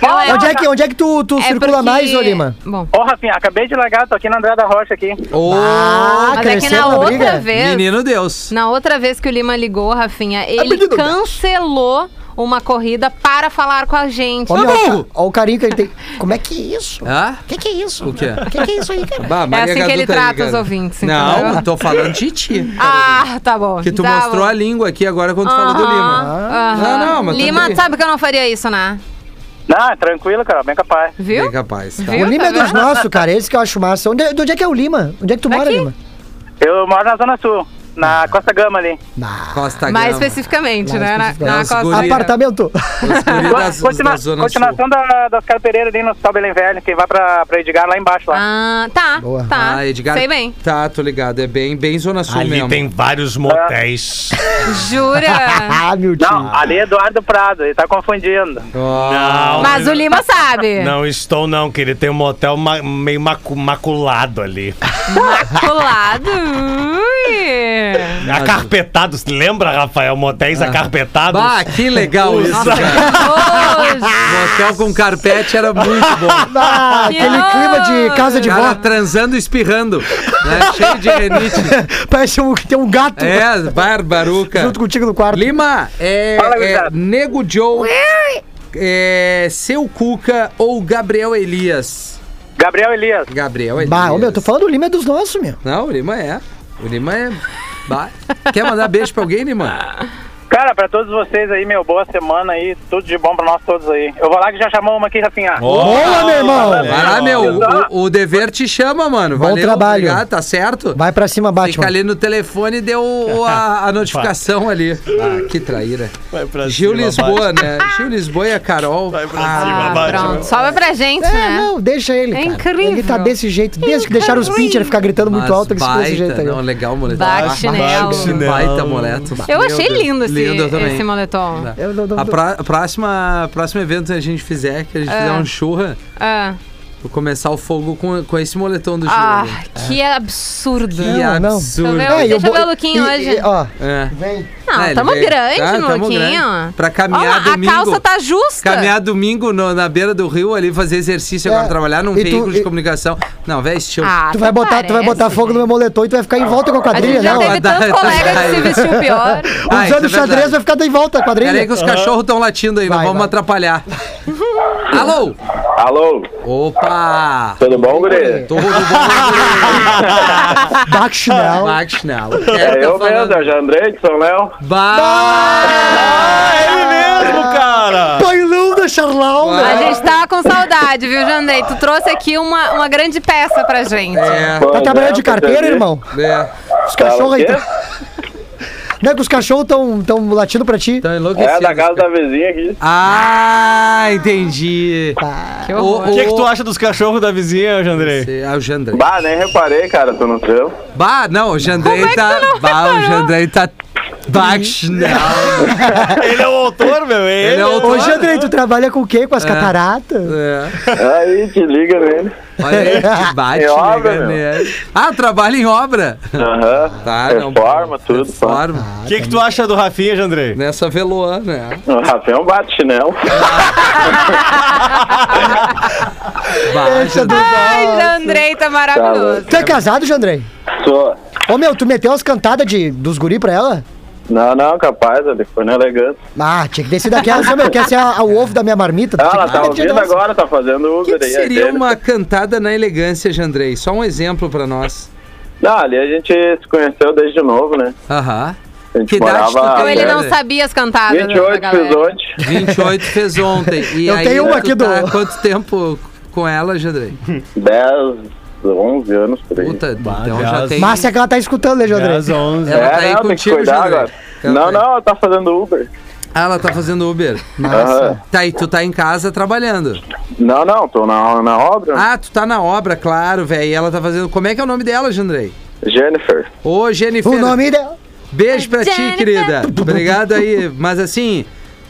Speaker 5: Não,
Speaker 4: Onde é que, onde é que tu, tu
Speaker 5: é
Speaker 4: circula
Speaker 5: porque-
Speaker 4: mais, ô Lima?
Speaker 5: Bom,
Speaker 9: Ô, Rafinha, acabei de largar, tô aqui na André da Rocha aqui.
Speaker 3: Ô,
Speaker 4: Ah,
Speaker 5: mas é que
Speaker 4: cresceu
Speaker 5: na
Speaker 4: na
Speaker 5: outra
Speaker 4: briga?
Speaker 5: vez...
Speaker 3: menino Deus.
Speaker 5: Na outra vez que o Lima ligou, Rafinha, ele
Speaker 4: É menino. né?
Speaker 5: cancelou uma corrida para falar com a gente.
Speaker 4: Olha,
Speaker 3: Tá
Speaker 4: olha,
Speaker 3: burro.
Speaker 4: olha o carinho que ele tem. Como é que é isso? O
Speaker 3: Hã?
Speaker 4: que, que é isso?
Speaker 3: O quê?
Speaker 4: que, que é isso aí, cara?
Speaker 3: Bah,
Speaker 5: É
Speaker 3: Maria
Speaker 5: assim que
Speaker 3: Gadu
Speaker 5: ele
Speaker 3: tá
Speaker 5: trata
Speaker 3: ligando.
Speaker 5: os ouvintes,
Speaker 3: Não,
Speaker 5: entendeu?
Speaker 3: tô falando de ti.
Speaker 5: Ah, tá bom.
Speaker 3: Que tu
Speaker 5: Tá
Speaker 3: mostrou
Speaker 5: bom.
Speaker 3: a língua aqui agora quando tu falou do
Speaker 5: Aham,
Speaker 3: Lima. Ah,
Speaker 5: aham.
Speaker 3: Não, não, mas
Speaker 5: Lima
Speaker 3: também-
Speaker 5: sabe que eu não faria isso, né?
Speaker 9: Não, é tranquilo, cara, bem capaz.
Speaker 5: Viu?
Speaker 3: Bem capaz, tá?
Speaker 5: Viu?
Speaker 4: O Lima é
Speaker 5: Tá
Speaker 4: dos
Speaker 5: vendo?
Speaker 4: nossos, cara. Esse que eu acho massa. Onde, é- de onde é que é o Lima? Onde é que tu mora,
Speaker 5: Aqui.
Speaker 4: Lima?
Speaker 9: Eu moro na Zona Sul, na
Speaker 3: Ah.
Speaker 9: Costa Gama ali.
Speaker 3: Costa
Speaker 5: Mais
Speaker 3: Gama.
Speaker 5: especificamente, né? Na,
Speaker 4: especificamente.
Speaker 5: na
Speaker 3: Os
Speaker 5: Costa
Speaker 3: guri-
Speaker 5: Rica.
Speaker 4: Apartamento.
Speaker 3: Os guri das-
Speaker 9: Continua-
Speaker 3: é da Zona Sul.
Speaker 9: continuação da, da Oscar Pereira ali no Hospital Belém Velho, que vai pra, pra Edgar lá embaixo lá.
Speaker 5: Ah, tá,
Speaker 4: Boa.
Speaker 5: tá.
Speaker 3: Ah, Edgar.
Speaker 5: Sei bem.
Speaker 3: Tá, tô ligado. É bem, bem Zona Sul mesmo.
Speaker 6: vários motéis.
Speaker 5: Jura?
Speaker 4: Ah, meu tio.
Speaker 9: Não, ali é Eduardo Prado, ele tá confundindo.
Speaker 3: Ó,
Speaker 6: Não,
Speaker 5: Mas o Lima sabe.
Speaker 6: não estou não, que ele tem um motel ma- meio macu- maculado ali.
Speaker 5: Colado. Ui.
Speaker 6: Acarpetados, lembra, Rafael? Motéis acarpetados?
Speaker 3: Bah, que legal isso,
Speaker 6: Nossa.
Speaker 3: cara.
Speaker 5: Nojo.
Speaker 3: Motel com carpete era muito bom.
Speaker 4: Ah, aquele
Speaker 5: Que
Speaker 4: clima de casa de
Speaker 3: Cara
Speaker 4: vó.
Speaker 3: transando e espirrando. Né? Cheio de renite.
Speaker 4: Parece um, que tem um gato
Speaker 3: É, barbaruca.
Speaker 4: junto contigo no quarto.
Speaker 3: Lima, é,
Speaker 9: Fala,
Speaker 3: é
Speaker 9: gurizada.
Speaker 3: Nego Joe, é, Seu Cuca ou Gabriel Elias?
Speaker 9: Gabriel Elias.
Speaker 3: Gabriel Elias.
Speaker 4: Bah, ô, meu, tô falando o Lima é dos nossos, meu.
Speaker 3: Não, o Lima é. O Lima é... Bah. Quer mandar beijo pra alguém, Lima?
Speaker 9: Cara, pra todos vocês aí, meu, boa semana aí, tudo de bom pra nós todos aí. Eu vou lá que já chamou uma aqui, Rafinha.
Speaker 4: Boa, meu irmão.
Speaker 6: É,
Speaker 3: Vai lá, meu. O, o dever te chama, mano.
Speaker 4: Bom trabalho.
Speaker 3: obrigado, tá certo?
Speaker 4: Vai pra cima,
Speaker 3: Fica
Speaker 4: Batman.
Speaker 3: ali no telefone e deu o- a, a notificação ali. Ah, que traíra.
Speaker 6: Vai pra
Speaker 3: Gil
Speaker 6: cima,
Speaker 3: Lisboa, né? Gil Lisboa e a Carol.
Speaker 6: Vai pra
Speaker 3: Ah,
Speaker 6: cima,
Speaker 5: Ah,
Speaker 6: vai.
Speaker 5: pronto. Sobe pra gente,
Speaker 4: É,
Speaker 5: né?
Speaker 4: não, deixa ele.
Speaker 5: É
Speaker 4: cara.
Speaker 5: incrível.
Speaker 4: Ele tá desse jeito. Desde que deixaram os
Speaker 5: Incrível.
Speaker 4: pincher ficar gritando muito
Speaker 3: Mas
Speaker 4: alto, ele ficou desse
Speaker 3: baita,
Speaker 4: jeito aí.
Speaker 3: Não, legal, moletom.
Speaker 5: Baixo
Speaker 3: Baixo,
Speaker 5: chinelo.
Speaker 3: baixo
Speaker 6: chinelo.
Speaker 3: Um Baita moleto.
Speaker 5: Eu
Speaker 3: Meu
Speaker 5: achei
Speaker 3: Deus.
Speaker 5: lindo esse,
Speaker 3: Lindo eu também.
Speaker 5: esse moletom.
Speaker 3: Tá.
Speaker 4: Eu não- não-
Speaker 3: A pra- a próxima, próximo evento que a gente fizer, que a
Speaker 5: É.
Speaker 3: gente fizer um churra,
Speaker 5: Ah,
Speaker 3: vou começar o fogo com, com esse moletom do Gil.
Speaker 5: Ah,
Speaker 3: ali.
Speaker 5: que absurdo.
Speaker 3: É. que
Speaker 4: não, não.
Speaker 3: absurdo.
Speaker 5: Tá
Speaker 4: É,
Speaker 5: vendo?
Speaker 4: e
Speaker 5: Deixa eu ver
Speaker 4: bo-
Speaker 5: o Luquinho
Speaker 4: e-
Speaker 5: hoje.
Speaker 4: e- ó,
Speaker 3: É.
Speaker 4: vem.
Speaker 5: Não,
Speaker 3: É, ele
Speaker 5: Ah, tamo
Speaker 3: veio.
Speaker 5: grande
Speaker 3: Tá,
Speaker 5: no
Speaker 3: tamo
Speaker 5: Luquinho.
Speaker 3: grande. Pra caminhar
Speaker 5: Olha lá,
Speaker 3: domingo.
Speaker 5: A calça tá justa.
Speaker 3: Caminhar domingo no- na beira do rio ali, fazer exercício,
Speaker 4: É.
Speaker 3: agora trabalhar num
Speaker 4: E tu-
Speaker 3: veículo de
Speaker 4: e-
Speaker 3: comunicação. Não, velho, estilo.
Speaker 5: Ah,
Speaker 4: Tu vai, botar, tu vai
Speaker 5: parece,
Speaker 4: botar fogo no meu moletom e tu vai ficar em volta com a
Speaker 5: A gente
Speaker 4: quadrilha,
Speaker 5: já
Speaker 4: né?
Speaker 5: teve
Speaker 3: Dá-
Speaker 5: tantos
Speaker 3: dá-
Speaker 5: colegas
Speaker 3: dá-
Speaker 5: que se vestiu pior.
Speaker 3: Ah, isso
Speaker 4: Usando
Speaker 3: é
Speaker 4: o xadrez,
Speaker 3: verdade.
Speaker 4: vai ficar em volta a
Speaker 3: Peraí
Speaker 4: quadrilha.
Speaker 3: que os cachorros estão latindo aí, não
Speaker 4: Vai,
Speaker 3: vamos
Speaker 4: vai.
Speaker 3: atrapalhar. Alô?
Speaker 10: Alô,
Speaker 3: Opa!
Speaker 10: tudo bom, guri?
Speaker 3: Tudo bom?
Speaker 4: Baco chinelo.
Speaker 3: Max Schnell.
Speaker 10: É eu mesmo, é o Jandrei de São Léo.
Speaker 3: Bah!
Speaker 6: Ele É mesmo, cara!
Speaker 4: Pailão da Charlau, né?
Speaker 5: A gente tava com saudade, viu, Jandei? Tu trouxe aqui uma, uma grande peça pra gente.
Speaker 3: É,
Speaker 10: Pois
Speaker 4: Tá
Speaker 10: é,
Speaker 4: trabalhando de
Speaker 10: pra
Speaker 4: carteiro,
Speaker 10: servir.
Speaker 4: irmão?
Speaker 3: é.
Speaker 4: Os cachorros aí. tá-
Speaker 10: Fala o quê?
Speaker 4: Não é que os cachorros estão tão latindo pra ti?
Speaker 3: Então enlouquecido.
Speaker 10: É, da casa da vizinha aqui.
Speaker 3: Ah, entendi.
Speaker 5: Que
Speaker 3: O,
Speaker 5: horror.
Speaker 6: O que, é que tu acha dos cachorros da vizinha, Jandrei?
Speaker 3: Ah, o Jandrei.
Speaker 10: Bah, nem reparei, cara, tu não viu?
Speaker 3: Bah, não, o Jandrei
Speaker 5: Como é que
Speaker 3: tá.
Speaker 5: tu não
Speaker 3: bah, o
Speaker 5: reparou?
Speaker 3: Jandrei tá. Bachinel.
Speaker 6: Ele é o autor, meu. É
Speaker 3: Ele é o
Speaker 4: Ô,
Speaker 3: autor.
Speaker 4: Jandrei, tu trabalha com o quê? Com as cataratas?
Speaker 3: É.
Speaker 10: Aí, te liga nele.
Speaker 3: Olha aí, que bate,
Speaker 10: Em
Speaker 3: né,
Speaker 10: obra,
Speaker 3: Garnier? Ah, trabalha em obra?
Speaker 10: Aham.
Speaker 3: Tá, não.
Speaker 10: Reforma, tudo. Ah. pá.
Speaker 3: Reforma.
Speaker 6: O que, que tu acha do Rafinha, Jandrei?
Speaker 3: Nessa veloa, né?
Speaker 10: O é um Rafael bate chinelo.
Speaker 3: Baixa.
Speaker 4: Essa do-
Speaker 5: Ai, Andrei tá maravilhoso.
Speaker 4: Tu é casado, Jandrei?
Speaker 10: Sou.
Speaker 4: Ô, meu, tu meteu as cantadas de, dos guri pra ela?
Speaker 10: Não, não, capaz, ele foi na elegância.
Speaker 4: Ah, tinha que ter sido daquela, assim, meu, quer ser a- a- o ovo da minha marmita. tu
Speaker 10: Ah,
Speaker 4: tinha
Speaker 10: ela
Speaker 4: que
Speaker 10: tá
Speaker 4: ter metido
Speaker 10: ouvindo
Speaker 4: essa.
Speaker 10: agora, tá fazendo
Speaker 3: O que,
Speaker 10: Uber
Speaker 3: que
Speaker 10: aí. é
Speaker 3: seria
Speaker 10: dele.
Speaker 3: uma cantada na elegância, Jandrei? Só um exemplo pra nós.
Speaker 10: Não, ali a gente se conheceu desde novo, né?
Speaker 3: Aham.
Speaker 10: A gente
Speaker 3: Que idade
Speaker 10: morava
Speaker 3: tu
Speaker 9: Tá
Speaker 5: Então
Speaker 3: tem?
Speaker 5: ele
Speaker 3: é.
Speaker 5: não sabia as cantadas. né, da
Speaker 10: 28
Speaker 5: galera.
Speaker 10: pisonte.
Speaker 3: 28 fez ontem. E
Speaker 4: Eu
Speaker 3: aí,
Speaker 4: tenho uma
Speaker 3: tu
Speaker 4: aqui do-
Speaker 3: tá há quanto tempo com ela, Jandrei?
Speaker 10: 10, 11 anos por aí.
Speaker 3: Puta, então já
Speaker 6: graças-
Speaker 3: tem...
Speaker 4: Massa é que ela tá escutando, né, Jandrei?
Speaker 6: Às 11.
Speaker 3: Ela
Speaker 10: é,
Speaker 3: tá aí
Speaker 10: não, tem que
Speaker 3: contigo,
Speaker 10: cuidar
Speaker 3: Jandrei?
Speaker 10: agora.
Speaker 3: Ela
Speaker 10: não,
Speaker 3: tá aí.
Speaker 10: não, ela tá fazendo Uber.
Speaker 3: Ah, ela tá fazendo Uber.
Speaker 10: Aham.
Speaker 3: Tá, e tu tá em casa trabalhando.
Speaker 10: Não, não, tô na, na obra.
Speaker 3: Ah, tu tá na obra, claro, velho. E ela tá fazendo... Como é que é o nome dela, Jandrei?
Speaker 10: Jennifer.
Speaker 3: Ô, Jennifer.
Speaker 4: O nome dela.
Speaker 3: Beijo pra ti,
Speaker 5: Jennifer.
Speaker 3: querida. Obrigado aí. Mas assim.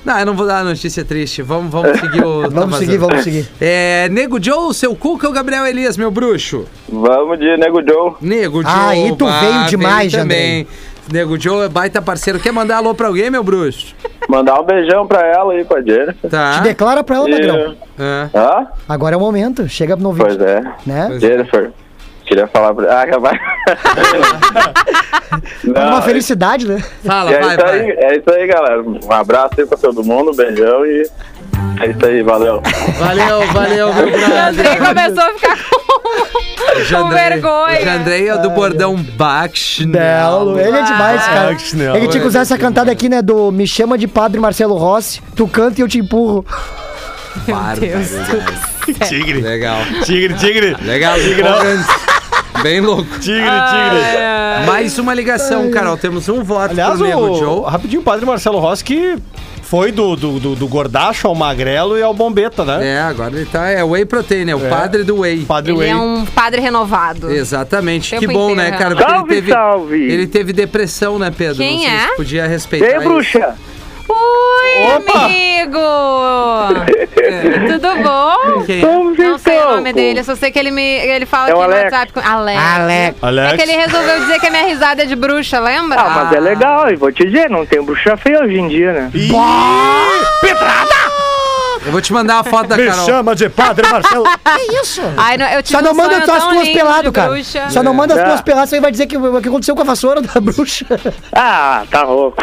Speaker 3: Não, eu não vou dar a notícia triste. Vamos, vamos seguir o. tá
Speaker 4: Vamos
Speaker 3: vazando.
Speaker 4: seguir, vamos seguir.
Speaker 3: É, Nego Joe, seu Cuca ou Gabriel Elias, meu bruxo?
Speaker 10: Vamos de Nego Joe.
Speaker 3: Nego Joe.
Speaker 4: Aí tu
Speaker 3: bah,
Speaker 4: veio
Speaker 3: veio
Speaker 4: demais,
Speaker 3: também. Nego Joe é baita parceiro. Quer mandar alô pra alguém, meu bruxo?
Speaker 10: Mandar um beijão pra ela aí, pra Jennifer.
Speaker 3: Tá.
Speaker 4: Te declara pra ela, Magrão.
Speaker 10: E...
Speaker 3: É.
Speaker 10: Hã?
Speaker 4: Agora é o momento, chega no ouvinte,
Speaker 10: Pois é.
Speaker 4: né?
Speaker 10: Jennifer, queria falar pra. Ah, já vai. Não,
Speaker 4: Uma felicidade, né?
Speaker 3: Fala,
Speaker 10: é,
Speaker 3: vai,
Speaker 10: isso
Speaker 3: vai.
Speaker 10: aí, é isso aí, galera. Um abraço aí pra todo mundo, um beijão e. É isso aí, valeu.
Speaker 3: Valeu, valeu, meu brother.
Speaker 5: Andrei começou a ficar com, com vergonha.
Speaker 3: Jandrei é do bordão né? Bachnelo.
Speaker 4: Não, ele é demais, cara.
Speaker 6: Ah, que chinelo.
Speaker 4: Ele tinha que usar essa cantada aqui, né? Do Me Chama de Padre Marcelo Rossi, tu canta e eu te empurro.
Speaker 5: Tipo
Speaker 3: Meu Deus.
Speaker 6: Tigre.
Speaker 3: né? Legal.
Speaker 6: Tigre, tigre.
Speaker 3: Legal, Bem louco.
Speaker 6: Tigre,
Speaker 5: Ah,
Speaker 6: tigre.
Speaker 5: é.
Speaker 3: Mais uma ligação, Carol. Temos um voto
Speaker 6: Aliás,
Speaker 3: pro Nego
Speaker 6: o,
Speaker 3: Joe.
Speaker 6: rapidinho, o padre Marcelo Rossi que foi do, do, do, do gordacho ao magrelo e ao bombeta, né?
Speaker 3: É, agora ele tá. É Whey Protein, é o
Speaker 6: É.
Speaker 3: padre do Whey.
Speaker 6: Padre
Speaker 5: Ele
Speaker 6: Wayne.
Speaker 5: é um padre renovado.
Speaker 3: Exatamente.
Speaker 5: Tempo
Speaker 3: que bom,
Speaker 5: inteiro,
Speaker 3: né,
Speaker 5: né?
Speaker 3: cara? Porque
Speaker 9: Salve,
Speaker 3: ele teve,
Speaker 9: salve.
Speaker 3: Ele teve depressão, né, Pedro?
Speaker 5: Quem
Speaker 3: Não sei
Speaker 5: é?
Speaker 3: se podia respeitar.
Speaker 9: Ei,
Speaker 3: isso.
Speaker 9: bruxa!
Speaker 5: Oi,
Speaker 6: Opa!
Speaker 5: amigo! Tudo bom?
Speaker 3: Quem é?
Speaker 9: Vamos
Speaker 5: Não sei o
Speaker 9: então.
Speaker 5: nome dele, eu só sei que ele me ele fala
Speaker 9: É o
Speaker 5: aqui
Speaker 9: Alex.
Speaker 5: no WhatsApp com Alex.
Speaker 4: Alex.
Speaker 5: É que
Speaker 6: Alex.
Speaker 5: ele resolveu dizer que a minha risada é de bruxa, lembra?
Speaker 9: Ah, mas é legal, e vou te dizer, não tem bruxa feia hoje em dia, né?
Speaker 6: Ih,
Speaker 3: Eu vou te mandar uma foto da Carol.
Speaker 6: de padre Marcelo.
Speaker 4: Que isso?
Speaker 5: Ai, não, eu tive
Speaker 4: Só não
Speaker 5: um
Speaker 4: manda
Speaker 5: sonho
Speaker 4: só as
Speaker 5: tão
Speaker 4: tuas
Speaker 5: lindo
Speaker 4: pelado,
Speaker 5: de
Speaker 4: cara.
Speaker 5: bruxa.
Speaker 4: Só não manda as
Speaker 9: Tá.
Speaker 4: tuas peladas, aí vai dizer que o que aconteceu com a vassoura da bruxa.
Speaker 9: Ah, tá louco.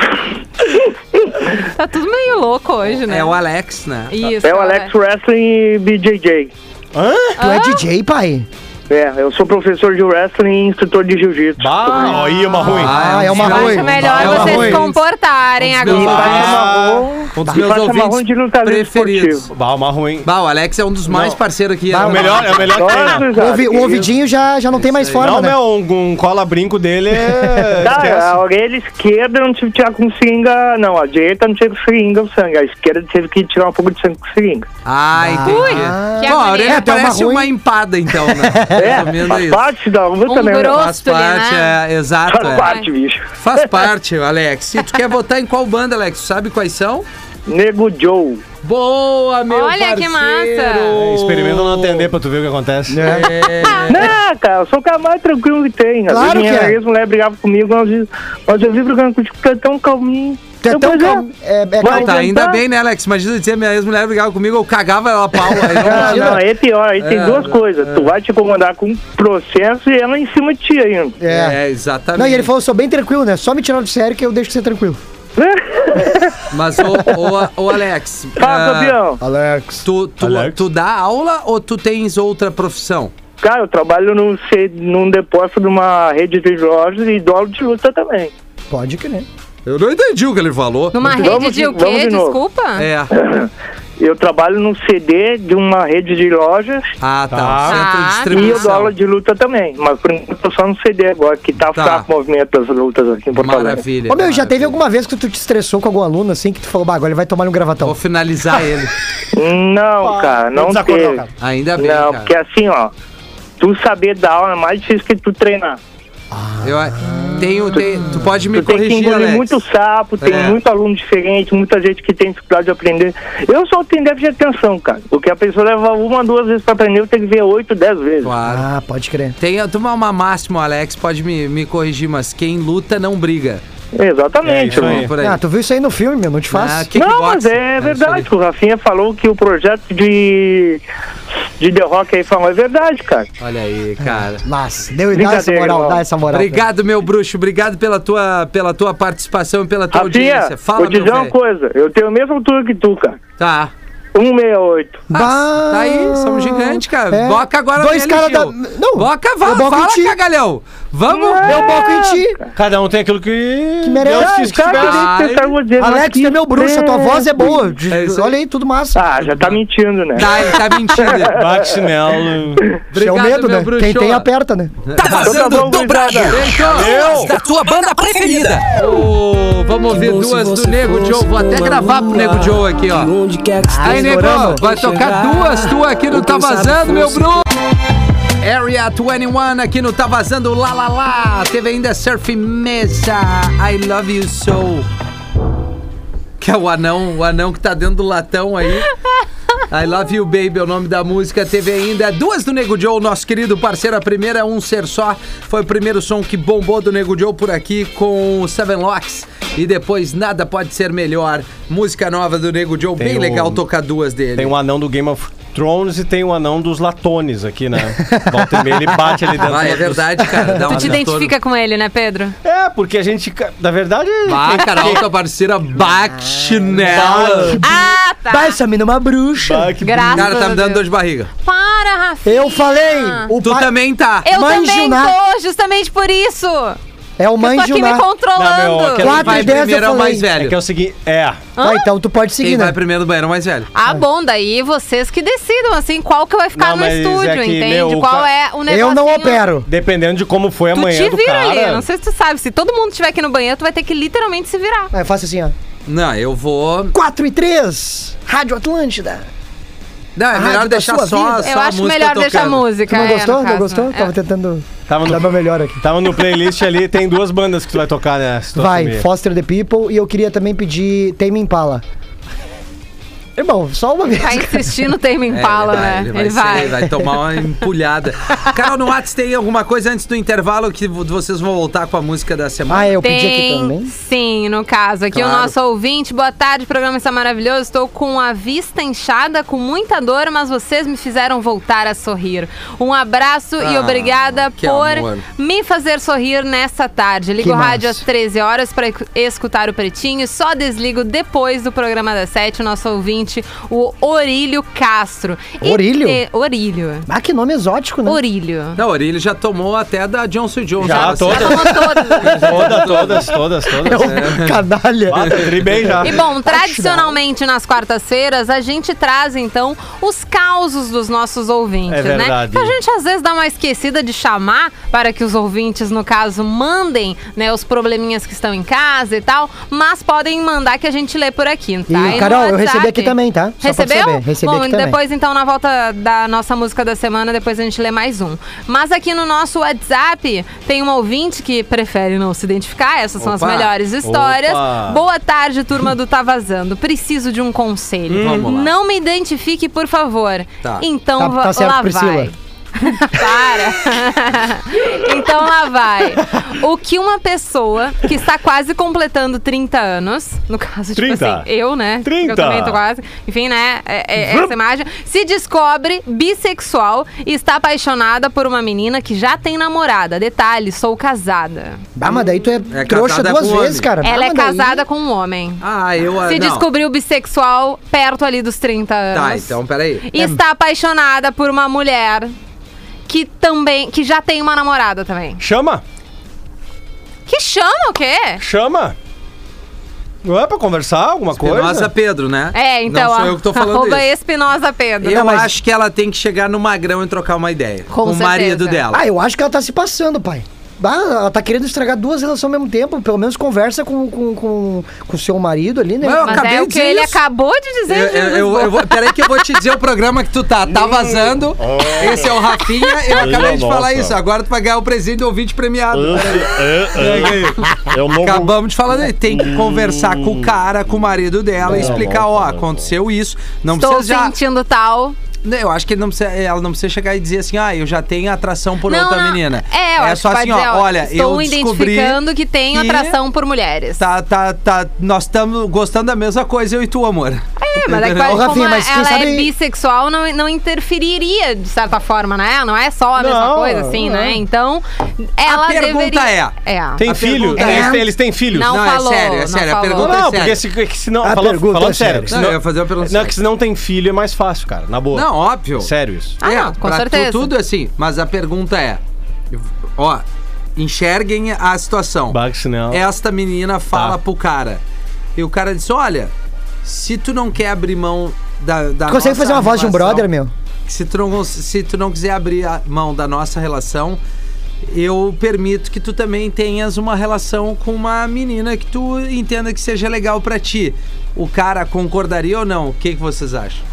Speaker 5: Tá tudo meio louco hoje, né?
Speaker 3: É o Alex, né?
Speaker 5: Isso.
Speaker 9: É o Alex Wrestling e BJJ.
Speaker 6: Hã?
Speaker 4: Tu é DJ, pai?
Speaker 9: É, eu sou professor de wrestling e instrutor de jiu-jitsu.
Speaker 6: Bah, aí, uma ruim.
Speaker 4: Ah, é
Speaker 3: um dos
Speaker 4: uma
Speaker 5: Eu
Speaker 3: meus-
Speaker 4: ruim.
Speaker 5: acho melhor
Speaker 4: Vai,
Speaker 5: vocês
Speaker 4: vai.
Speaker 5: se comportarem
Speaker 3: Vamos
Speaker 9: tá
Speaker 5: agora.
Speaker 3: Um
Speaker 6: tá
Speaker 3: dos
Speaker 9: E
Speaker 3: meus
Speaker 9: faça marrom de
Speaker 3: ouvintes
Speaker 9: lutador
Speaker 3: preferidos.
Speaker 9: esportivo.
Speaker 6: Bah, uma ruim.
Speaker 3: Bah, o Alex é um dos mais
Speaker 6: Não.
Speaker 3: parceiros aqui.
Speaker 4: Bah,
Speaker 3: né?
Speaker 6: É o melhor, é o melhor que tem.
Speaker 9: Nossa,
Speaker 6: né?
Speaker 4: O,
Speaker 9: cara,
Speaker 4: ouvi-
Speaker 9: que
Speaker 4: o ouvidinho já, já não tem mais forma,
Speaker 6: Não,
Speaker 4: né?
Speaker 6: meu, um, um cola-brinco dele é.
Speaker 9: Tá,
Speaker 6: esquece.
Speaker 9: a orelha esquerda eu não tive que tirar com seringa, não. A direita não tinha com seringa o sangue. A esquerda teve que tirar um pouco de sangue com seringa.
Speaker 3: Ah,
Speaker 5: que
Speaker 3: entendi. Bom, a
Speaker 5: agonia.
Speaker 3: orelha
Speaker 5: É,
Speaker 4: tem uma
Speaker 3: parece
Speaker 4: ruim.
Speaker 3: uma empada, então, né? Resumindo
Speaker 9: É, faz
Speaker 3: isso.
Speaker 9: parte da luta
Speaker 5: Um
Speaker 9: também. né?
Speaker 5: grosso.
Speaker 3: Faz parte,
Speaker 5: né?
Speaker 3: é, exato.
Speaker 9: Faz
Speaker 3: é.
Speaker 9: parte, bicho.
Speaker 3: Faz parte, Alex. E tu quer votar em qual banda, Alex? Tu sabe quais são?
Speaker 9: Nego Joe.
Speaker 3: Boa, meu
Speaker 5: Olha que
Speaker 3: parceiro!
Speaker 5: massa.
Speaker 6: É, Experimenta não atender pra tu ver o que acontece.
Speaker 3: É,
Speaker 9: Não, cara, eu sou o cara mais tranquilo que tem. Às
Speaker 4: Claro
Speaker 9: vezes
Speaker 4: que
Speaker 9: minha
Speaker 4: é.
Speaker 9: ex-mulher brigava comigo, mas, mas eu vi brigando contigo, tu é tão calminho.
Speaker 4: Tu é
Speaker 9: Eu,
Speaker 4: tão
Speaker 9: pois
Speaker 4: calmo. É, é
Speaker 9: Vai,
Speaker 4: calmo.
Speaker 3: tá, ainda bem, né, Alex? Imagina dizer, minha ex-mulher brigava comigo, eu cagava ela a pau. Aí Ah, não
Speaker 9: Não,
Speaker 3: imagina.
Speaker 9: não, aí é pior, aí tem
Speaker 3: É,
Speaker 9: duas
Speaker 3: é,
Speaker 9: coisas. Tu vai te incomodar com um processo e ela em cima de ti ainda.
Speaker 4: É.
Speaker 3: É, exatamente.
Speaker 4: Não, e ele falou, sou bem tranquilo, né? Só me tirar do sério que eu deixo você tranquilo.
Speaker 3: Mas, ô, ô, ô, Alex, ah,
Speaker 9: Fala, Fabião.
Speaker 4: Alex.
Speaker 3: tu, tu,
Speaker 6: Alex?
Speaker 3: tu dá aula ou tu tens outra profissão?
Speaker 9: Cara, eu trabalho num, se- num depósito de uma rede de lojas e dólar de luta também.
Speaker 4: Pode crer.
Speaker 3: Eu não entendi o que ele falou.
Speaker 5: Numa rede
Speaker 9: Vamos
Speaker 5: de
Speaker 9: de-
Speaker 5: o
Speaker 9: vamos
Speaker 5: quê?
Speaker 9: de novo.
Speaker 5: Desculpa?
Speaker 3: É,
Speaker 9: Eu trabalho num CD de uma rede de lojas
Speaker 3: Ah, tá. O centro de
Speaker 5: Ah,
Speaker 9: e eu
Speaker 3: distribuição.
Speaker 9: dou aula de luta também. Mas por enquanto eu tô só no CD agora, que tá,
Speaker 3: Tá.
Speaker 9: fraco o movimento das lutas aqui em Porto Alegre.
Speaker 3: Maravilha.
Speaker 4: Ô, meu, já teve
Speaker 3: maravilha.
Speaker 4: alguma vez que tu te estressou com algum aluno, assim, que tu falou, bah, agora ele vai tomar um gravatão.
Speaker 3: Vou finalizar ele.
Speaker 9: Não, cara, não
Speaker 6: desacordou,
Speaker 9: teve.
Speaker 6: cara.
Speaker 3: Ainda Tá bem, cara.
Speaker 9: Não, porque assim, ó, tu saber dar aula é mais difícil que tu treinar.
Speaker 3: Eu tenho, tem- tu pode me
Speaker 9: tu tem que
Speaker 3: corrigir,
Speaker 9: engolir
Speaker 3: Alex.
Speaker 9: muito sapo, tem
Speaker 3: É.
Speaker 9: muito aluno diferente, muita gente que tem dificuldade de aprender. Eu só tenho déficit de atenção, cara. Porque a pessoa leva uma, duas vezes pra aprender, eu tenho que ver oito, dez vezes.
Speaker 3: Claro.
Speaker 4: Ah, pode crer.
Speaker 3: Tem tem uma, uma máxima, o Alex, pode me, me corrigir, mas quem luta não briga.
Speaker 6: É
Speaker 9: Exatamente,
Speaker 6: isso
Speaker 9: mano.
Speaker 6: aí.
Speaker 3: Por aí.
Speaker 4: Ah, tu viu isso aí no filme, meu, não te
Speaker 3: Ah,
Speaker 4: faço.
Speaker 3: kickboxing.
Speaker 9: Não, mas é verdade.
Speaker 3: isso
Speaker 9: O Rafinha falou que o projeto de, de The Rock aí falou. É verdade, cara.
Speaker 3: aí. Olha aí, cara.
Speaker 4: Nossa, deu dá essa
Speaker 9: Brincadeira,
Speaker 4: moral,
Speaker 9: irmão.
Speaker 4: dá essa moral.
Speaker 3: Obrigado, meu bruxo. Obrigado pela tua, pela tua participação e pela tua
Speaker 9: Rafinha,
Speaker 3: audiência. Fala,
Speaker 9: vou te
Speaker 3: meu
Speaker 9: dizer uma
Speaker 3: velho.
Speaker 9: coisa. Eu tenho a mesma altura que tu, cara.
Speaker 3: Tá.
Speaker 9: 168.
Speaker 4: Bah,
Speaker 3: Ah, tá aí, somos gigantes, cara.
Speaker 4: É.
Speaker 3: Boca agora
Speaker 4: Dois
Speaker 3: me
Speaker 4: caras da.
Speaker 3: elegeu.
Speaker 4: Não,
Speaker 3: Boca, vá,
Speaker 4: eu boco em
Speaker 3: fala,
Speaker 4: ti. É.
Speaker 3: cagalhão. Vamos.
Speaker 4: Eu boco um em ti.
Speaker 6: Cada um tem aquilo que,
Speaker 4: Que merece.
Speaker 6: Deus quis que
Speaker 9: Cara,
Speaker 6: tivesse.
Speaker 3: Ai.
Speaker 9: eu pensava, vou dizer, mas
Speaker 4: Alex,
Speaker 9: que
Speaker 4: tu é meu bruxo, a tua voz é boa. De-
Speaker 3: É isso aí.
Speaker 4: Olha aí, tudo massa.
Speaker 9: Ah, já tá mentindo, né?
Speaker 3: Tá, ele tá mentindo.
Speaker 6: Bate chinelo.
Speaker 4: Isso é o
Speaker 3: Obrigado,
Speaker 4: medo,
Speaker 3: meu
Speaker 4: né?
Speaker 3: bruxo.
Speaker 4: Quem tem, aperta, né?
Speaker 1: Tá
Speaker 9: Então tá
Speaker 1: vazando
Speaker 9: bom,
Speaker 1: dobrado. Duas Da tua banda preferida.
Speaker 3: Ô, vamos ouvir duas do Nego Joe. Vou até gravar pro Nego Joe aqui, ó.
Speaker 7: Onde quer que
Speaker 3: Aí, Nego, vai tocar duas tuas aqui no Tá Vazando, meu Bruno. Area 21 aqui no Tá Vazando, lá, lá, lá. Teve ainda Surf Mesa, I Love You So. Que é o anão, o anão que tá dentro do latão aí. I Love You Baby é o nome da música. Teve ainda duas do Nego Joe, nosso querido parceiro. A primeira, Um Ser Só, foi o primeiro som que bombou do Nego Joe por aqui com o Seven Locks. E depois, Nada Pode Ser Melhor. Música nova do Nego Joe,
Speaker 6: Tem
Speaker 3: bem
Speaker 6: o-
Speaker 3: legal tocar duas dele.
Speaker 6: Tem um anão do Game of Thrones e tem um anão dos latones aqui, né? Volta e meia, ele bate ali dentro.
Speaker 3: Ah, é
Speaker 6: dos-
Speaker 3: verdade, cara. Dá
Speaker 5: Tu
Speaker 3: uma
Speaker 5: te
Speaker 3: dá
Speaker 5: identifica com ele, né, Pedro?
Speaker 6: É, porque a gente, ca- na verdade...
Speaker 3: todo- Bah, Carol, tua
Speaker 4: Ah,
Speaker 3: parceira Bachinela.
Speaker 5: Ah, tá.
Speaker 4: Vai, essa mina é uma bruxa.
Speaker 6: Ah, que
Speaker 5: Graças
Speaker 3: Cara, tá
Speaker 5: a
Speaker 3: me dando dor
Speaker 5: Deus.
Speaker 3: de barriga.
Speaker 5: Para, Rafinha.
Speaker 4: Eu falei,
Speaker 5: Ah.
Speaker 4: o
Speaker 3: Tu
Speaker 4: pai-
Speaker 3: também tá.
Speaker 5: Eu
Speaker 4: Mãe
Speaker 5: também
Speaker 4: Juná.
Speaker 5: tô, justamente por isso.
Speaker 4: é
Speaker 5: Eu
Speaker 4: o
Speaker 5: tô
Speaker 4: mãe de
Speaker 5: aqui me
Speaker 4: uma.
Speaker 5: controlando.
Speaker 6: Não, meu, aquela-
Speaker 3: Quem
Speaker 4: 4
Speaker 3: vai
Speaker 4: e 10 eu
Speaker 3: primeiro é o
Speaker 4: falei.
Speaker 3: mais
Speaker 6: É
Speaker 3: velho.
Speaker 6: que é o seguinte... É,
Speaker 4: Ah, então tu pode seguir,
Speaker 3: Quem vai
Speaker 4: né?
Speaker 3: primeiro do banheiro é o mais velho.
Speaker 5: Ah, bom, daí vocês que decidam, assim, qual que vai ficar
Speaker 6: Não,
Speaker 5: no
Speaker 6: mas é
Speaker 5: estúdio,
Speaker 6: que,
Speaker 5: entende?
Speaker 6: meu, o
Speaker 5: qual
Speaker 6: ca-
Speaker 5: é o negócio.
Speaker 4: Eu não opero.
Speaker 6: dependendo de como foi
Speaker 5: Tu
Speaker 6: amanhã
Speaker 5: te
Speaker 6: do
Speaker 5: vira
Speaker 6: cara...
Speaker 5: ali, não sei se tu sabe. Se todo mundo estiver aqui no banheiro, tu vai ter que literalmente se virar.
Speaker 4: Aí eu faço assim, ó.
Speaker 3: Não, eu vou.
Speaker 4: 4 e 3, Rádio Atlântida.
Speaker 3: Não, é
Speaker 4: Ah,
Speaker 3: melhor
Speaker 4: da
Speaker 3: deixar
Speaker 4: sua
Speaker 3: só,
Speaker 4: vida?
Speaker 3: só
Speaker 5: Eu
Speaker 3: a
Speaker 5: acho
Speaker 3: música
Speaker 5: melhor
Speaker 3: tocando.
Speaker 5: deixar a música.
Speaker 4: Tu não
Speaker 5: é, no
Speaker 4: gostou?
Speaker 5: caso,
Speaker 4: não gostou?
Speaker 5: né?
Speaker 4: Tava tentando
Speaker 6: Tava
Speaker 4: dar meu
Speaker 6: no,
Speaker 4: melhor aqui.
Speaker 6: tava no playlist ali, tem duas bandas que tu vai tocar, né? se tu
Speaker 4: Vai,
Speaker 6: assumir.
Speaker 4: Foster the People e eu queria também pedir Tame Impala. Irmão, só uma vez.
Speaker 5: Tá insistindo, termo
Speaker 3: É,
Speaker 5: Impala,
Speaker 3: ele vai,
Speaker 5: né?
Speaker 3: Ele vai, ser- vai tomar uma empulhada. Carol, no Whats tem alguma coisa antes do intervalo que vo- vocês vão voltar com a música da semana?
Speaker 4: Ah, eu pedi aqui
Speaker 5: Tem,
Speaker 4: também.
Speaker 5: sim, no caso. Aqui
Speaker 3: Claro.
Speaker 5: o nosso ouvinte. Boa tarde, programa está maravilhoso. Estou com a vista inchada, com muita dor, mas vocês me fizeram voltar a sorrir. Um abraço e
Speaker 3: Ah,
Speaker 5: obrigada
Speaker 3: que
Speaker 5: por
Speaker 3: amor.
Speaker 5: me fazer sorrir nesta tarde. Ligo o
Speaker 4: Que
Speaker 5: rádio
Speaker 4: massa.
Speaker 5: às 13 horas para escutar o Pretinho. Só desligo depois do programa das 7. O nosso ouvinte, o Orílio Castro. E
Speaker 4: Orílio?
Speaker 5: te- Orílio.
Speaker 4: Ah, que nome exótico, né?
Speaker 5: Orílio.
Speaker 3: Não, Orelha já tomou até da Johnson Johnson. Tá
Speaker 6: Já,
Speaker 3: Você-
Speaker 6: todas.
Speaker 5: Tomou todas.
Speaker 6: Todas, todas, todas, todas.
Speaker 4: Canalha.
Speaker 6: Ah, tá tri bem já.
Speaker 5: E bom, tradicionalmente nas quartas-feiras a gente traz então os causos dos nossos ouvintes,
Speaker 6: É
Speaker 5: né?
Speaker 6: verdade.
Speaker 5: Então a gente às vezes dá uma esquecida de chamar para que os ouvintes, no caso, mandem né, os probleminhas que estão em casa e tal, mas podem mandar que a gente lê por aqui, tá?
Speaker 4: E,
Speaker 5: no
Speaker 4: Carol, eu
Speaker 5: WhatsApp-
Speaker 4: recebi aqui também, tá? Só pra tu
Speaker 5: Recebeu?
Speaker 4: saber, recebi
Speaker 5: bom,
Speaker 4: aqui também.
Speaker 5: depois então na volta da nossa música da semana, depois a gente lê mais um. Mas aqui no nosso WhatsApp tem um ouvinte que prefere não se identificar, essas são as
Speaker 3: Opa.
Speaker 5: melhores histórias.
Speaker 6: Opa.
Speaker 5: Boa tarde, turma do Tá Vazando. Preciso de um conselho.
Speaker 3: Hum. Vamos lá.
Speaker 5: Não me identifique, por favor.
Speaker 3: Tá.
Speaker 5: Então
Speaker 4: Tá-
Speaker 5: va-
Speaker 4: tá certo,
Speaker 5: lá
Speaker 4: Priscila.
Speaker 5: vai. Para! então lá vai. O que uma pessoa que está quase completando 30 anos, no caso, tipo
Speaker 6: 30.
Speaker 5: assim, eu, né? Porque
Speaker 6: 30.
Speaker 5: Eu também tô quase. Enfim, né? é- é essa imagem. Se descobre bissexual e está apaixonada por uma menina que já tem namorada. Detalhe, sou casada.
Speaker 4: Ah, mas daí tu é,
Speaker 3: É
Speaker 4: trouxa
Speaker 3: casada
Speaker 4: duas
Speaker 3: com
Speaker 4: vezes,
Speaker 3: homem.
Speaker 4: cara.
Speaker 5: Ela
Speaker 4: Ah,
Speaker 5: é
Speaker 4: mas daí-
Speaker 5: casada com um homem.
Speaker 3: Ah, eu. ah,
Speaker 5: Se
Speaker 3: não.
Speaker 5: descobriu bissexual perto ali dos 30 anos.
Speaker 3: Tá, então peraí.
Speaker 5: E está apaixonada por uma mulher que também. que já tem uma namorada também.
Speaker 6: Chama,
Speaker 5: Que chama o quê?
Speaker 6: chama. Não é pra conversar alguma
Speaker 3: Espinosa
Speaker 6: coisa?
Speaker 3: Pedro, né?
Speaker 5: É, então,
Speaker 3: Não sou
Speaker 5: ó,
Speaker 3: eu que tô falando
Speaker 5: arroba
Speaker 3: isso.
Speaker 5: Espinosa Pedro.
Speaker 3: Eu
Speaker 4: Não, mas-
Speaker 3: acho que ela tem que chegar no magrão e trocar uma ideia.
Speaker 5: Com
Speaker 3: o
Speaker 5: certeza.
Speaker 3: marido dela.
Speaker 4: Ah, eu acho que ela tá se passando, pai. Ah, ela tá querendo estragar duas relações ao mesmo tempo. Pelo menos conversa com o com, com, com seu marido ali, né?
Speaker 3: Não, eu
Speaker 5: Mas
Speaker 3: acabei
Speaker 5: é o
Speaker 3: de
Speaker 5: que
Speaker 3: dizer
Speaker 5: ele
Speaker 3: isso.
Speaker 5: acabou de dizer,
Speaker 3: Eu,
Speaker 5: Júlio
Speaker 3: eu, eu, eu vou, peraí que eu vou te dizer o programa que tu tá. Tá vazando. Esse é o Rafinha. Eu
Speaker 11: Minha
Speaker 3: acabei de falar
Speaker 11: nossa.
Speaker 3: isso. Agora tu vai ganhar o presente do ouvinte premiado.
Speaker 11: Esse é, é, é o novo.
Speaker 3: Acabamos de falar dele. Tem que conversar com o cara, com o marido dela e
Speaker 11: Não,
Speaker 3: explicar,
Speaker 11: nossa,
Speaker 3: ó,
Speaker 11: não.
Speaker 3: aconteceu isso. Não
Speaker 5: Estou
Speaker 3: precisa já...
Speaker 5: sentindo tal.
Speaker 3: Não, Eu acho que ele não precisa- ela não precisa chegar e dizer assim, ah, eu já tenho atração por
Speaker 5: Não,
Speaker 3: outra
Speaker 5: não.
Speaker 3: menina.
Speaker 5: É, eu acho
Speaker 3: só
Speaker 5: que
Speaker 3: assim,
Speaker 5: pode dizer,
Speaker 3: ó, olha,
Speaker 5: estou
Speaker 3: eu descobri...
Speaker 5: identificando que tenho
Speaker 3: que-
Speaker 5: atração por mulheres.
Speaker 3: Tá, tá, tá, nós estamos gostando da mesma coisa, eu e tu, amor.
Speaker 5: É, mas é que
Speaker 3: Entendeu?
Speaker 5: como
Speaker 4: Rafinha, mas quem
Speaker 5: ela
Speaker 4: sabe-
Speaker 5: é bissexual, não, não interferiria, de certa forma, né? Não é só a mesma
Speaker 6: Não,
Speaker 5: coisa, assim,
Speaker 6: não.
Speaker 5: né? Então, ela
Speaker 3: pergunta
Speaker 5: deveria...
Speaker 3: é,
Speaker 5: É.
Speaker 6: Tem
Speaker 3: A
Speaker 6: filho?
Speaker 3: pergunta é-
Speaker 6: Eles, têm- eles têm filhos?
Speaker 5: Não,
Speaker 3: Não, é
Speaker 5: falou,
Speaker 3: sério, é
Speaker 5: não
Speaker 3: sério, a
Speaker 5: falou.
Speaker 3: pergunta-
Speaker 6: Não, não,
Speaker 3: sério.
Speaker 6: porque se, que se não.
Speaker 4: A
Speaker 6: falando-
Speaker 4: pergunta é
Speaker 6: falando sério. que se
Speaker 3: Não,
Speaker 6: não-
Speaker 3: eu ia fazer uma pergunta
Speaker 6: não,
Speaker 3: séria.
Speaker 6: que se não tem filho é mais fácil, cara. Na boa.
Speaker 3: Não, óbvio. É,
Speaker 6: Sério isso.
Speaker 5: Ah, não, com
Speaker 3: pra
Speaker 5: certeza.
Speaker 3: Tu, tudo assim, mas a pergunta é, ó, enxerguem a situação.
Speaker 6: Bah, que se não.
Speaker 3: Esta menina fala
Speaker 6: Tá.
Speaker 3: pro cara, e o cara diz, olha, se tu não quer abrir mão da, da
Speaker 4: Consegue
Speaker 3: nossa
Speaker 4: fazer uma voz de um
Speaker 3: relação,
Speaker 4: brother, meu?
Speaker 3: Se tu, não, se tu não quiser abrir a mão da nossa relação, eu permito que tu também tenhas uma relação com uma menina que tu entenda que seja legal pra ti. O cara concordaria ou não? O que, que vocês acham?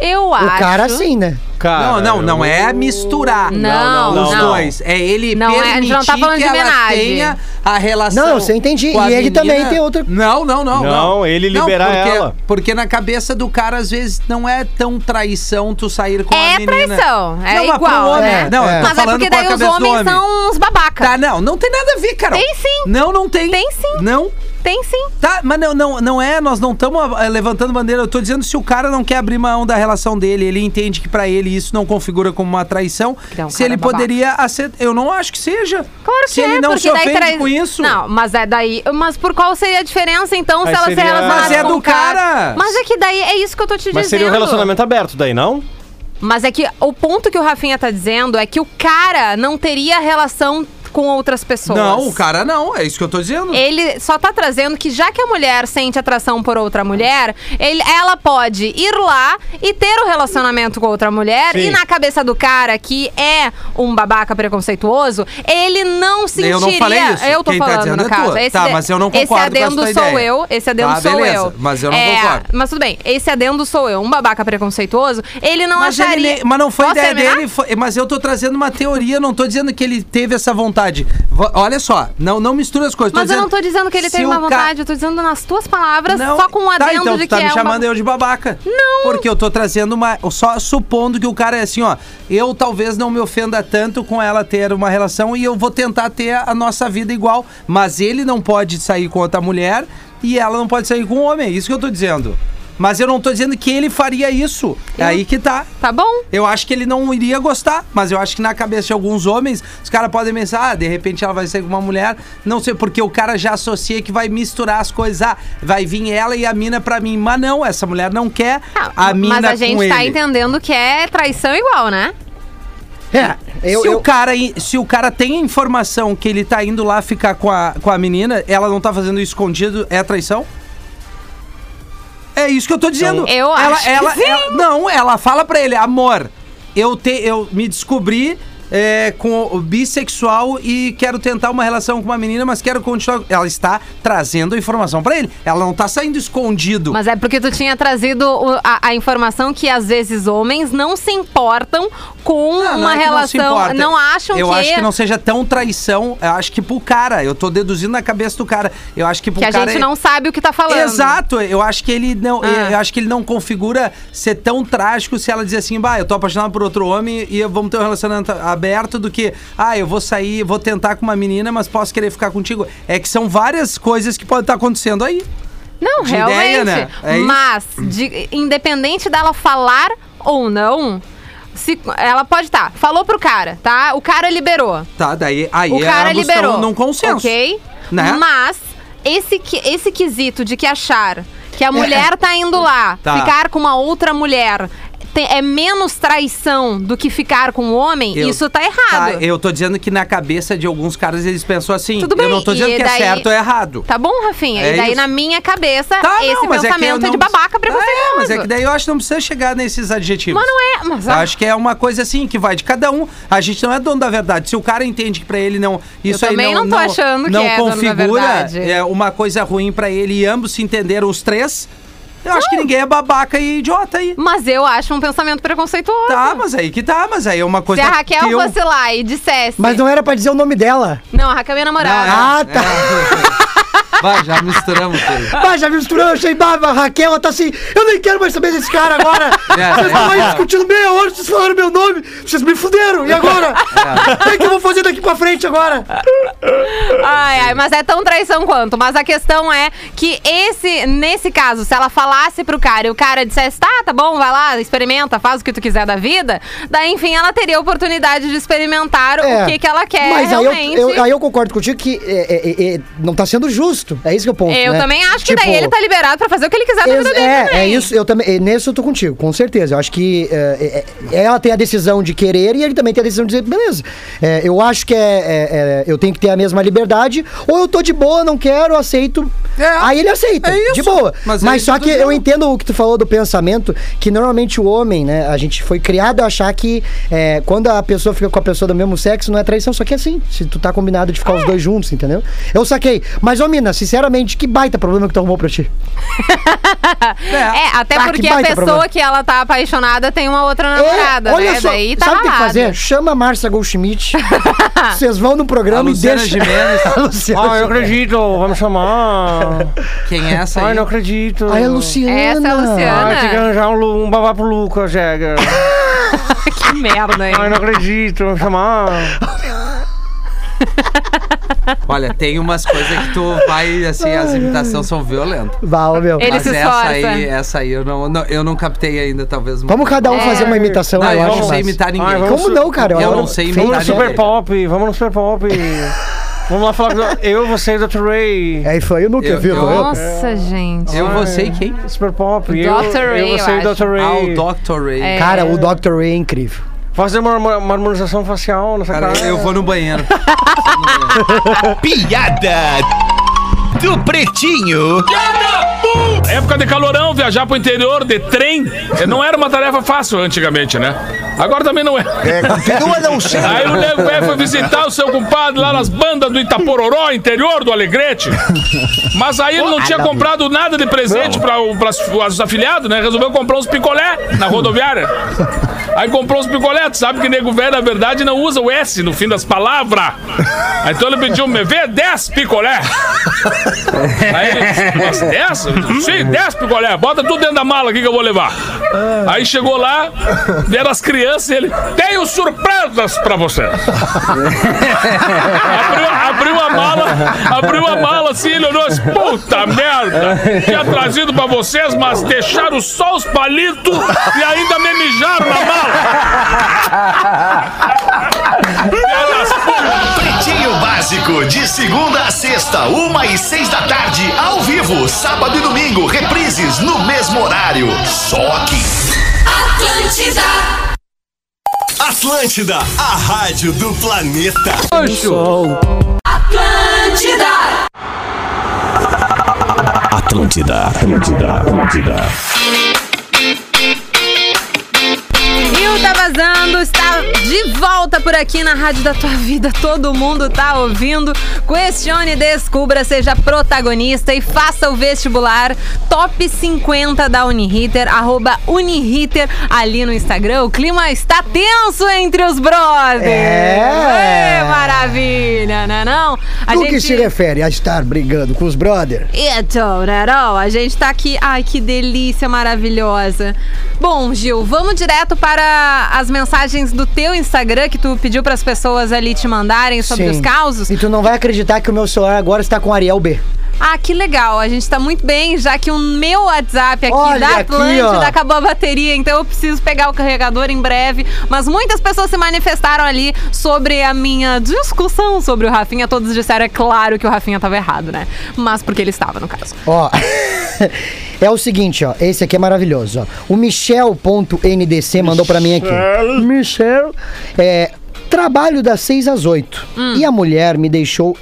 Speaker 5: Eu acho...
Speaker 4: O cara sim, né?
Speaker 6: Cara,
Speaker 3: não, não, não é misturar.
Speaker 5: Não,
Speaker 3: os
Speaker 5: não.
Speaker 3: dois. É ele
Speaker 5: Não, é- a gente
Speaker 3: permitir
Speaker 5: não tá falando
Speaker 3: que
Speaker 5: de
Speaker 3: ela
Speaker 5: homenagem.
Speaker 3: tenha a relação.
Speaker 4: Não, você entendi.
Speaker 3: com a
Speaker 4: E ele
Speaker 3: menina.
Speaker 4: também tem outra-
Speaker 3: Não, não, não. Não,
Speaker 6: Não, ele liberar
Speaker 3: porque,
Speaker 6: ela.
Speaker 3: Porque na cabeça do cara, às vezes, não é tão traição tu sair com a
Speaker 5: É
Speaker 3: menina.
Speaker 5: traição, é
Speaker 3: mas pro
Speaker 5: igual,
Speaker 3: homem-
Speaker 4: né?
Speaker 3: Não, eu
Speaker 4: É.
Speaker 3: tô
Speaker 5: Mas é
Speaker 3: falando
Speaker 5: porque
Speaker 3: com a
Speaker 5: daí os
Speaker 3: cabeça do
Speaker 5: homens
Speaker 3: homem.
Speaker 5: são uns babaca.
Speaker 3: Tá, não, não tem nada a ver, Carol.
Speaker 5: Tem sim.
Speaker 3: Não, não tem.
Speaker 5: Tem sim.
Speaker 3: Não.
Speaker 5: Tem sim.
Speaker 3: Tá, mas não, não, não é, nós não estamos levantando bandeira. Eu tô dizendo se o cara não quer abrir mão da relação dele, ele entende que pra ele isso não configura como uma traição.
Speaker 5: Que é um
Speaker 3: se
Speaker 5: cara
Speaker 3: ele
Speaker 5: babaca.
Speaker 3: poderia aceitar. Eu não acho que seja.
Speaker 5: Claro que
Speaker 3: se ele
Speaker 5: é,
Speaker 3: não
Speaker 5: porque
Speaker 3: se ofende
Speaker 5: daí traz...
Speaker 3: com isso.
Speaker 5: Não, mas é daí. Mas por qual seria a diferença, então, se
Speaker 6: Aí
Speaker 5: ela
Speaker 6: seria-
Speaker 5: se relacionasse
Speaker 3: Mas é
Speaker 5: com
Speaker 3: do
Speaker 5: um cara?
Speaker 3: cara.
Speaker 5: Mas é que daí é isso que eu tô te
Speaker 6: Mas
Speaker 5: dizendo.
Speaker 6: seria um relacionamento aberto daí, não?
Speaker 5: Mas é que o ponto que o Rafinha tá dizendo é que o cara não teria relação com outras pessoas.
Speaker 3: Não, o cara não, é isso que eu tô dizendo.
Speaker 5: Ele só tá trazendo que já que a mulher sente atração por outra mulher, ele- ela pode ir lá e ter um relacionamento com outra mulher.
Speaker 6: Sim.
Speaker 5: E na cabeça do cara, que é um babaca preconceituoso, ele não sentiria...
Speaker 3: Eu não falei isso.
Speaker 5: Eu tô
Speaker 3: Quem tá
Speaker 5: falando,
Speaker 3: dizendo
Speaker 5: no
Speaker 3: é tu.
Speaker 5: caso. Esse
Speaker 3: Tá,
Speaker 5: de-
Speaker 3: mas eu não
Speaker 5: Esse
Speaker 3: concordo com essa
Speaker 5: adendo
Speaker 3: tua
Speaker 5: sou
Speaker 3: ideia.
Speaker 5: eu. Esse adendo
Speaker 3: Tá,
Speaker 5: sou
Speaker 3: beleza,
Speaker 5: eu. É,
Speaker 3: mas eu não concordo.
Speaker 5: Mas tudo bem. Esse adendo sou eu. Um babaca preconceituoso, ele não
Speaker 3: mas, ele
Speaker 5: acharia...
Speaker 3: nem- mas não foi
Speaker 5: Posso
Speaker 3: ideia
Speaker 5: terminar?
Speaker 3: dele, foi- mas eu tô trazendo uma teoria, não tô dizendo que ele teve essa vontade. Vo- Olha só, não, não mistura as coisas.
Speaker 5: Mas eu não tô dizendo que ele
Speaker 3: se
Speaker 5: teve
Speaker 3: o
Speaker 5: uma
Speaker 3: ca-
Speaker 5: vontade, eu tô dizendo nas tuas palavras, só com um adendo
Speaker 3: tá, então,
Speaker 5: de
Speaker 3: tu tá
Speaker 5: que
Speaker 3: me
Speaker 5: é
Speaker 3: chamando
Speaker 5: uma...
Speaker 3: eu de babaca. Não. Porque eu tô trazendo uma... eu Só supondo que o cara é assim, ó. Eu talvez não me ofenda tanto com ela ter uma relação e eu vou tentar ter a nossa vida igual. Mas ele não pode sair com outra mulher e ela não pode sair com um homem. É isso que eu tô dizendo. Mas eu não tô dizendo que ele faria isso. É aí que tá.
Speaker 5: Tá bom?
Speaker 3: Eu acho que ele não iria gostar, mas eu acho que na cabeça de alguns homens, os caras podem pensar, ah, de repente ela vai sair com uma mulher, não sei, porque o cara já associa que vai misturar as coisas, ah, vai vir ela e a mina pra mim, mas não, essa mulher não quer
Speaker 5: Ah,
Speaker 3: a mina
Speaker 5: mas a
Speaker 3: com
Speaker 5: gente
Speaker 3: ele.
Speaker 5: tá entendendo que é traição igual, né?
Speaker 4: É, eu,
Speaker 3: se,
Speaker 4: eu-
Speaker 3: o cara, i- se o cara tem a informação que ele tá indo lá ficar com a, com a menina, ela não tá fazendo isso escondido, é traição? É isso que eu tô dizendo.
Speaker 5: Eu
Speaker 3: ela,
Speaker 5: acho que
Speaker 3: ela,
Speaker 5: sim.
Speaker 3: ela- não, ela fala pra ele, amor, eu, te, eu me descobri é, com o bissexual e quero tentar uma relação com uma menina, mas quero continuar. Ela está trazendo a informação pra ele. Ela não tá saindo escondido.
Speaker 5: Mas é porque tu tinha trazido o- a, a informação que às vezes homens não se importam com
Speaker 3: Não, não
Speaker 5: uma
Speaker 3: é que não se
Speaker 5: relação.
Speaker 3: importa.
Speaker 5: acham
Speaker 3: eu
Speaker 5: que.
Speaker 3: acho que não seja tão traição. Eu acho que pro cara, eu tô deduzindo na cabeça do cara. Eu acho que pro
Speaker 5: que a
Speaker 3: cara.
Speaker 5: gente
Speaker 3: é-
Speaker 5: não sabe o que tá falando.
Speaker 3: Exato, eu acho que ele não,
Speaker 5: Ah.
Speaker 3: eu acho que ele não configura ser tão trágico se ela dizer assim, bah, eu tô apaixonado por outro homem e vamos ter um relacionamento aberto do que, ah, eu vou sair, vou tentar com uma menina, mas posso querer ficar contigo. É que são várias coisas que podem estar acontecendo aí.
Speaker 5: Não,
Speaker 3: De
Speaker 5: realmente.
Speaker 3: ideia, né? É isso.
Speaker 5: mas, de- independente dela falar ou não, se, ela pode estar. falou pro cara, tá? O cara liberou.
Speaker 3: Tá, daí aí
Speaker 5: o cara
Speaker 3: ambos
Speaker 5: liberou.
Speaker 3: estão num consenso.
Speaker 5: Ok?
Speaker 3: Né?
Speaker 5: Mas esse, qui- esse quesito de que achar que a mulher tá indo lá
Speaker 3: É. Tá.
Speaker 5: ficar com uma outra mulher tem- é menos traição do que ficar com o homem,
Speaker 3: Eu-
Speaker 5: isso tá errado.
Speaker 3: Tá, eu tô dizendo que na cabeça de alguns caras eles pensam assim.
Speaker 5: Tudo
Speaker 3: Eu
Speaker 5: bem,
Speaker 3: não tô dizendo
Speaker 5: e
Speaker 3: que é
Speaker 5: daí-
Speaker 3: certo ou errado.
Speaker 5: Tá bom, Rafinha?
Speaker 3: É
Speaker 5: e daí,
Speaker 3: isso.
Speaker 5: na minha cabeça,
Speaker 3: Tá, não,
Speaker 5: esse
Speaker 3: mas é que
Speaker 5: pensamento é,
Speaker 3: eu
Speaker 5: de
Speaker 3: não-
Speaker 5: babaca pra
Speaker 3: Ah,
Speaker 5: você.
Speaker 3: é, mas é que daí eu acho que não precisa chegar nesses adjetivos.
Speaker 5: Mas não é, mas-
Speaker 3: Acho que é uma coisa assim que vai de cada um. A gente não é dono da verdade. Se o cara entende que pra ele não isso aí
Speaker 5: também
Speaker 3: não
Speaker 5: não tô achando que
Speaker 3: não
Speaker 5: é dono da
Speaker 3: configura
Speaker 5: verdade.
Speaker 3: é uma coisa ruim pra ele e ambos se entenderam os três. Eu acho que ninguém é babaca e idiota aí.
Speaker 5: Mas eu acho um pensamento preconceituoso.
Speaker 3: Tá, mas aí que tá, mas aí é uma
Speaker 5: Se
Speaker 3: coisa
Speaker 5: a Raquel
Speaker 3: que eu...
Speaker 5: fosse lá e dissesse.
Speaker 4: Mas não era pra dizer o nome dela.
Speaker 5: Não, a Raquel é minha namorada.
Speaker 4: Ah, tá.
Speaker 3: Vai, já misturamos tudo.
Speaker 4: Pá, já me misturou, eu achei baba. A Raquel, ela tá assim, eu nem quero mais saber desse cara agora.
Speaker 3: É,
Speaker 4: vocês estão aí
Speaker 3: é.
Speaker 4: discutindo meia hora, vocês falaram meu nome, vocês me fuderam, e agora? O que é que eu vou fazer daqui pra frente agora?
Speaker 5: Ai, ai, mas é tão traição quanto. Mas a questão é que esse, nesse caso, se ela falasse pro cara e o cara dissesse, tá, tá bom, vai lá, experimenta, faz o que tu quiser da vida, daí, enfim, ela teria a oportunidade de experimentar o
Speaker 4: É,
Speaker 5: que, que ela quer
Speaker 4: Mas aí eu,
Speaker 5: realmente.
Speaker 4: eu- aí eu concordo contigo que é, é, é, é, não tá sendo justo. É isso que eu ponto.
Speaker 5: Eu
Speaker 4: né?
Speaker 5: também acho que daí
Speaker 4: Tipo,
Speaker 5: ele tá liberado pra fazer o que ele quiser da
Speaker 4: Ex-
Speaker 5: vida dele
Speaker 4: é,
Speaker 5: também.
Speaker 4: é isso, eu também. é, Nesse eu tô contigo, com certeza. Eu acho que é, é, é, ela tem a decisão de querer e ele também tem a decisão de dizer, beleza. é, eu acho que é, é, é, eu tenho que ter a mesma liberdade, ou eu tô de boa, não quero, aceito. Aí ele aceita,
Speaker 3: é isso.
Speaker 4: de boa.
Speaker 3: Mas
Speaker 4: Mas,
Speaker 3: é isso
Speaker 4: só
Speaker 3: que eu
Speaker 4: que
Speaker 3: tô
Speaker 4: eu
Speaker 3: dizendo.
Speaker 4: entendo o que tu falou do pensamento, que normalmente o homem, né, a gente foi criado a achar que é, quando a pessoa fica com a pessoa do mesmo sexo, não é traição, só que é assim, se tu tá combinado de ficar os dois juntos, entendeu? Eu saquei. Mas, ô mina, sinceramente, que baita problema que tu arrumou pra ti.
Speaker 5: É, até
Speaker 4: Ah, que
Speaker 5: porque a
Speaker 4: baita
Speaker 5: pessoa
Speaker 4: problema.
Speaker 5: que ela tá apaixonada tem uma outra
Speaker 4: É,
Speaker 5: namorada,
Speaker 4: olha
Speaker 5: né?
Speaker 4: só,
Speaker 5: Daí tá
Speaker 4: sabe o que tem que
Speaker 5: errado.
Speaker 4: fazer? Chama a Márcia Goldschmidt. Vocês vão no
Speaker 3: A
Speaker 4: programa e
Speaker 3: Luciana
Speaker 4: deixa...
Speaker 3: Gimenez.
Speaker 4: A Luciana
Speaker 6: Ah, eu
Speaker 4: Gimenez.
Speaker 6: acredito, vai me chamar.
Speaker 3: Quem é essa aí?
Speaker 6: Ai, não acredito.
Speaker 4: Aí a Luciana.
Speaker 5: Essa é a Luciana.
Speaker 6: Ai, tem que arranjar um, lu- um babá pro Lucas, Jega.
Speaker 5: que merda, hein?
Speaker 6: Ai, não acredito, vai me chamar.
Speaker 3: Olha, tem umas coisas que tu vai, assim, as imitações são violentas.
Speaker 4: Val, meu.
Speaker 5: Ele
Speaker 3: Mas
Speaker 5: se
Speaker 3: essa
Speaker 5: esforça.
Speaker 3: aí, essa aí eu não, não- eu não captei ainda, talvez.
Speaker 4: Vamos cada
Speaker 5: É.
Speaker 4: um fazer uma imitação,
Speaker 3: Não,
Speaker 4: eu,
Speaker 3: eu
Speaker 4: acho.
Speaker 3: não sei
Speaker 4: massa.
Speaker 3: imitar ninguém.
Speaker 6: Ai, vamos-
Speaker 4: Como não, cara?
Speaker 3: Eu
Speaker 4: Olha,
Speaker 3: não sei
Speaker 4: feio.
Speaker 6: Vamos no
Speaker 3: imitar
Speaker 6: Super Pop, vamos no Super Pop. Vamos lá falar com eu, você e o Dr. Ray.
Speaker 4: É isso aí, eu nunca
Speaker 3: Eu-
Speaker 4: vi.
Speaker 3: eu-
Speaker 4: viu?
Speaker 5: Nossa, gente.
Speaker 3: Eu vou sei É quem?
Speaker 6: Super Pop.
Speaker 5: O
Speaker 6: Eu,
Speaker 5: Dr. Ray,
Speaker 6: eu, você
Speaker 5: eu
Speaker 6: e o Dr. Ray.
Speaker 3: Ah, o Dr. Ray.
Speaker 5: É.
Speaker 4: Cara, o Dr. Ray é incrível.
Speaker 6: Fazer uma, uma- uma harmonização facial nessa cara.
Speaker 3: Cara, eu vou no banheiro.
Speaker 8: Piada do Pretinho.
Speaker 12: Época de calorão, viajar pro interior de trem eh, não era uma tarefa fácil antigamente, né? Agora também não é.
Speaker 8: Continua não sendo.
Speaker 12: Aí o nego velho foi visitar o seu compadre lá nas bandas do Itapororó, interior do Alegrete. Mas aí ele não tinha comprado nada de presente para os afiliados, né? Resolveu comprar uns picolé na rodoviária. Aí comprou uns picolé, tu sabe que nego velho, na verdade, não usa o S no fim das palavras. Aí Então ele pediu, me vê 10 picolé. Aí ele disse, mas 10? Eu disse, Sim, 10 picolé. Bota tudo dentro da mala aqui que eu vou levar. Aí chegou lá, vieram as crianças e ele, tenho surpresas pra vocês. abriu, abriu a mala, abriu a mala assim, ele olhou assim, puta merda. Tinha trazido pra vocês, mas deixaram só os palitos e ainda me mijaram na mala. Filha das
Speaker 8: Pretinho Básico, de segunda a sexta, uma e seis da tarde, ao vivo, sábado e domingo, reprises no mesmo horário. Só que. Atlântida, a rádio do planeta. Atlântida, Atlântida, Atlântida.
Speaker 5: E o Tá Vazando está de volta por aqui na Rádio da Tua Vida. Todo mundo tá ouvindo. Questione, descubra, seja protagonista e faça o vestibular Top 50 da Uniriter, arroba Uniriter ali no Instagram. O clima está tenso entre os brothers.
Speaker 4: É.
Speaker 5: Ê, maravilha, né não? A
Speaker 4: No que se refere a estar brigando com os brother?
Speaker 5: Então, Nerol, a gente tá aqui. Ai, que delícia maravilhosa. Bom, Gil, vamos direto para as mensagens do teu Instagram que tu pediu para as pessoas ali te mandarem sobre os causos.
Speaker 4: E tu não vai acreditar que o meu celular agora está com Ariel B.
Speaker 5: Ah, que legal. A gente tá muito bem, já que o meu WhatsApp aqui
Speaker 4: Olha
Speaker 5: da
Speaker 4: aqui,
Speaker 5: Atlântida
Speaker 4: ó.
Speaker 5: acabou a bateria, então eu preciso pegar o carregador em breve. Mas muitas pessoas se manifestaram ali sobre a minha discussão sobre o Rafinha. Todos disseram, é claro que o Rafinha tava errado, né? Mas porque ele estava, no caso.
Speaker 4: Ó. É o seguinte, ó. Esse aqui é maravilhoso, ó. O Michel.ndc mandou pra mim aqui. Michel. É, trabalho das 6 às 8. E a mulher me deixou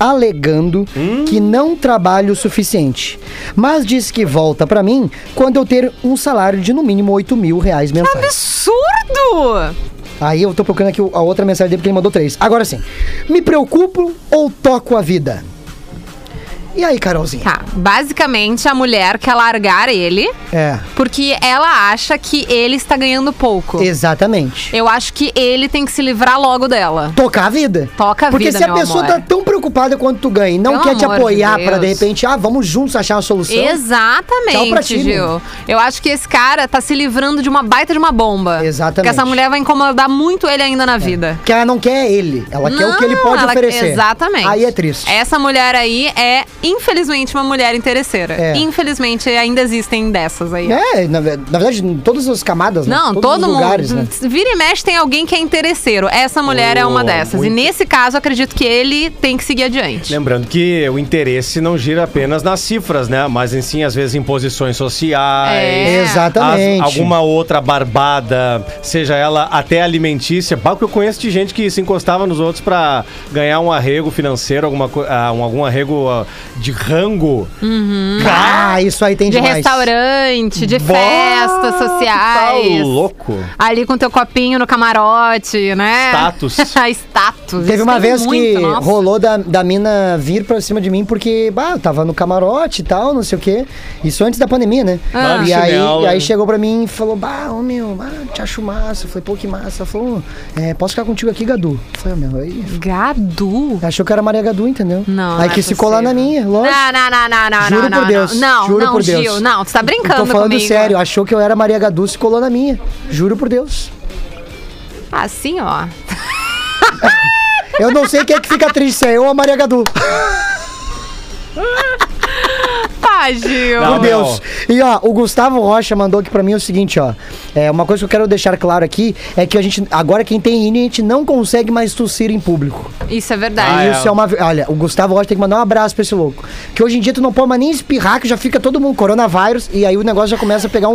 Speaker 4: alegando que não trabalho o suficiente. Mas disse que volta pra mim quando eu ter um salário de no mínimo 8 mil reais mensais.
Speaker 5: Absurdo!
Speaker 4: Aí eu tô procurando aqui o- a outra mensagem dele porque ele mandou três. Agora sim. Me preocupo ou toco a vida? E aí, Carolzinha?
Speaker 5: Tá, basicamente a mulher quer largar ele
Speaker 4: É.
Speaker 5: porque ela acha que ele está ganhando pouco.
Speaker 4: Exatamente.
Speaker 5: Eu acho que ele tem que se livrar logo dela.
Speaker 4: Tocar a vida.
Speaker 5: Toca a
Speaker 4: Porque
Speaker 5: vida,
Speaker 4: se a
Speaker 5: meu
Speaker 4: pessoa
Speaker 5: amor.
Speaker 4: tá tão preocupada quanto tu ganha e não
Speaker 5: Pelo
Speaker 4: quer te
Speaker 5: amor de
Speaker 4: apoiar pra de
Speaker 5: Deus.
Speaker 4: repente, ah, vamos juntos achar uma solução. Tchau pra
Speaker 5: Exatamente,
Speaker 4: ti,
Speaker 5: Gil.
Speaker 4: meu.
Speaker 5: Eu acho que esse cara tá se livrando de uma baita de uma bomba. Exatamente. Porque essa mulher vai incomodar muito ele ainda na vida.
Speaker 4: Porque ela não quer é ele, É. ela quer o que ele pode
Speaker 5: ela-
Speaker 4: oferecer.
Speaker 5: Exatamente.
Speaker 4: Aí é triste.
Speaker 5: Essa mulher aí é, infelizmente, uma mulher interesseira.
Speaker 4: É.
Speaker 5: Infelizmente, ainda existem dessas aí.
Speaker 4: É, na, ve- na verdade, em todas as camadas, né?
Speaker 5: Não,
Speaker 4: Todos
Speaker 5: todo
Speaker 4: os
Speaker 5: mundo. Hum,
Speaker 4: lugares, né?
Speaker 5: Vira e mexe tem alguém que é interesseiro. Essa mulher é uma dessas. E
Speaker 6: muito.
Speaker 5: nesse caso, eu acredito que ele tem que seguir adiante.
Speaker 6: Lembrando que o interesse não gira apenas nas cifras, né? Mas em sim, às vezes, em posições sociais.
Speaker 5: É.
Speaker 4: Exatamente.
Speaker 6: as- alguma outra barbada, seja ela até alimentícia. Bah, que eu conheço de gente que se encostava nos outros pra ganhar um arrego financeiro, alguma, co- ah, um, algum arrego ah, de rango.
Speaker 4: Ah, isso aí tem
Speaker 5: de
Speaker 4: demais.
Speaker 5: restaurante, de
Speaker 6: Bah,
Speaker 5: festas sociais.
Speaker 6: Tá louco.
Speaker 5: Ali com teu copinho no camarote, né?
Speaker 6: Status.
Speaker 5: Status.
Speaker 4: Teve
Speaker 5: Isso
Speaker 4: uma
Speaker 5: tem
Speaker 4: vez que
Speaker 5: muito, nossa.
Speaker 4: rolou da, da mina vir pra cima de mim porque, bah, eu tava no camarote e tal, não sei o quê. Isso antes da pandemia, né?
Speaker 6: Ah.
Speaker 4: E, aí,
Speaker 6: Chinelo,
Speaker 4: e aí
Speaker 6: né?
Speaker 4: chegou pra mim e falou, bah, ô meu, bah, te acho massa. Eu falei, pô, que massa. Ela Falou, é, posso ficar contigo aqui, Gadu? Eu falei, "Ô, meu, aí...
Speaker 5: Gadu?
Speaker 4: Achou que era Maria Gadu, entendeu?
Speaker 5: Não,
Speaker 4: Aí
Speaker 5: não é Ah,
Speaker 4: quis se colar na minha, lógico.
Speaker 5: Não, não, não, não, não,
Speaker 4: Juro
Speaker 5: não,
Speaker 4: por
Speaker 5: não,
Speaker 4: Deus.
Speaker 5: Não,
Speaker 4: Juro
Speaker 5: não,
Speaker 4: por Deus.
Speaker 5: Gil, não, tu tá brincando
Speaker 4: Tô falando
Speaker 5: comigo.
Speaker 4: sério, achou que eu era Maria Gadu, se colou na minha. Juro por Deus.
Speaker 5: Assim, ó.
Speaker 4: Eu não sei quem é que fica triste, se é eu ou a Maria Gadu.
Speaker 5: Pá, Tá, Gil.
Speaker 4: Por Deus. E ó, o Gustavo Rocha mandou aqui pra mim o seguinte, ó. É, uma coisa que eu quero deixar claro aqui é que a gente, agora quem tem INE, a gente não consegue mais tossir em público.
Speaker 5: Isso é verdade.
Speaker 4: isso é. uma. Olha, o Gustavo Rocha tem que mandar um abraço pra esse louco. Que hoje em dia tu não pode mais nem espirrar, que já fica todo mundo coronavírus e aí o negócio já começa a pegar um.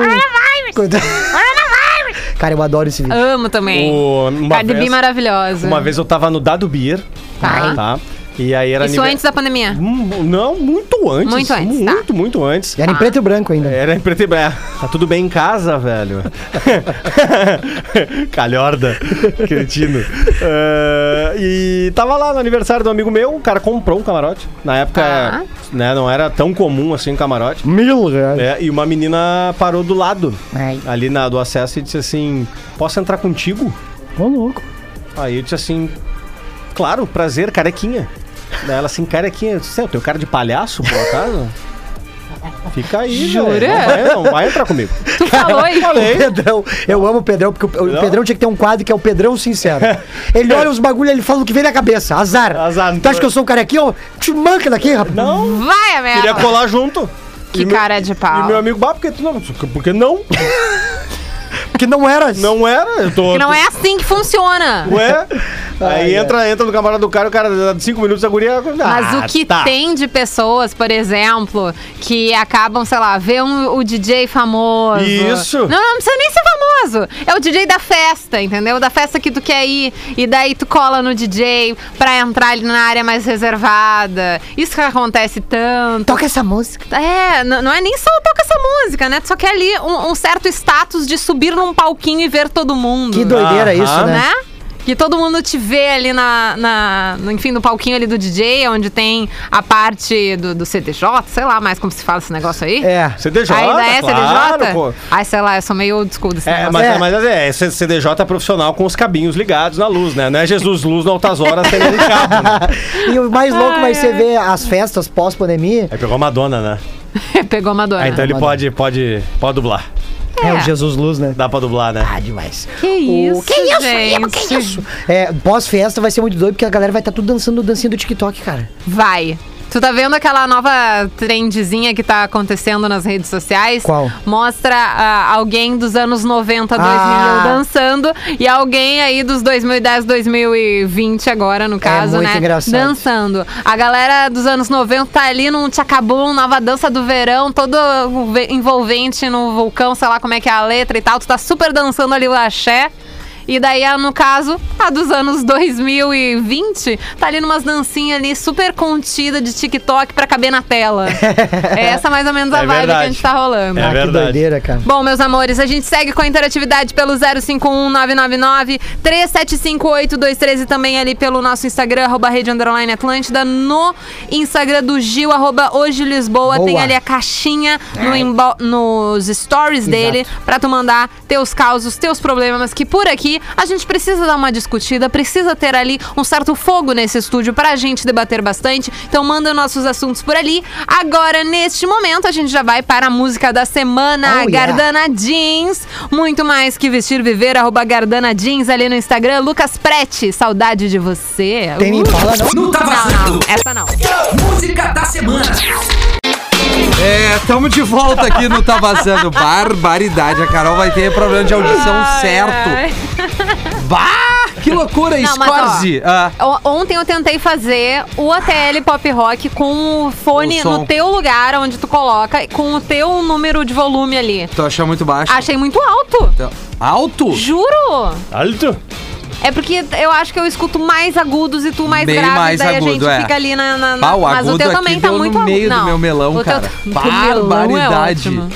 Speaker 4: Coronavírus! Cara, eu adoro esse vídeo.
Speaker 5: Amo também.
Speaker 6: O- uma
Speaker 5: Cardi B
Speaker 6: vez-
Speaker 5: maravilhosa.
Speaker 6: Uma vez eu tava no Dado Beer.
Speaker 5: Tá.
Speaker 6: E aí era
Speaker 5: Isso
Speaker 6: anive-
Speaker 5: antes da pandemia.
Speaker 6: Hum, Não, muito antes.
Speaker 5: Muito antes, tá.
Speaker 6: Muito, muito antes.
Speaker 4: Era em preto e branco ainda.
Speaker 6: Era em preto e branco. Tá tudo bem em casa, velho. Calhorda, cretino. Ah, e tava lá no aniversário do amigo meu, o cara comprou um camarote. Na época, né, não era tão comum assim um camarote.
Speaker 4: Mil reais.
Speaker 6: É, e uma menina parou do lado, ali na, do acesso, e disse assim: Posso entrar contigo?
Speaker 4: Ô, louco.
Speaker 6: Aí eu disse assim: Claro, prazer, carequinha. Daí ela assim: Carequinha, eu disse, "Cê, eu tenho cara de palhaço, por acaso? Fica aí,
Speaker 4: Jura?
Speaker 6: velho. Não vai, não vai entrar comigo.
Speaker 5: Tu falou isso?
Speaker 4: O Pedrão, eu amo o Pedrão, porque o, o Pedrão tinha que ter um quadro que é o Pedrão Sincero. Ele olha os bagulhos ele fala o que vem na cabeça. Azar. Azar. Tu acha que eu sou um cara aqui, ó? Te manca daqui, rapaz.
Speaker 6: Não.
Speaker 5: Vai, a merda.
Speaker 6: Queria colar junto.
Speaker 5: Que
Speaker 6: E meu-
Speaker 5: cara de pau.
Speaker 6: E meu amigo, bah, porque tu não. Porque não?
Speaker 4: porque não era.
Speaker 6: Não era, eu tô.
Speaker 5: Que não é assim que funciona.
Speaker 6: Ué?
Speaker 5: Ai,
Speaker 6: Aí entra, entra no camarada do cara, o cara dá cinco minutos, a guria.
Speaker 5: Mas o que
Speaker 6: tá.
Speaker 5: tem de pessoas, por exemplo, que acabam, sei lá, vê um, o DJ famoso.
Speaker 6: Isso.
Speaker 5: Não, não precisa nem ser famoso. É o DJ da festa, entendeu? Da festa que tu quer ir. E daí tu cola no DJ pra entrar ali na área mais reservada. Isso que acontece tanto.
Speaker 4: Toca essa música.
Speaker 5: É, n- não é nem só toca essa música, né? Tu só quer ali um, um certo status de subir num palquinho e ver todo mundo.
Speaker 4: Que doideira Aham. isso, né?
Speaker 5: Que todo mundo te vê ali na, na- no, enfim, no palquinho ali do DJ, onde tem a parte do, do CDJ, sei lá mais como se fala esse negócio aí.
Speaker 4: É.
Speaker 6: CDJ,
Speaker 5: Ainda é
Speaker 6: claro,
Speaker 5: CDJ?
Speaker 6: pô.
Speaker 5: Ai, sei lá, eu sou meio old school desse
Speaker 6: É,
Speaker 5: negócio.
Speaker 6: mas é. mas é, é C- CDJ é profissional com os cabinhos ligados na luz, né? Não é Jesus Luz no Altas Horas tem um cabo.
Speaker 4: E o mais louco vai ser ver as festas pós-pandemia.
Speaker 6: Aí pegou a Madonna, né?
Speaker 5: Pegou né? a Madonna.
Speaker 6: Aí então ele pode, pode, pode dublar.
Speaker 4: É. o Jesus Luz, né?
Speaker 6: Dá pra dublar, né? Ah,
Speaker 4: demais.
Speaker 5: Que isso,
Speaker 4: que isso,
Speaker 5: gente?
Speaker 4: Emo, que tá isso? É, pós-festa vai ser muito doido, porque a galera vai estar tudo dançando dancinha do TikTok, cara.
Speaker 5: Vai. Tu tá vendo aquela nova trendzinha que tá acontecendo nas redes sociais?
Speaker 4: Qual?
Speaker 5: Mostra ah, alguém dos anos 90, 2000
Speaker 4: Ah.
Speaker 5: dançando e alguém aí dos 2010, 2020 agora, no caso,
Speaker 4: É muito
Speaker 5: né?
Speaker 4: engraçado.
Speaker 5: Dançando. A galera dos anos 90 tá ali num tchacabum, nova dança do verão, todo envolve- envolvente no vulcão, sei lá como é que é a letra e tal. Tu tá super dançando ali o axé. E daí, ah, no caso, a dos anos 2020, tá ali numas dancinhas ali super contida de TikTok pra caber na tela. é essa mais ou menos a
Speaker 6: É
Speaker 5: vibe que a
Speaker 6: verdade.
Speaker 5: gente tá rolando.
Speaker 6: É
Speaker 4: Ah, Que
Speaker 6: verdade.
Speaker 4: doideira, cara.
Speaker 5: Bom, meus amores, a gente segue com a interatividade pelo 051-999-3758-23 e também ali pelo nosso Instagram, arroba Rede Underline Atlântida. No Instagram do Gil, arroba Hoje Lisboa,
Speaker 4: Boa.
Speaker 5: tem ali a caixinha no imbo- nos stories dele pra tu mandar teus causos, teus problemas, que por aqui a gente precisa dar uma discutida, precisa ter ali um certo fogo nesse estúdio pra gente debater bastante. Então manda nossos assuntos por ali. Agora, neste momento, a gente já vai para a música da semana.
Speaker 4: Oh, yeah.
Speaker 5: Ah, Gardana Jeans. Muito mais que vestir, viver. Arroba Gardana Jeans ali no Instagram. Lucas Prete, saudade de você. Uh,
Speaker 4: Tem nem fala, não.
Speaker 3: Não tá
Speaker 5: Não, não,
Speaker 3: vazando.
Speaker 5: essa não.
Speaker 1: Música da semana.
Speaker 3: É, tamo de volta aqui no Tá Vazando. Barbaridade. A Carol vai ter problema de audição certo.
Speaker 5: Ai,
Speaker 3: Bah! Que loucura,
Speaker 5: Não, mas, ó,
Speaker 3: Scorzi! Ah,
Speaker 5: O- Ontem eu tentei fazer o ATL Pop Rock com o fone
Speaker 3: O som.
Speaker 5: no teu lugar, onde tu coloca, com o teu número de volume ali.
Speaker 3: tu achou muito baixo.
Speaker 5: Achei muito alto.
Speaker 3: Então, alto?
Speaker 5: Juro!
Speaker 11: Alto?
Speaker 5: É porque eu acho que eu escuto mais agudos e tu mais
Speaker 3: Bem
Speaker 5: graves,
Speaker 3: mais
Speaker 5: daí a
Speaker 3: agudo,
Speaker 5: gente
Speaker 3: é.
Speaker 5: fica ali na... na, na-
Speaker 3: Pau,
Speaker 5: mas o
Speaker 3: agudo
Speaker 5: teu
Speaker 3: aqui
Speaker 5: também tá
Speaker 3: deu
Speaker 5: muito
Speaker 3: no meio
Speaker 5: agudo.
Speaker 3: do
Speaker 5: Não,
Speaker 3: meu melão,
Speaker 5: o teu- tá- o teu
Speaker 3: cara.
Speaker 5: melão é
Speaker 3: Barbaridade.
Speaker 5: ótimo.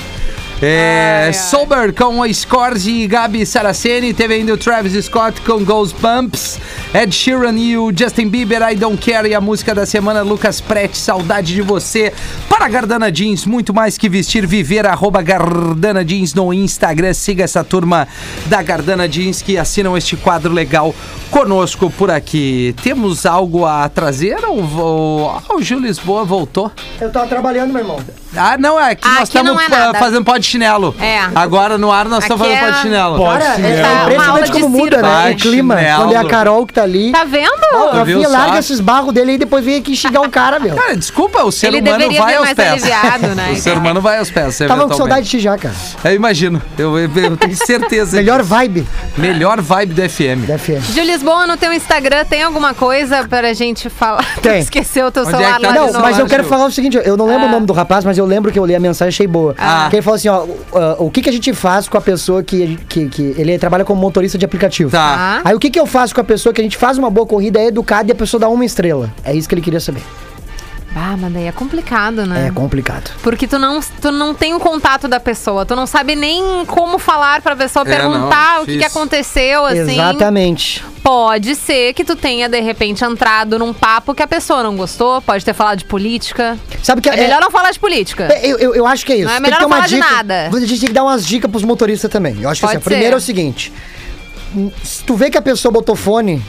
Speaker 3: É,
Speaker 5: Ai, ai.
Speaker 3: Sober com a Scorsese e Gabi Saraceni. Teve ainda o Travis Scott com Goosebumps. Ed Sheeran e o Justin Bieber, I Don't Care. E a música da semana, Lucas Prete, Saudade de Você. Para a Gardana Jeans, muito mais que vestir, viver. Arroba Gardana Jeans no Instagram. Siga essa turma da Gardana Jeans que assinam este quadro legal conosco por aqui. Temos algo a trazer? Ou, ou- ah, o Gil Lisboa voltou?
Speaker 4: Eu tava trabalhando, meu irmão.
Speaker 3: Ah, não, é que
Speaker 5: Ah,
Speaker 3: nós
Speaker 5: aqui não
Speaker 3: estamos
Speaker 5: é nada.
Speaker 3: fazendo pó de chinelo.
Speaker 5: É.
Speaker 3: Agora no ar nós estamos
Speaker 5: Aqui
Speaker 3: fazendo pó de
Speaker 5: é-
Speaker 3: chinelo.
Speaker 11: Pode
Speaker 4: Cara,
Speaker 11: ser.
Speaker 4: é
Speaker 5: Tá, uma aula
Speaker 4: impressionante
Speaker 5: de
Speaker 4: como muda,
Speaker 5: circo.
Speaker 4: né?
Speaker 3: Vai,
Speaker 4: O clima.
Speaker 3: chinelo.
Speaker 4: Quando é a Carol que tá ali.
Speaker 5: Tá vendo?
Speaker 4: Ó,
Speaker 3: viu
Speaker 4: Rafinha,
Speaker 3: só?
Speaker 4: larga esses barros dele aí, depois vem aqui xingar o cara, meu.
Speaker 3: Cara, desculpa, o ser
Speaker 5: Ele
Speaker 3: humano
Speaker 5: deveria
Speaker 3: vai
Speaker 5: ser
Speaker 3: aos
Speaker 5: mais
Speaker 3: pés.
Speaker 5: aliviado, né,
Speaker 3: o ser
Speaker 5: cara?
Speaker 3: humano vai aos pés,
Speaker 4: Tava com
Speaker 3: eventualmente.
Speaker 4: saudade de ti já, cara.
Speaker 3: Eu imagino, eu, eu- eu tenho certeza.
Speaker 4: Melhor
Speaker 3: disso.
Speaker 4: vibe
Speaker 3: Melhor vibe do FM.
Speaker 4: da FM.
Speaker 5: Gil Lisboa, no teu Instagram tem alguma coisa pra gente falar? Tu
Speaker 4: Tem.
Speaker 5: Esqueceu o teu
Speaker 3: Onde é
Speaker 5: celular
Speaker 3: que tá
Speaker 5: lá
Speaker 3: teu
Speaker 5: de
Speaker 4: Não,
Speaker 5: novo.
Speaker 4: mas eu
Speaker 3: Gil.
Speaker 4: quero falar o seguinte, eu não lembro
Speaker 5: Ah.
Speaker 4: o nome do rapaz, mas eu lembro que eu li a mensagem e achei boa.
Speaker 3: Ah.
Speaker 4: Que ele falou assim, ó, uh, o que, que a gente faz com a pessoa que, que, que- ele trabalha como motorista de aplicativo.
Speaker 3: Tá.
Speaker 5: Ah,
Speaker 4: Aí o que, que eu faço com a pessoa que a gente faz uma boa corrida, é educada e a pessoa dá uma estrela? É isso que ele queria saber.
Speaker 5: ah, mas daí é complicado, né?
Speaker 4: É complicado.
Speaker 5: Porque tu não, tu não tem o contato da pessoa, tu não sabe nem como falar pra pessoa,
Speaker 3: É, não,
Speaker 5: perguntar o que, que
Speaker 3: difícil.
Speaker 5: aconteceu, assim.
Speaker 4: Exatamente.
Speaker 5: Pode ser que tu tenha, de repente, entrado num papo que a pessoa não gostou, pode ter falado de política.
Speaker 4: Sabe que
Speaker 5: É, melhor não falar de política.
Speaker 4: É, Eu, eu, eu acho que é isso.
Speaker 5: Não, é
Speaker 4: Tem
Speaker 5: melhor
Speaker 4: que ter
Speaker 5: não falar
Speaker 4: uma
Speaker 5: de
Speaker 4: dica.
Speaker 5: nada.
Speaker 4: A gente tem que dar umas dicas pros motoristas também. Eu acho que
Speaker 5: Pode
Speaker 4: assim, a primeira
Speaker 5: ser.
Speaker 4: é o seguinte: se tu vê que a pessoa botou fone,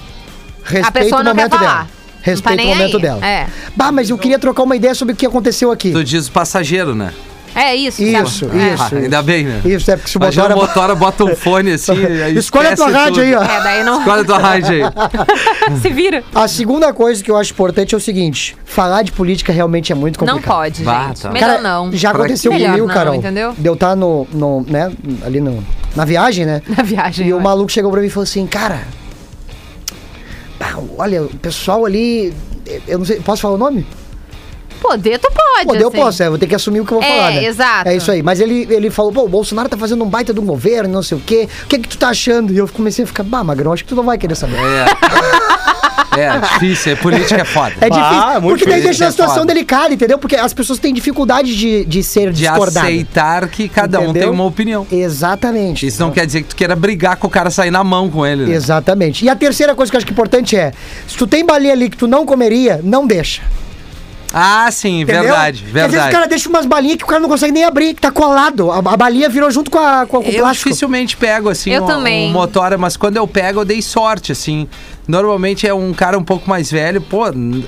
Speaker 5: a
Speaker 4: respeita
Speaker 5: pessoa
Speaker 4: o
Speaker 5: não quer
Speaker 4: momento
Speaker 5: falar.
Speaker 4: dela.
Speaker 5: não tá
Speaker 4: Respeita
Speaker 5: nem
Speaker 4: o momento
Speaker 5: aí.
Speaker 4: dela.
Speaker 5: É.
Speaker 4: Bah, mas eu queria trocar uma ideia sobre o que aconteceu aqui.
Speaker 3: Tu diz o passageiro, né?
Speaker 5: É isso.
Speaker 4: Isso,
Speaker 5: tá bom. É.
Speaker 4: isso.
Speaker 3: Ah, ainda bem, né?
Speaker 4: Isso, é porque se o
Speaker 3: Imagina
Speaker 4: motora.
Speaker 3: o motora bota um fone assim. aí
Speaker 4: Escolhe a tua
Speaker 3: esquece tudo.
Speaker 4: rádio aí, ó.
Speaker 5: É, daí não.
Speaker 3: Escolhe a tua rádio aí.
Speaker 5: Se vira.
Speaker 4: A segunda coisa que eu acho importante é o seguinte: falar de política realmente é muito
Speaker 5: Não
Speaker 4: complicado.
Speaker 5: pode,
Speaker 3: Bah,
Speaker 5: gente.
Speaker 3: tá.
Speaker 5: Melhor
Speaker 4: Cara,
Speaker 5: não.
Speaker 4: Já
Speaker 3: Pra-
Speaker 4: aconteceu
Speaker 5: Melhor
Speaker 4: comigo,
Speaker 5: não,
Speaker 4: Carol.
Speaker 5: entendeu?
Speaker 4: Deu tá no, no, né, ali no, na viagem, né?
Speaker 5: Na viagem.
Speaker 4: E o
Speaker 5: olha.
Speaker 4: maluco chegou pra mim e falou assim, cara. pá, Olha, o pessoal ali. Eu não sei, posso falar o nome?
Speaker 5: Poder, tu pode.
Speaker 4: Pô, eu
Speaker 5: assim.
Speaker 4: posso, é, vou ter que assumir o que eu vou
Speaker 5: É,
Speaker 4: falar, né?
Speaker 5: exato.
Speaker 4: É isso aí. Mas ele, ele falou, pô, o Bolsonaro tá fazendo um baita do governo, não sei o quê. O que é que tu tá achando? E eu comecei a ficar, bah, Magrão, acho que tu não vai querer saber.
Speaker 3: É. É, difícil, é política é foda.
Speaker 4: É difícil.
Speaker 6: muito
Speaker 4: porque daí
Speaker 3: difícil,
Speaker 4: deixa
Speaker 3: é
Speaker 4: na situação
Speaker 3: foda.
Speaker 4: delicada, entendeu? Porque as pessoas têm dificuldade de, de ser
Speaker 3: De
Speaker 4: discordadas.
Speaker 3: aceitar que cada um
Speaker 4: né? Entendeu?
Speaker 3: tem uma opinião.
Speaker 4: Exatamente.
Speaker 3: Isso não quer dizer que tu queira brigar com o cara sair na mão com ele, né?
Speaker 4: Exatamente. E a terceira coisa que eu acho que é importante é: se tu tem baleia ali que tu não comeria, não deixa.
Speaker 3: Ah, sim,
Speaker 4: Entendeu?
Speaker 3: verdade,
Speaker 4: Porque Às vezes o
Speaker 3: verdade.
Speaker 4: cara é deixa umas balinhas que o cara não consegue nem abrir, que tá colado. A, a balinha virou junto com, a, com, com o
Speaker 3: Eu
Speaker 4: plástico.
Speaker 3: dificilmente pego, assim,
Speaker 5: Eu
Speaker 3: um,
Speaker 5: também.
Speaker 3: um motora, mas quando eu pego, eu dei sorte, assim, Normalmente é um cara um pouco mais velho, pô.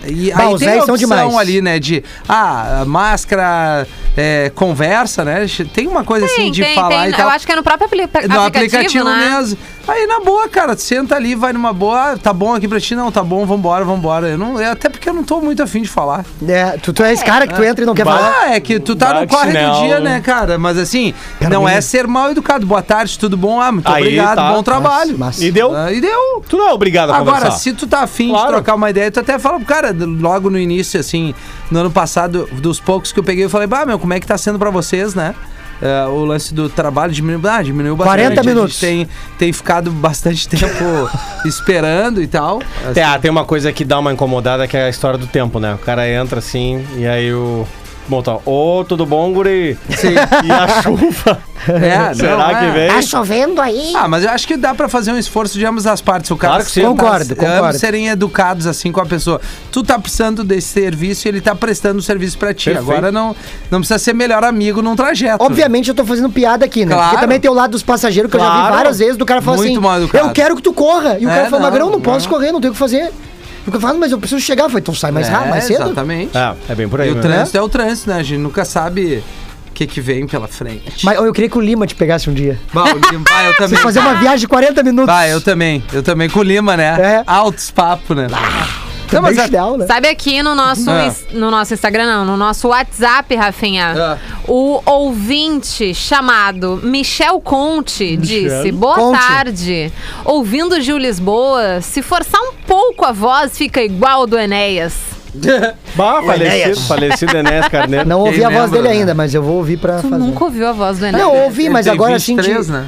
Speaker 3: E
Speaker 4: Bah,
Speaker 3: aí
Speaker 4: os
Speaker 3: tem a
Speaker 4: velhos são
Speaker 3: opção
Speaker 4: demais.
Speaker 3: ali, né? De ah, máscara, é, conversa, né? Tem uma
Speaker 4: é,
Speaker 3: coisa assim de falar e tal.
Speaker 5: Eu acho que é no próprio apli- aplicativo,
Speaker 3: No aplicativo
Speaker 5: né?
Speaker 3: mesmo. Aí na boa, cara, tu senta ali, vai numa boa, "Ah, tá bom aqui pra ti, não, tá bom, vambora, vambora. Eu não, é até porque eu não tô muito afim de falar.
Speaker 4: É, tu, tu é esse cara que tu entra e não quer falar.
Speaker 3: Ah, é que tu tá
Speaker 4: Bah,
Speaker 3: no
Speaker 4: que
Speaker 3: corre do
Speaker 4: sinal.
Speaker 3: dia, né, cara? Mas assim, não é ser mal educado. Boa tarde, tudo bom? Ah, muito
Speaker 6: Aí,
Speaker 3: obrigado,
Speaker 6: tá.
Speaker 3: bom trabalho.
Speaker 6: E deu?
Speaker 3: Ah, e deu.
Speaker 6: Tu não é obrigado a
Speaker 3: Agora,
Speaker 6: conversar.
Speaker 3: se tu tá afim
Speaker 6: Claro.
Speaker 3: de trocar uma ideia, tu até fala pro cara, logo no início, assim, no ano passado, dos poucos que eu peguei, eu falei, bah, meu, como é que tá sendo pra vocês, né? É, o lance do trabalho diminuiu, ah, diminuiu bastante.
Speaker 4: 40
Speaker 3: A gente
Speaker 4: minutos.
Speaker 3: tem, tem ficado bastante tempo esperando e tal.
Speaker 6: Tem, ah, tem uma coisa que dá uma incomodada que é a história do tempo, né? O cara entra assim e aí o. Bom, tá. Ô, tudo bom, guri?
Speaker 3: Sim.
Speaker 6: E a chuva.
Speaker 3: É,
Speaker 6: Será
Speaker 3: não,
Speaker 6: que
Speaker 3: é.
Speaker 6: vem?
Speaker 4: chovendo aí?
Speaker 3: Ah, mas eu acho que dá pra fazer um esforço de ambas as partes. O cara
Speaker 6: Claro que sim.
Speaker 3: ambas-
Speaker 6: Concordo, concordo.
Speaker 3: ambos serem educados assim com a pessoa. Tu tá precisando desse serviço e ele tá prestando o serviço pra ti.
Speaker 4: Perfeito.
Speaker 3: Agora não, não precisa ser melhor amigo num trajeto.
Speaker 4: Obviamente eu tô fazendo piada aqui, né?
Speaker 3: Claro.
Speaker 4: Porque também tem o lado dos passageiros que eu já vi
Speaker 3: Claro.
Speaker 4: várias vezes do cara falando
Speaker 3: Muito
Speaker 4: assim:
Speaker 3: mal educado.
Speaker 4: Eu quero que tu corra. E o
Speaker 3: É,
Speaker 4: cara fala:
Speaker 3: não,
Speaker 4: Magrão, não
Speaker 3: não.
Speaker 4: posso correr, não tenho o que fazer. E o cara fala: Mas eu preciso chegar. Eu falei: Então sai mais rápido, mais cedo.
Speaker 3: É, Exatamente.
Speaker 6: É, é bem por aí.
Speaker 3: e o
Speaker 6: né?
Speaker 3: trânsito é o trânsito, né? A gente nunca sabe o que, que vem pela frente.
Speaker 4: Mas eu queria que o Lima te pegasse um dia.
Speaker 3: Bah, o Lima- bah, eu
Speaker 4: Você
Speaker 3: também.
Speaker 4: fazer uma viagem de 40 minutos.
Speaker 3: Bah, eu também. Eu também com o Lima, né?
Speaker 4: É.
Speaker 3: Altos papo, né?
Speaker 4: Ah,
Speaker 3: Não, mas a-
Speaker 5: Sabe aqui no nosso,
Speaker 3: Ah.
Speaker 5: ins- no nosso Instagram, não, no nosso WhatsApp, Rafinha, o ouvinte chamado Michel Conte disse: Boa
Speaker 2: Conte.
Speaker 5: tarde. Ouvindo Gil Lisboa, se forçar um pouco a voz, fica igual do Enéas.
Speaker 6: bah,
Speaker 4: O
Speaker 6: falecido,
Speaker 4: Enéas.
Speaker 6: falecido Enéas Carneiro.
Speaker 4: Não ouvi a voz dele ainda, mas eu vou ouvir pra
Speaker 5: Tu
Speaker 4: fazer.
Speaker 5: nunca ouviu a voz do Enéas?
Speaker 4: Não, eu ouvi,
Speaker 3: né? Ele
Speaker 4: mas
Speaker 3: tem
Speaker 4: agora assim. de-
Speaker 3: 23, né?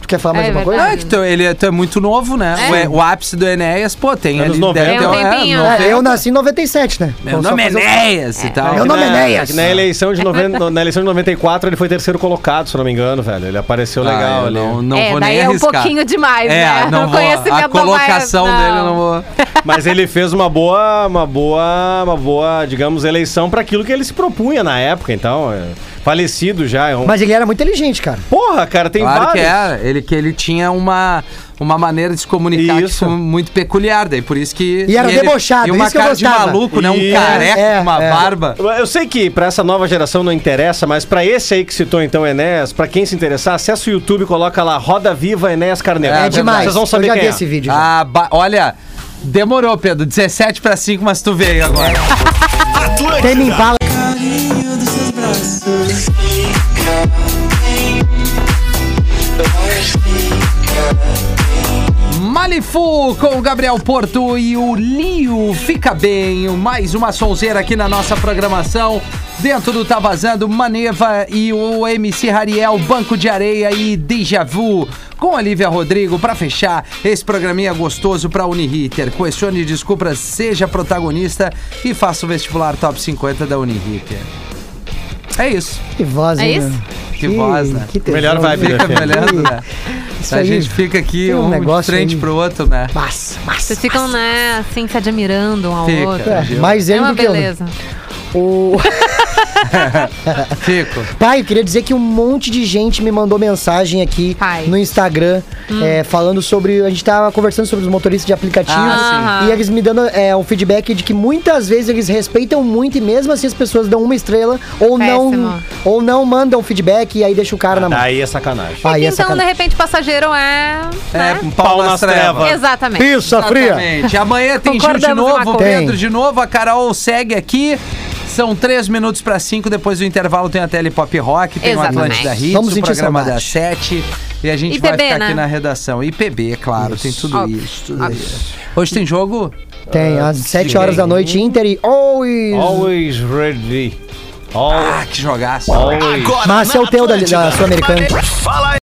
Speaker 4: Tu quer falar mais
Speaker 5: É
Speaker 4: alguma coisa?
Speaker 5: verdade.
Speaker 3: É que tu, ele é, tu é muito novo, né?
Speaker 5: É.
Speaker 3: O e- O, ápice do Enéas, pô, tem
Speaker 6: Anos
Speaker 3: ali...
Speaker 6: 90.
Speaker 3: deve ter-
Speaker 6: É um
Speaker 4: É,
Speaker 3: é,
Speaker 5: né?
Speaker 3: 90.
Speaker 4: eu nasci em 97, né?
Speaker 3: Meu
Speaker 4: Então, só
Speaker 3: nome é
Speaker 4: fazer um-
Speaker 3: Enéas e tal.
Speaker 4: Meu nome é
Speaker 6: Na-
Speaker 4: Enéas.
Speaker 6: Na eleição, de noven... no- na eleição de 94, ele foi terceiro colocado, se eu não me engano, velho. Ele apareceu
Speaker 3: Ah,
Speaker 6: legal
Speaker 3: eu
Speaker 6: ali.
Speaker 3: não- não
Speaker 5: é, daí é um pouquinho demais,
Speaker 6: É,
Speaker 5: né?
Speaker 6: não
Speaker 5: O
Speaker 6: vou. A
Speaker 5: conhecimento não vai-
Speaker 6: colocação dele eu não
Speaker 3: vou.
Speaker 6: Mas ele fez uma boa, uma boa, uma boa, digamos, eleição pra aquilo que ele se propunha na época, então. é, Falecido já. É um...
Speaker 4: Mas ele era muito inteligente, cara.
Speaker 6: Porra, cara, tem
Speaker 3: claro
Speaker 6: vários.
Speaker 3: que é. era. Ele, que ele tinha uma, uma maneira de se comunicar que foi muito peculiar, daí por isso que...
Speaker 6: E era
Speaker 3: ele-
Speaker 6: debochado,
Speaker 3: E uma
Speaker 6: isso que eu
Speaker 3: cara de
Speaker 6: gostava.
Speaker 3: maluco, né? Um
Speaker 6: E-
Speaker 3: careca,
Speaker 6: é,
Speaker 3: uma
Speaker 6: é.
Speaker 3: barba.
Speaker 6: Eu sei que pra essa nova geração não interessa, mas pra esse aí que citou então Enéas, pra quem se interessar, acessa o YouTube, coloca lá Roda Viva Enéas Carneiro. É
Speaker 4: É
Speaker 3: verdade.
Speaker 6: Vocês vão saber quem é.
Speaker 3: Ah, ba- olha, demorou, Pedro. 17 pra 5, mas tu veio agora.
Speaker 4: Tem me impala.
Speaker 3: Malifu com Gabriel Porto e o Lio Fica Bem. Mais uma sonzeira aqui na nossa programação. Dentro do Tá Vazando, Maneva e o MC Rariel, Banco de Areia e Deja Vu. Com a Lívia Rodrigo pra fechar esse programinha gostoso pra Uniriter. Questione desculpas, seja protagonista e faça o vestibular top 50 da Uniriter. É isso.
Speaker 4: Que voz,
Speaker 3: É
Speaker 4: hein,
Speaker 3: isso?
Speaker 4: meu?
Speaker 3: Que voz, né?
Speaker 4: que tesão,
Speaker 6: Melhor vibe,
Speaker 4: né?
Speaker 3: Fica
Speaker 6: Fê?
Speaker 3: melhorando, né?
Speaker 4: Isso
Speaker 3: A
Speaker 4: aí,
Speaker 3: gente fica aqui
Speaker 4: tem um
Speaker 3: um, de
Speaker 4: negócio
Speaker 3: frente
Speaker 4: aí.
Speaker 3: pro outro, né?
Speaker 4: Massa,
Speaker 5: Vocês ficam, né, assim, se admirando um ao
Speaker 3: Fica,
Speaker 5: outro.
Speaker 3: É, Gil. mais
Speaker 5: é
Speaker 4: ele
Speaker 5: uma
Speaker 4: do que eu, né?
Speaker 5: beleza.
Speaker 4: O...
Speaker 3: Fico.
Speaker 4: Pai, eu queria dizer que um monte de gente me mandou mensagem aqui no Instagram é, falando sobre. A gente tava conversando sobre os motoristas de aplicativos
Speaker 13: Ah, sim.
Speaker 4: e eles me dando é, um feedback de que muitas vezes eles respeitam muito e mesmo assim as pessoas dão uma estrela ou não
Speaker 5: Péssimo.
Speaker 4: ou não mandam feedback e aí deixa o cara na mão.
Speaker 6: Daí é sacanagem.
Speaker 4: Aí é
Speaker 5: então, de
Speaker 4: sacanagem.
Speaker 5: repente, passageiro é.
Speaker 3: É, um pau, nas, trevas.
Speaker 5: Exatamente. Pizza
Speaker 4: fria.
Speaker 3: Exatamente. Amanhã tem Gil de
Speaker 5: Concordamos em uma
Speaker 3: novo,
Speaker 5: coisa.
Speaker 3: Pedro de novo, a Carol segue aqui. São três minutos para cinco, depois do intervalo tem a Tele Pop Rock, tem o
Speaker 5: Exatamente.
Speaker 3: Atlântida Hits,
Speaker 4: Vamos
Speaker 3: o
Speaker 4: sentir
Speaker 3: programa
Speaker 4: saudade.
Speaker 3: das sete. E a gente
Speaker 5: IPB,
Speaker 3: vai ficar
Speaker 5: né?
Speaker 3: aqui na redação. IPB, é claro, tem tudo
Speaker 5: Óbvio.
Speaker 3: isso. tudo isso. Hoje tem jogo?
Speaker 4: Tem, às 7 horas da noite, Inter e always.
Speaker 6: Always ready. Always.
Speaker 3: Ah, que jogaço.
Speaker 6: Always.
Speaker 4: Mas esse é o teu da, da Sul-Americana.
Speaker 8: Fala aí.